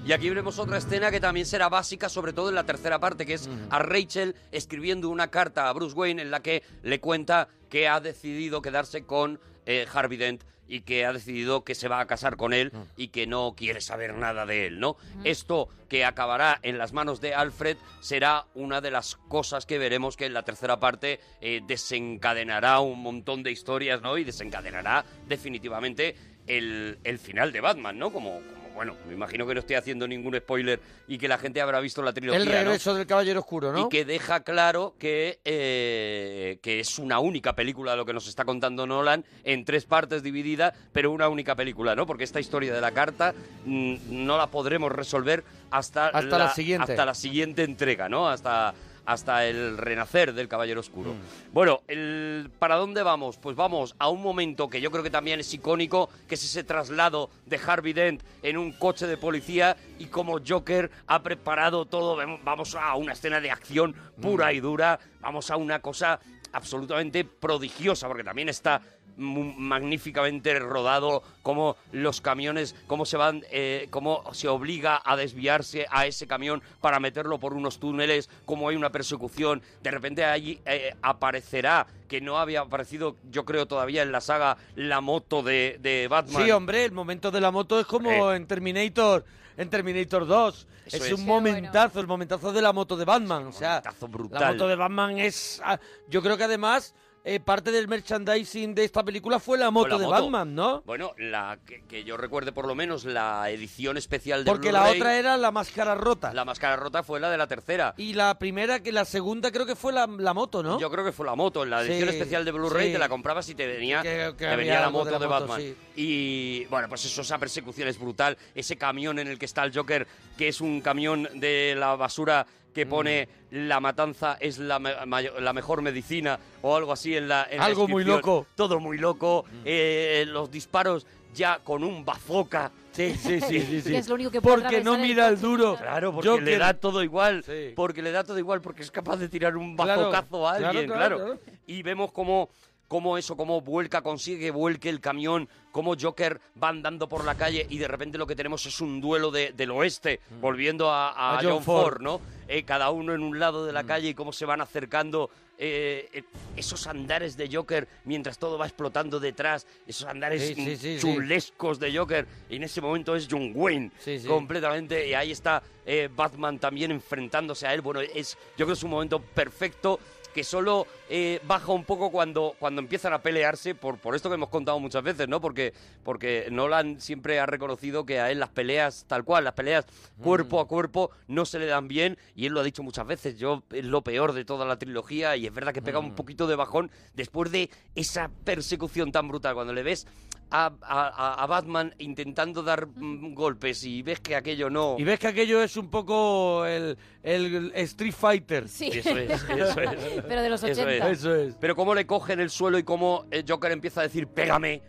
Y aquí veremos otra escena que también será básica, sobre todo en la tercera parte, que es a Rachel escribiendo una carta a Bruce Wayne en la que le cuenta que ha decidido quedarse con eh, Harvey Dent y que ha decidido que se va a casar con él y que no quiere saber nada de él, ¿no? Esto que acabará en las manos de Alfred será una de las cosas que veremos que en la tercera parte eh, desencadenará un montón de historias, ¿no? Y desencadenará definitivamente el, el final de Batman, ¿no? Como, como, bueno, me imagino que no estoy haciendo ningún spoiler y que la gente habrá visto la trilogía,
El
¿no?
regreso del Caballero Oscuro, ¿no?
Y que deja claro que, eh, que es una única película lo que nos está contando Nolan, en tres partes dividida, pero una única película, ¿no? Porque esta historia de la carta mm, no la podremos resolver hasta,
Hasta la siguiente.
Hasta la siguiente entrega, ¿no? Hasta, hasta el renacer del Caballero Oscuro.
Mm.
Bueno, el- ¿para dónde vamos? Pues vamos a un momento que yo creo que también es icónico, que es ese traslado de Harvey Dent en un coche de policía y como Joker ha preparado todo. Vem- Vamos a una escena de acción
Mm.
pura y dura, vamos a una cosa absolutamente prodigiosa, porque también está mu- magníficamente rodado, como los camiones, cómo se van, eh, cómo se obliga a desviarse a ese camión para meterlo por unos túneles, cómo hay una persecución, de repente allí eh, aparecerá, que no había aparecido, yo creo todavía en la saga, la moto de, de Batman.
Sí, hombre, el momento de la moto es como
Eh.
en Terminator, en Terminator 2.
Eso
es,
es.
un
Qué
momentazo, el momentazo de la moto de Batman. o sea, la
brutal.
moto de Batman es. ah, Yo creo que además eh, parte del merchandising de esta película fue la moto
Con la
de
moto.
Batman, ¿no?
Bueno, la que, que yo recuerde por lo menos la edición especial de
Porque la
Blu-ray,
otra era la máscara rota.
la máscara rota fue la de la tercera.
Y la primera, que la segunda creo que fue la, la moto, ¿no?
Yo creo que fue la moto. En la edición
Sí,
especial de Blu-ray
sí.
te la comprabas y te venía, te
había
venía la
algo
moto
de
de,
la moto,
Batman.
sí.
Y bueno, pues eso, esa persecución es brutal. Ese camión en el que está el Joker, que es un camión de la basura que
Mm.
pone la matanza es la, me- mayo- la mejor medicina o algo así en la en la
Algo muy
descripción.
loco.
Todo muy loco. Eh, los disparos ya con un bazooka. Sí,
sí, sí, sí, sí. Que es lo único que puede
porque no
atravesar el
mira el duro. Claro, porque
Joker.
le da todo igual.
Sí.
Porque le da todo igual, porque es capaz de tirar un
Claro,
bazocazo a
claro,
alguien,
claro,
claro. Y vemos cómo, cómo eso, cómo vuelca, consigue que vuelque el camión, cómo Joker va andando por la calle y de repente lo que tenemos es un duelo de- del oeste, volviendo a, Mm. a
A
John,
John
Ford,
Ford.
¿no? Eh, cada uno en un lado de
Mm.
la calle y cómo se van acercando eh, eh, esos andares de Joker mientras todo va explotando detrás, esos andares
Sí, sí, sí, sí.
chulescos de Joker. Y en ese momento es John Wayne
Sí, sí.
completamente. Y ahí está eh, Batman también enfrentándose a él. Bueno, es yo creo que es un momento perfecto que solo eh, baja un poco cuando, cuando empiezan a pelearse, por, por esto que hemos contado muchas veces, ¿no? Porque, porque Nolan siempre ha reconocido que a él las peleas, tal cual, las peleas
Mm.
cuerpo a cuerpo, no se le dan bien, y él lo ha dicho muchas veces, yo es lo peor de toda la trilogía, y es verdad que
Mm.
pega un poquito de bajón después de esa persecución tan brutal, cuando le ves a, a- a Batman intentando dar mm, golpes y ves que aquello no...
Y ves que aquello es un poco el, el Street Fighter.
Sí. Eso es, eso es.
Pero de los
Eso
80.
es. Pero cómo le cogen el suelo y cómo eh, Joker empieza a decir, pégame,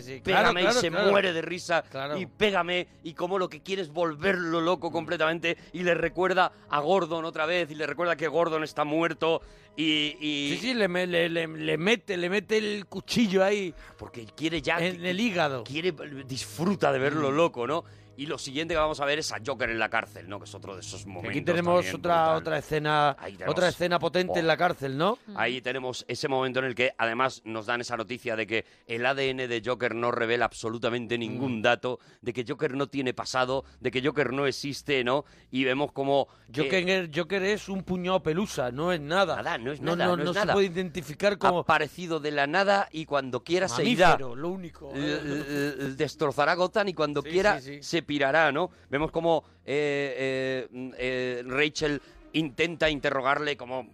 Sí, sí, sí. Claro,
pégame,
claro,
y se
claro.
muere de risa,
Claro. Mm.
y pégame, y cómo lo que quiere es volverlo loco completamente, y le recuerda a Gordon otra vez, y le recuerda que Gordon está muerto, y...
Sí, sí, le, me- le- le- le mete, le mete el cuchillo ahí.
Porque quiere ya...
En el hígado.
Quiere, eh, disfruta de verlo
Mm.
loco, ¿no? Y lo siguiente que vamos a ver es a Joker en la cárcel, ¿no? Que es otro de esos momentos.
Aquí tenemos
también
otra, otra escena
tenemos-
otra escena potente
Oh.
en la cárcel, ¿no?
Mm.
Ahí tenemos ese momento en el que además nos dan esa noticia de que el ADN de Joker no revela absolutamente
Mm.
ningún dato, de que Joker no tiene pasado, de que Joker no existe, ¿no? Y vemos como... eh,
Joker, Joker es un puñado pelusa, no es nada.
no es
no,
nada,
no,
no es
se
nada.
puede identificar como...
Aparecido de la nada y cuando quiera se irá.
mamífero, lo único.
L- l- l- eh, destrozará Gotham y cuando
Sí,
quiera
sí, sí.
se pirará, ¿no? Vemos como eh, eh, mm, eh, Rachel intenta interrogarle, como mm,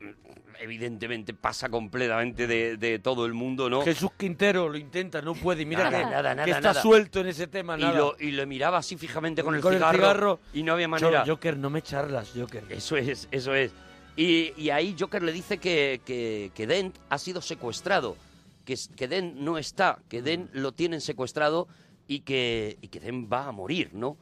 evidentemente pasa completamente de, de todo el mundo, ¿no?
Jesús Quintero lo intenta, no puede. Mira
Oh. Nada,
que,
nada, nada,
que está
nada.
suelto en ese tema,
Y
nada.
lo, y lo miraba así fijamente con, el,
Con el
cigarro,
cigarro.
y no había
Yo-
manera.
Joker, no me charlas, Joker.
Eso es, eso es. Y, y ahí Joker le dice que, que- que Dent ha sido secuestrado, que, s- que Dent no está, que Dent lo tienen secuestrado y que, y que Dent va a morir, ¿no?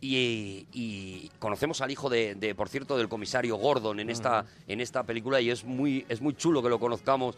Y, y conocemos al hijo de, de, por cierto, del comisario Gordon en esta, en esta película y es muy, es muy chulo que lo conozcamos.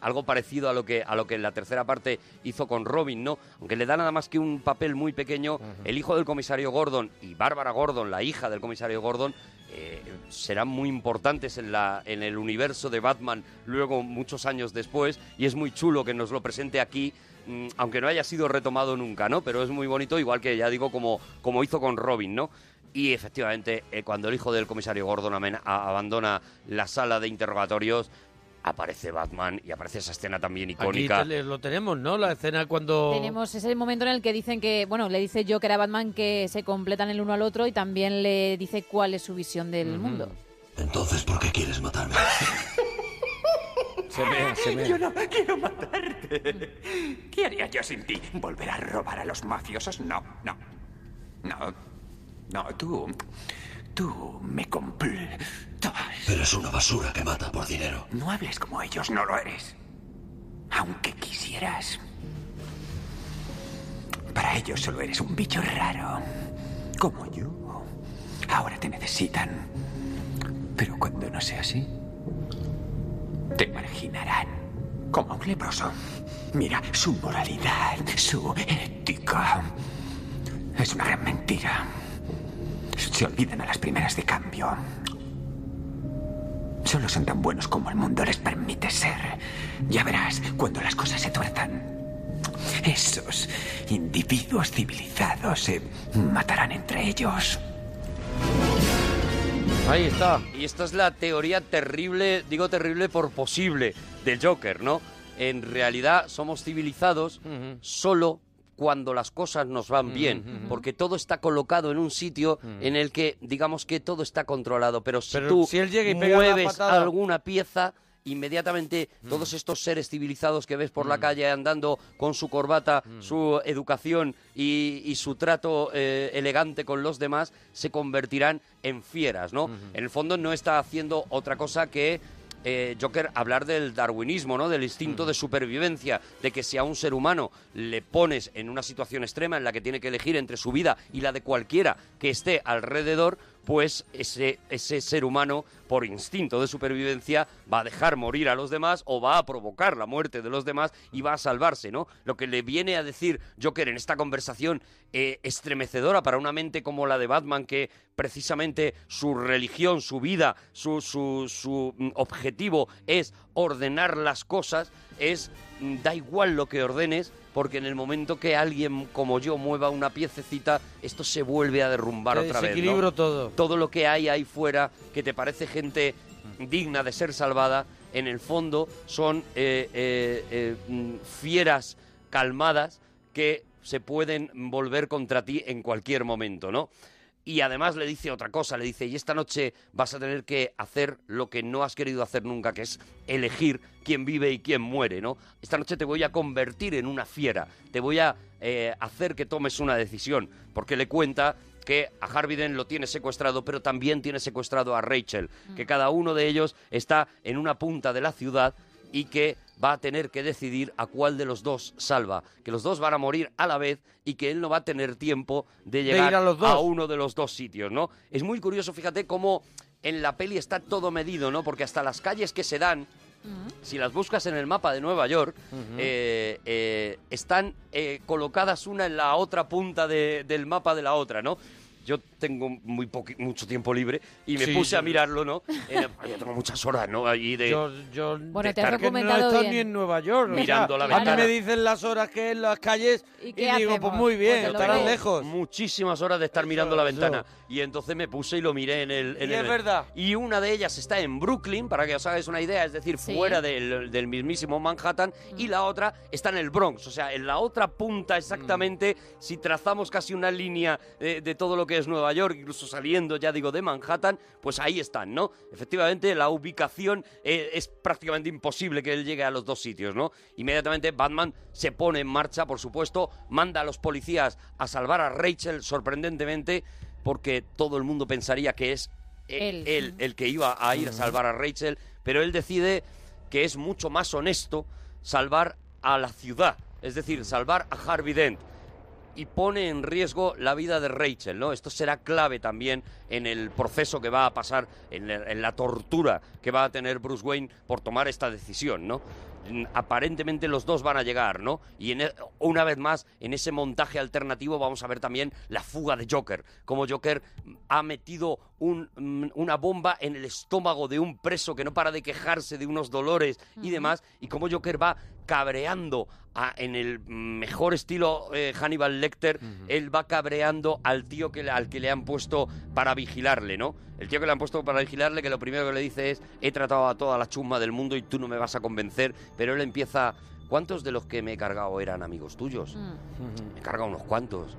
Algo parecido a lo que a lo que en la tercera parte hizo con Robin, ¿no? Aunque le da nada más que un papel muy pequeño, el hijo del comisario Gordon y Bárbara Gordon, la hija del comisario Gordon, eh, serán muy importantes en, la, en el universo de Batman luego muchos años después y es muy chulo que nos lo presente aquí, mm, aunque no haya sido retomado nunca, ¿no? Pero es muy bonito, igual que ya digo, como, como hizo con Robin, ¿no? Y efectivamente, eh, cuando el hijo del comisario Gordon amen- a- abandona la sala de interrogatorios, aparece Batman y aparece esa escena también
Aquí
icónica.
te- lo tenemos, ¿no? La escena cuando...
Tenemos ese momento en el que dicen que, bueno, le dice Joker a Batman que se completan el uno al otro y también le dice cuál es su visión del mundo.
Entonces, ¿por qué quieres matarme?
Se mea, se mea.
Yo no quiero matarte. ¿Qué haría yo sin ti? ¿Volver a robar a los mafiosos? No, no. No. No, tú. Tú me completas.
Eres una basura que mata por dinero.
No hables como ellos, no lo eres. Aunque quisieras. Para ellos solo eres un bicho raro. Como yo. Ahora te necesitan. Pero cuando no sea así, te marginarán. Como a un leproso. Mira, su moralidad, su ética. Es una gran mentira. Se olvidan a las primeras de cambio. Solo son tan buenos como el mundo les permite ser. Ya verás cuando las cosas se tuerzan. Esos individuos civilizados se matarán entre ellos.
Ahí está.
Y esta es la teoría terrible, digo terrible por posible, del Joker, ¿no? En realidad somos civilizados solo cuando las cosas nos van bien, porque todo está colocado en un sitio en el que digamos que todo está controlado, pero si
Pero
tú
si él llega y pega la
mueves
patada-
alguna pieza inmediatamente todos estos seres civilizados que ves por la calle andando con su corbata, su educación y, y su trato eh, elegante con los demás se convertirán en fieras, ¿no? En el fondo no está haciendo otra cosa que eh, Joker hablar del darwinismo, ¿no? Del instinto de supervivencia, de que si a un ser humano le pones en una situación extrema en la que tiene que elegir entre su vida y la de cualquiera que esté alrededor, pues ese, ese ser humano, por instinto de supervivencia, va a dejar morir a los demás o va a provocar la muerte de los demás y va a salvarse, ¿no? Lo que le viene a decir Joker en esta conversación eh, estremecedora para una mente como la de Batman, que precisamente su religión, su vida, su, su, su mm, objetivo es ordenar las cosas, es mm, da igual lo que ordenes, porque en el momento que alguien como yo mueva una piececita, esto se vuelve a derrumbar
Se
otra vez. ¿no?
desequilibra todo.
todo lo que hay ahí fuera que te parece gente digna de ser salvada, en el fondo son eh, eh, eh, mm, fieras calmadas que se pueden volver contra ti en cualquier momento, ¿no? Y además le dice otra cosa, le dice, y esta noche vas a tener que hacer lo que no has querido hacer nunca, que es elegir quién vive y quién muere, ¿no? Esta noche te voy a convertir en una fiera, te voy a eh, hacer que tomes una decisión, porque le cuenta que a Harviden lo tiene secuestrado, pero también tiene secuestrado a Rachel, que cada uno de ellos está en una punta de la ciudad y que va a tener que decidir a cuál de los dos salva, que los dos van a morir a la vez y que él no va a tener tiempo de
ir
llegar
a los dos.
uno de los dos sitios, ¿no? Es muy curioso, fíjate cómo en la peli está todo medido, ¿no? Porque hasta las calles que se dan, si las buscas en el mapa de Nueva York, eh, eh, están eh, colocadas una en la otra punta de- del mapa de la otra, ¿no? Yo tengo muy poqui- mucho tiempo libre y me
Sí,
puse a
sí.
mirarlo, ¿no? Eh, yo tengo muchas horas, ¿no? Allí de...
Yo- yo
de
Bueno,
estar-
que no he estado ni en Nueva York. o
Mirando
sea,
la ventana.
A mí me dicen las horas que en las calles y,
qué
digo,
hacemos?
pues muy bien,
Pues te lo
estarán
digo.
lejos.
Muchísimas horas de estar mirando la ventana. Y entonces me puse y lo miré en el... en
Y es
el-
verdad.
Y una de ellas está en Brooklyn, para que os hagáis una idea, es decir,
Sí.
fuera del, del mismísimo Manhattan. Y la otra está en el Bronx, o sea, en la otra punta exactamente. Si trazamos casi una línea eh, de, todo lo que es Nueva York, incluso saliendo, ya digo, de Manhattan, pues ahí están, ¿no? Efectivamente, la ubicación eh, es prácticamente imposible que él llegue a los dos sitios, ¿no? Inmediatamente Batman se pone en marcha, por supuesto, manda a los policías a salvar a Rachel, sorprendentemente, porque todo el mundo pensaría que es e-
Él.
él, el que iba a ir a salvar a Rachel, pero él decide que es mucho más honesto salvar a la ciudad, es decir, salvar a Harvey Dent y pone en riesgo la vida de Rachel, ¿no? Esto será clave también en el proceso que va a pasar, en la, en la tortura que va a tener Bruce Wayne por tomar esta decisión, ¿no? Mm, Aparentemente los dos van a llegar, ¿no? Y en e- una vez más, en ese montaje alternativo vamos a ver también la fuga de Joker, como Joker mm, ha metido un, mm, una bomba en el estómago de un preso que no para de quejarse de unos dolores y demás, y como Joker va cabreando a- en el mejor estilo eh, Hannibal Lecter, él va cabreando al tío que, le- al que le han puesto para vigilarle, ¿no? El tío que le han puesto para vigilarle, que lo primero que le dice es, he tratado a toda la chusma del mundo y tú no me vas a convencer, pero él empieza, ¿cuántos de los que me he cargado eran amigos tuyos? Me he cargado unos cuantos.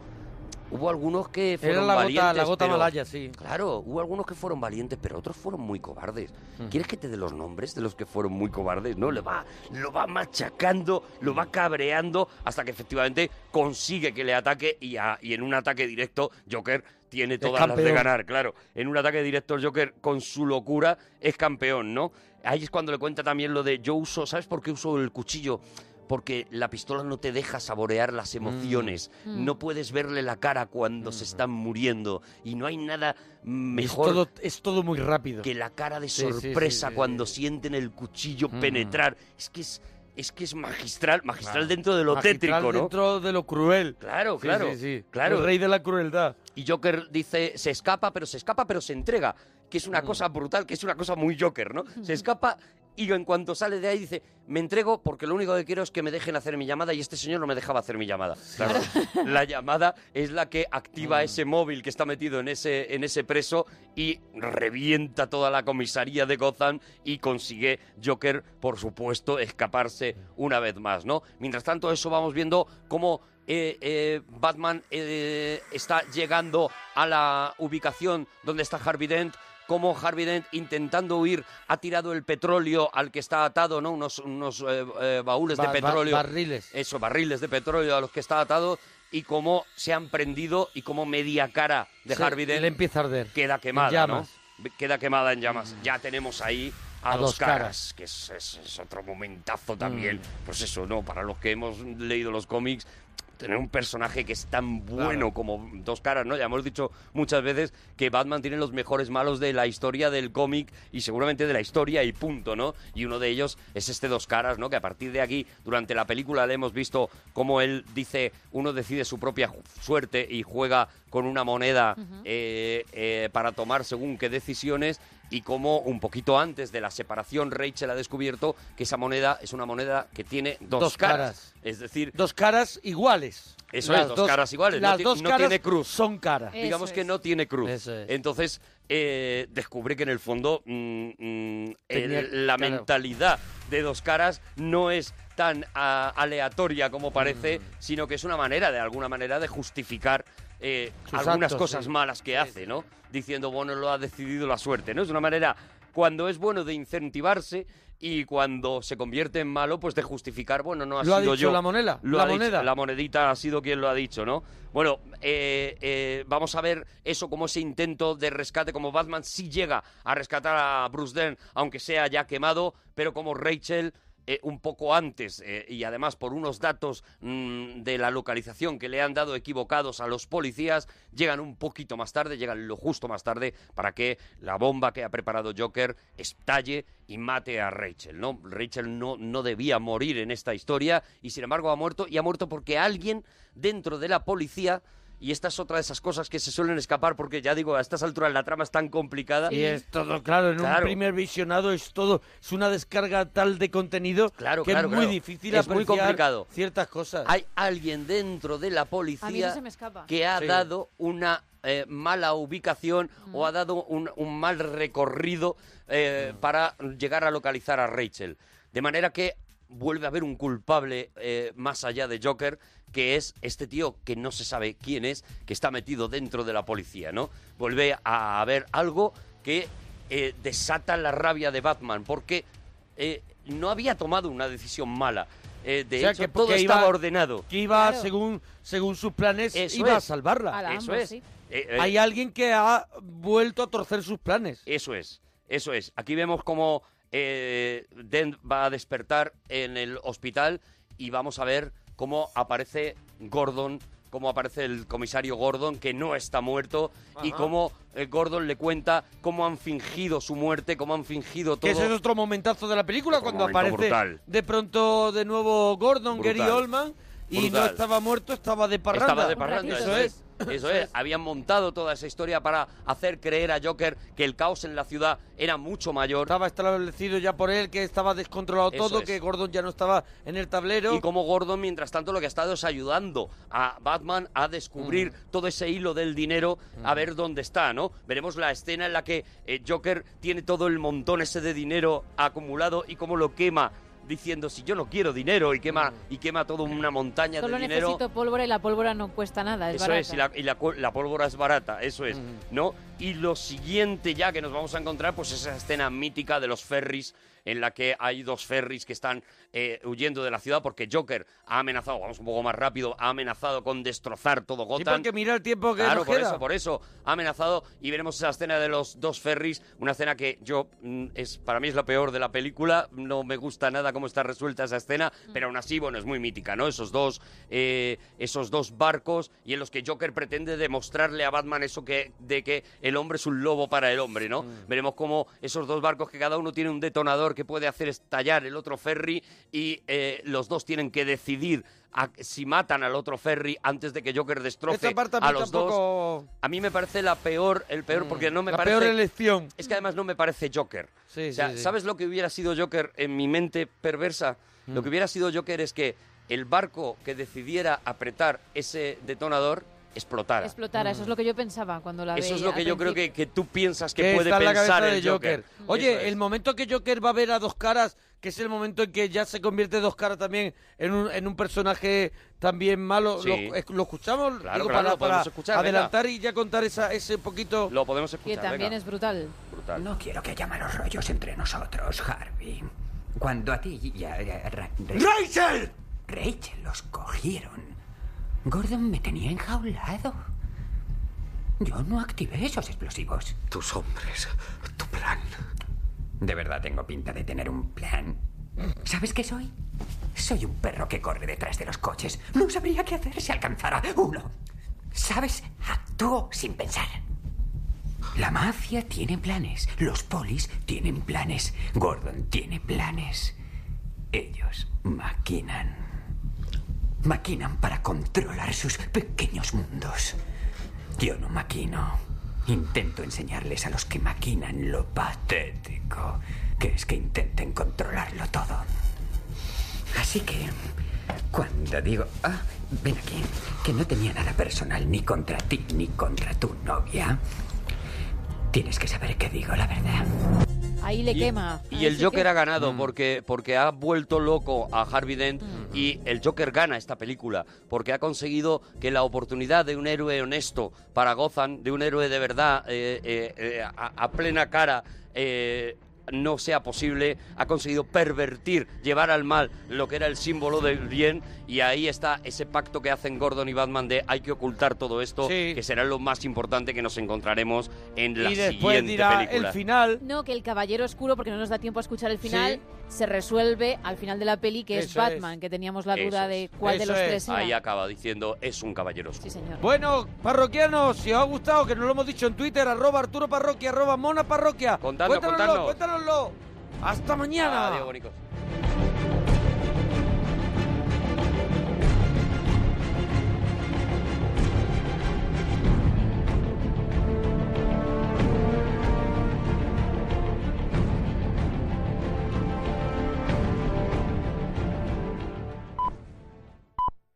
Hubo algunos que fueron
la gota-
valientes.
la gota
pero-
malaya, sí.
Claro, hubo algunos que fueron valientes, pero otros fueron muy cobardes.
Mm.
¿Quieres que te dé los nombres de los que fueron muy cobardes? No, le va, lo va machacando, lo va cabreando, hasta que efectivamente consigue que le ataque y, a- y en un ataque directo Joker tiene todas las de
campeón.
ganar, claro. En un ataque directo el Joker, con su locura, es campeón, ¿no? Ahí es cuando le cuenta también lo de yo uso, ¿sabes por qué uso el cuchillo? Porque la pistola no te deja saborear las emociones,
Mm.
no puedes verle la cara cuando se están muriendo y no hay nada mejor
Es todo, es todo muy rápido.
que la cara de
Sí, sí, sí,
sorpresa
sí,
cuando sienten el cuchillo
Mm.
penetrar. Es que es, es que es magistral, magistral
Claro.
dentro de lo
Magistral
tétrico, ¿no?
dentro de lo cruel.
Claro,
Sí,
claro,
sí, sí.
claro.
El rey de la crueldad.
Y Joker dice, se escapa, pero se escapa, pero se entrega. Que es una
Mm.
cosa brutal, que es una cosa muy Joker, ¿no? Se escapa y en cuanto sale de ahí dice, me entrego porque lo único que quiero es que me dejen hacer mi llamada y este señor no me dejaba hacer mi llamada. Claro, la llamada es la que
Mm.
activa ese móvil que está metido en ese, en ese preso y revienta toda la comisaría de Gotham y consigue Joker, por supuesto, escaparse
Mm.
una vez más, ¿no? Mientras tanto, eso vamos viendo cómo eh, eh, Batman eh, está llegando a la ubicación donde está Harvey Dent. Como Harvey Dent, intentando huir, ha tirado el petróleo al que está atado, ¿no? Unos, unos eh, eh, baúles
Ba-
de
ba-
petróleo.
barriles.
Eso, barriles de petróleo a los que está atado. Y cómo se han prendido y cómo media cara de
Sí,
Harvey Dent
Le empieza a arder.
queda quemada, ¿no?
llamas.
Queda quemada en llamas. Ya tenemos ahí a,
A
dos,
dos
caras,
caras.
que es, es- es otro momentazo también. Pues eso, ¿no? Para los que hemos leído los cómics, tener un personaje que es tan bueno
Claro.
como dos caras, ¿no? Ya hemos dicho muchas veces que Batman tiene los mejores malos de la historia del cómic y seguramente de la historia y punto, ¿no? Y uno de ellos es este dos caras, ¿no? Que a partir de aquí, durante la película, le hemos visto cómo él dice, uno decide su propia ju- suerte y juega con una moneda eh, eh, para tomar según qué decisiones y cómo un poquito antes de la separación Rachel ha descubierto que esa moneda es una moneda que tiene dos,
Dos caras.
Es decir,
Dos caras iguales.
eso
Las
es, dos, caras iguales. no
Las
ti-
dos
no
caras
tiene cruz.
son caras.
Digamos que no tiene cruz. Entonces, eh, descubrí que en el fondo mm, mm,
Tenía-
el- la
claro.
mentalidad de dos caras no es tan a- aleatoria como
Mm.
parece, sino que es una manera, de alguna manera, de justificar eh,
Sus
algunas
actos,
cosas
sí.
malas que hace, ¿no? Diciendo, bueno, lo ha decidido la suerte, ¿no? Es una manera, cuando es bueno, de incentivarse y cuando se convierte en malo, pues de justificar, bueno, no ha
Lo ha
sido
dicho
yo.
la moneda,
Lo
la
ha dicho-
moneda.
la monedita ha sido quien lo ha dicho, ¿no? Bueno, eh, eh, vamos a ver eso, como ese intento de rescate, como Batman sí llega a rescatar a Bruce Dern, aunque sea ya quemado, pero como Rachel... eh, un poco antes eh, y además por unos datos mm, de la localización que le han dado equivocados a los policías llegan un poquito más tarde llegan lo justo más tarde para que la bomba que ha preparado Joker estalle y mate a Rachel no Rachel no no debía morir en esta historia y sin embargo ha muerto y ha muerto porque alguien dentro de la policía y esta es otra de esas cosas que se suelen escapar porque ya digo, a estas alturas la trama es tan complicada.
Y es todo, claro, en un primer visionado es todo, es una descarga tal de contenido
Claro,
que
claro,
es muy
claro.
difícil
Es muy
apreciar
complicado.
ciertas cosas.
Hay alguien dentro de la policía
A mí eso se me escapa.
que ha
Sí.
dado una eh, mala ubicación o ha dado un, un mal recorrido eh,
Mm.
para llegar a localizar a Rachel. De manera que vuelve a haber un culpable eh, más allá de Joker, que es este tío que no se sabe quién es, que está metido dentro de la policía, ¿no? Vuelve a haber algo que eh, desata la rabia de Batman, porque eh, no había tomado una decisión mala. Eh, de
O sea,
hecho,
que-
todo
que
estaba
iba-
ordenado.
que iba según, según sus planes,
Eso
iba a
es.
salvarla.
Eso es. Eh, eh,
Hay alguien que ha vuelto a torcer sus planes.
Eso es, eso es. Aquí vemos cómo eh, Dent va a despertar en el hospital y vamos a ver cómo aparece Gordon, cómo aparece el comisario Gordon, que no está muerto, y
Ajá.
cómo eh, Gordon le cuenta cómo han fingido su muerte, cómo han fingido todo.
Que ese es otro momentazo de la película cuando
momento
aparece
brutal.
de pronto de nuevo Gordon,
Brutal.
Gary Oldman, y
Brutal.
no estaba muerto, estaba de parranda.
Estaba de parranda,
Eso es.
Eso es. Habían montado toda esa historia para hacer creer a Joker que el caos en la ciudad era mucho mayor.
Estaba establecido ya por él, que estaba descontrolado
Eso
todo,
es.
que Gordon ya no estaba en el tablero.
Y como Gordon, mientras tanto, lo que ha estado es ayudando a Batman a
Mm.
descubrir todo ese hilo del dinero, a ver dónde está, ¿no? Veremos la escena en la que eh, Joker tiene todo el montón ese de dinero acumulado y cómo lo quema diciendo si yo no quiero dinero y
Mm.
quema y quema toda una montaña
Solo
de dinero
necesito pólvora y la pólvora no cuesta nada, es
eso
barata.
es, y, la, y la cu- la pólvora es barata, eso es, ¿no? Y lo siguiente ya que nos vamos a encontrar, pues esa escena mítica de los ferries, en la que hay dos ferries que están eh, huyendo de la ciudad porque Joker ha amenazado, vamos un poco más rápido, ha amenazado con destrozar todo
Sí,
Gotham.
porque mira el tiempo que
Claro,
nos
por
queda.
eso, por eso ha amenazado y veremos esa escena de los dos ferries, una escena que yo mm, es para mí es la peor de la película, no me gusta nada cómo está resuelta esa escena,
Mm.
pero aún así bueno es muy mítica, ¿no? Esos dos eh, esos dos barcos y en los que Joker pretende demostrarle a Batman eso que de que el hombre es un lobo para el hombre, ¿no? Veremos cómo esos dos barcos que cada uno tiene un detonador que puede hacer estallar el otro ferry y eh, los dos tienen que decidir a- si matan al otro ferry antes de que Joker destroce
Esta parte a mí
a los dos.
tampoco... Mm,
A mí me parece la peor, el peor, porque no me
la
parece.
peor elección.
Es que además no me parece Joker.
Sí,
o sea,
sí, sí.
¿sabes lo que hubiera sido Joker en mi mente perversa? Lo
Mm.
que hubiera sido Joker es que el barco que decidiera apretar ese detonador explotara.
Explotara, eso es lo que yo pensaba cuando la
Eso es
veía
lo que
al
yo creo
principio.
que, que tú piensas que,
que
puede
está en la
pensar
cabeza
el
de Joker.
Joker.
Oye,
Eso es.
el momento que Joker va a ver a dos caras, que es el momento en que ya se convierte dos caras también en un, en un personaje también malo,
Sí.
¿lo, es- lo escuchamos?
Claro, claro, lo podemos escuchar, venga.
adelantar y ya contar esa, ese poquito...
Lo podemos
Que también es brutal.
No quiero que haya malos rollos entre nosotros, Harvey. Cuando a ti y a, a- a Ra- Ra-
¡Rachel!
Rachel los cogieron, Gordon me tenía enjaulado. Yo no activé esos explosivos. Tus hombres, tu plan. De verdad tengo pinta de tener un plan. ¿Sabes qué soy? Soy un perro que corre detrás de los coches. No sabría qué hacer si alcanzara uno. ¿Sabes? Actúo sin pensar. La mafia tiene planes. Los polis tienen planes. Gordon tiene planes. Ellos maquinan. Maquinan para controlar sus pequeños mundos. Yo no maquino. Intento enseñarles a los que maquinan lo patético que es que intenten controlarlo todo. Así que, cuando digo, ah, ven aquí, que no tenía nada personal ni contra ti ni contra tu novia, Tienes que saber que digo la verdad.
Ahí le quema.
Ah,
Y el
Así
Joker
que-
ha ganado porque, porque ha vuelto loco a Harvey Dent
Mm.
y el Joker gana esta película porque ha conseguido que la oportunidad de un héroe honesto para Gotham, de un héroe de verdad eh, eh, eh, a, a plena cara, eh, no sea posible, ha conseguido pervertir, llevar al mal lo que era el símbolo del bien y ahí está ese pacto que hacen Gordon y Batman de hay que ocultar todo esto, que será lo más importante que nos encontraremos en la
Y después
siguiente
dirá
película.
el final.
No, que el Caballero Oscuro, porque no nos da tiempo a escuchar el final, se resuelve al final de la peli, que es
Eso
Batman,
es.
que teníamos la duda
Eso
de
es.
cuál de
Eso
los
es.
tres iba.
Ahí acaba diciendo, es un caballero oscuro.
Bueno, parroquianos, si os ha gustado, que nos lo hemos dicho en Twitter, arroba Arturo Parroquia, arroba Mona Parroquia.
Contadlo,
cuéntanoslo,
contadlo.
cuéntanoslo. Hasta mañana.
Adiós, bonicos.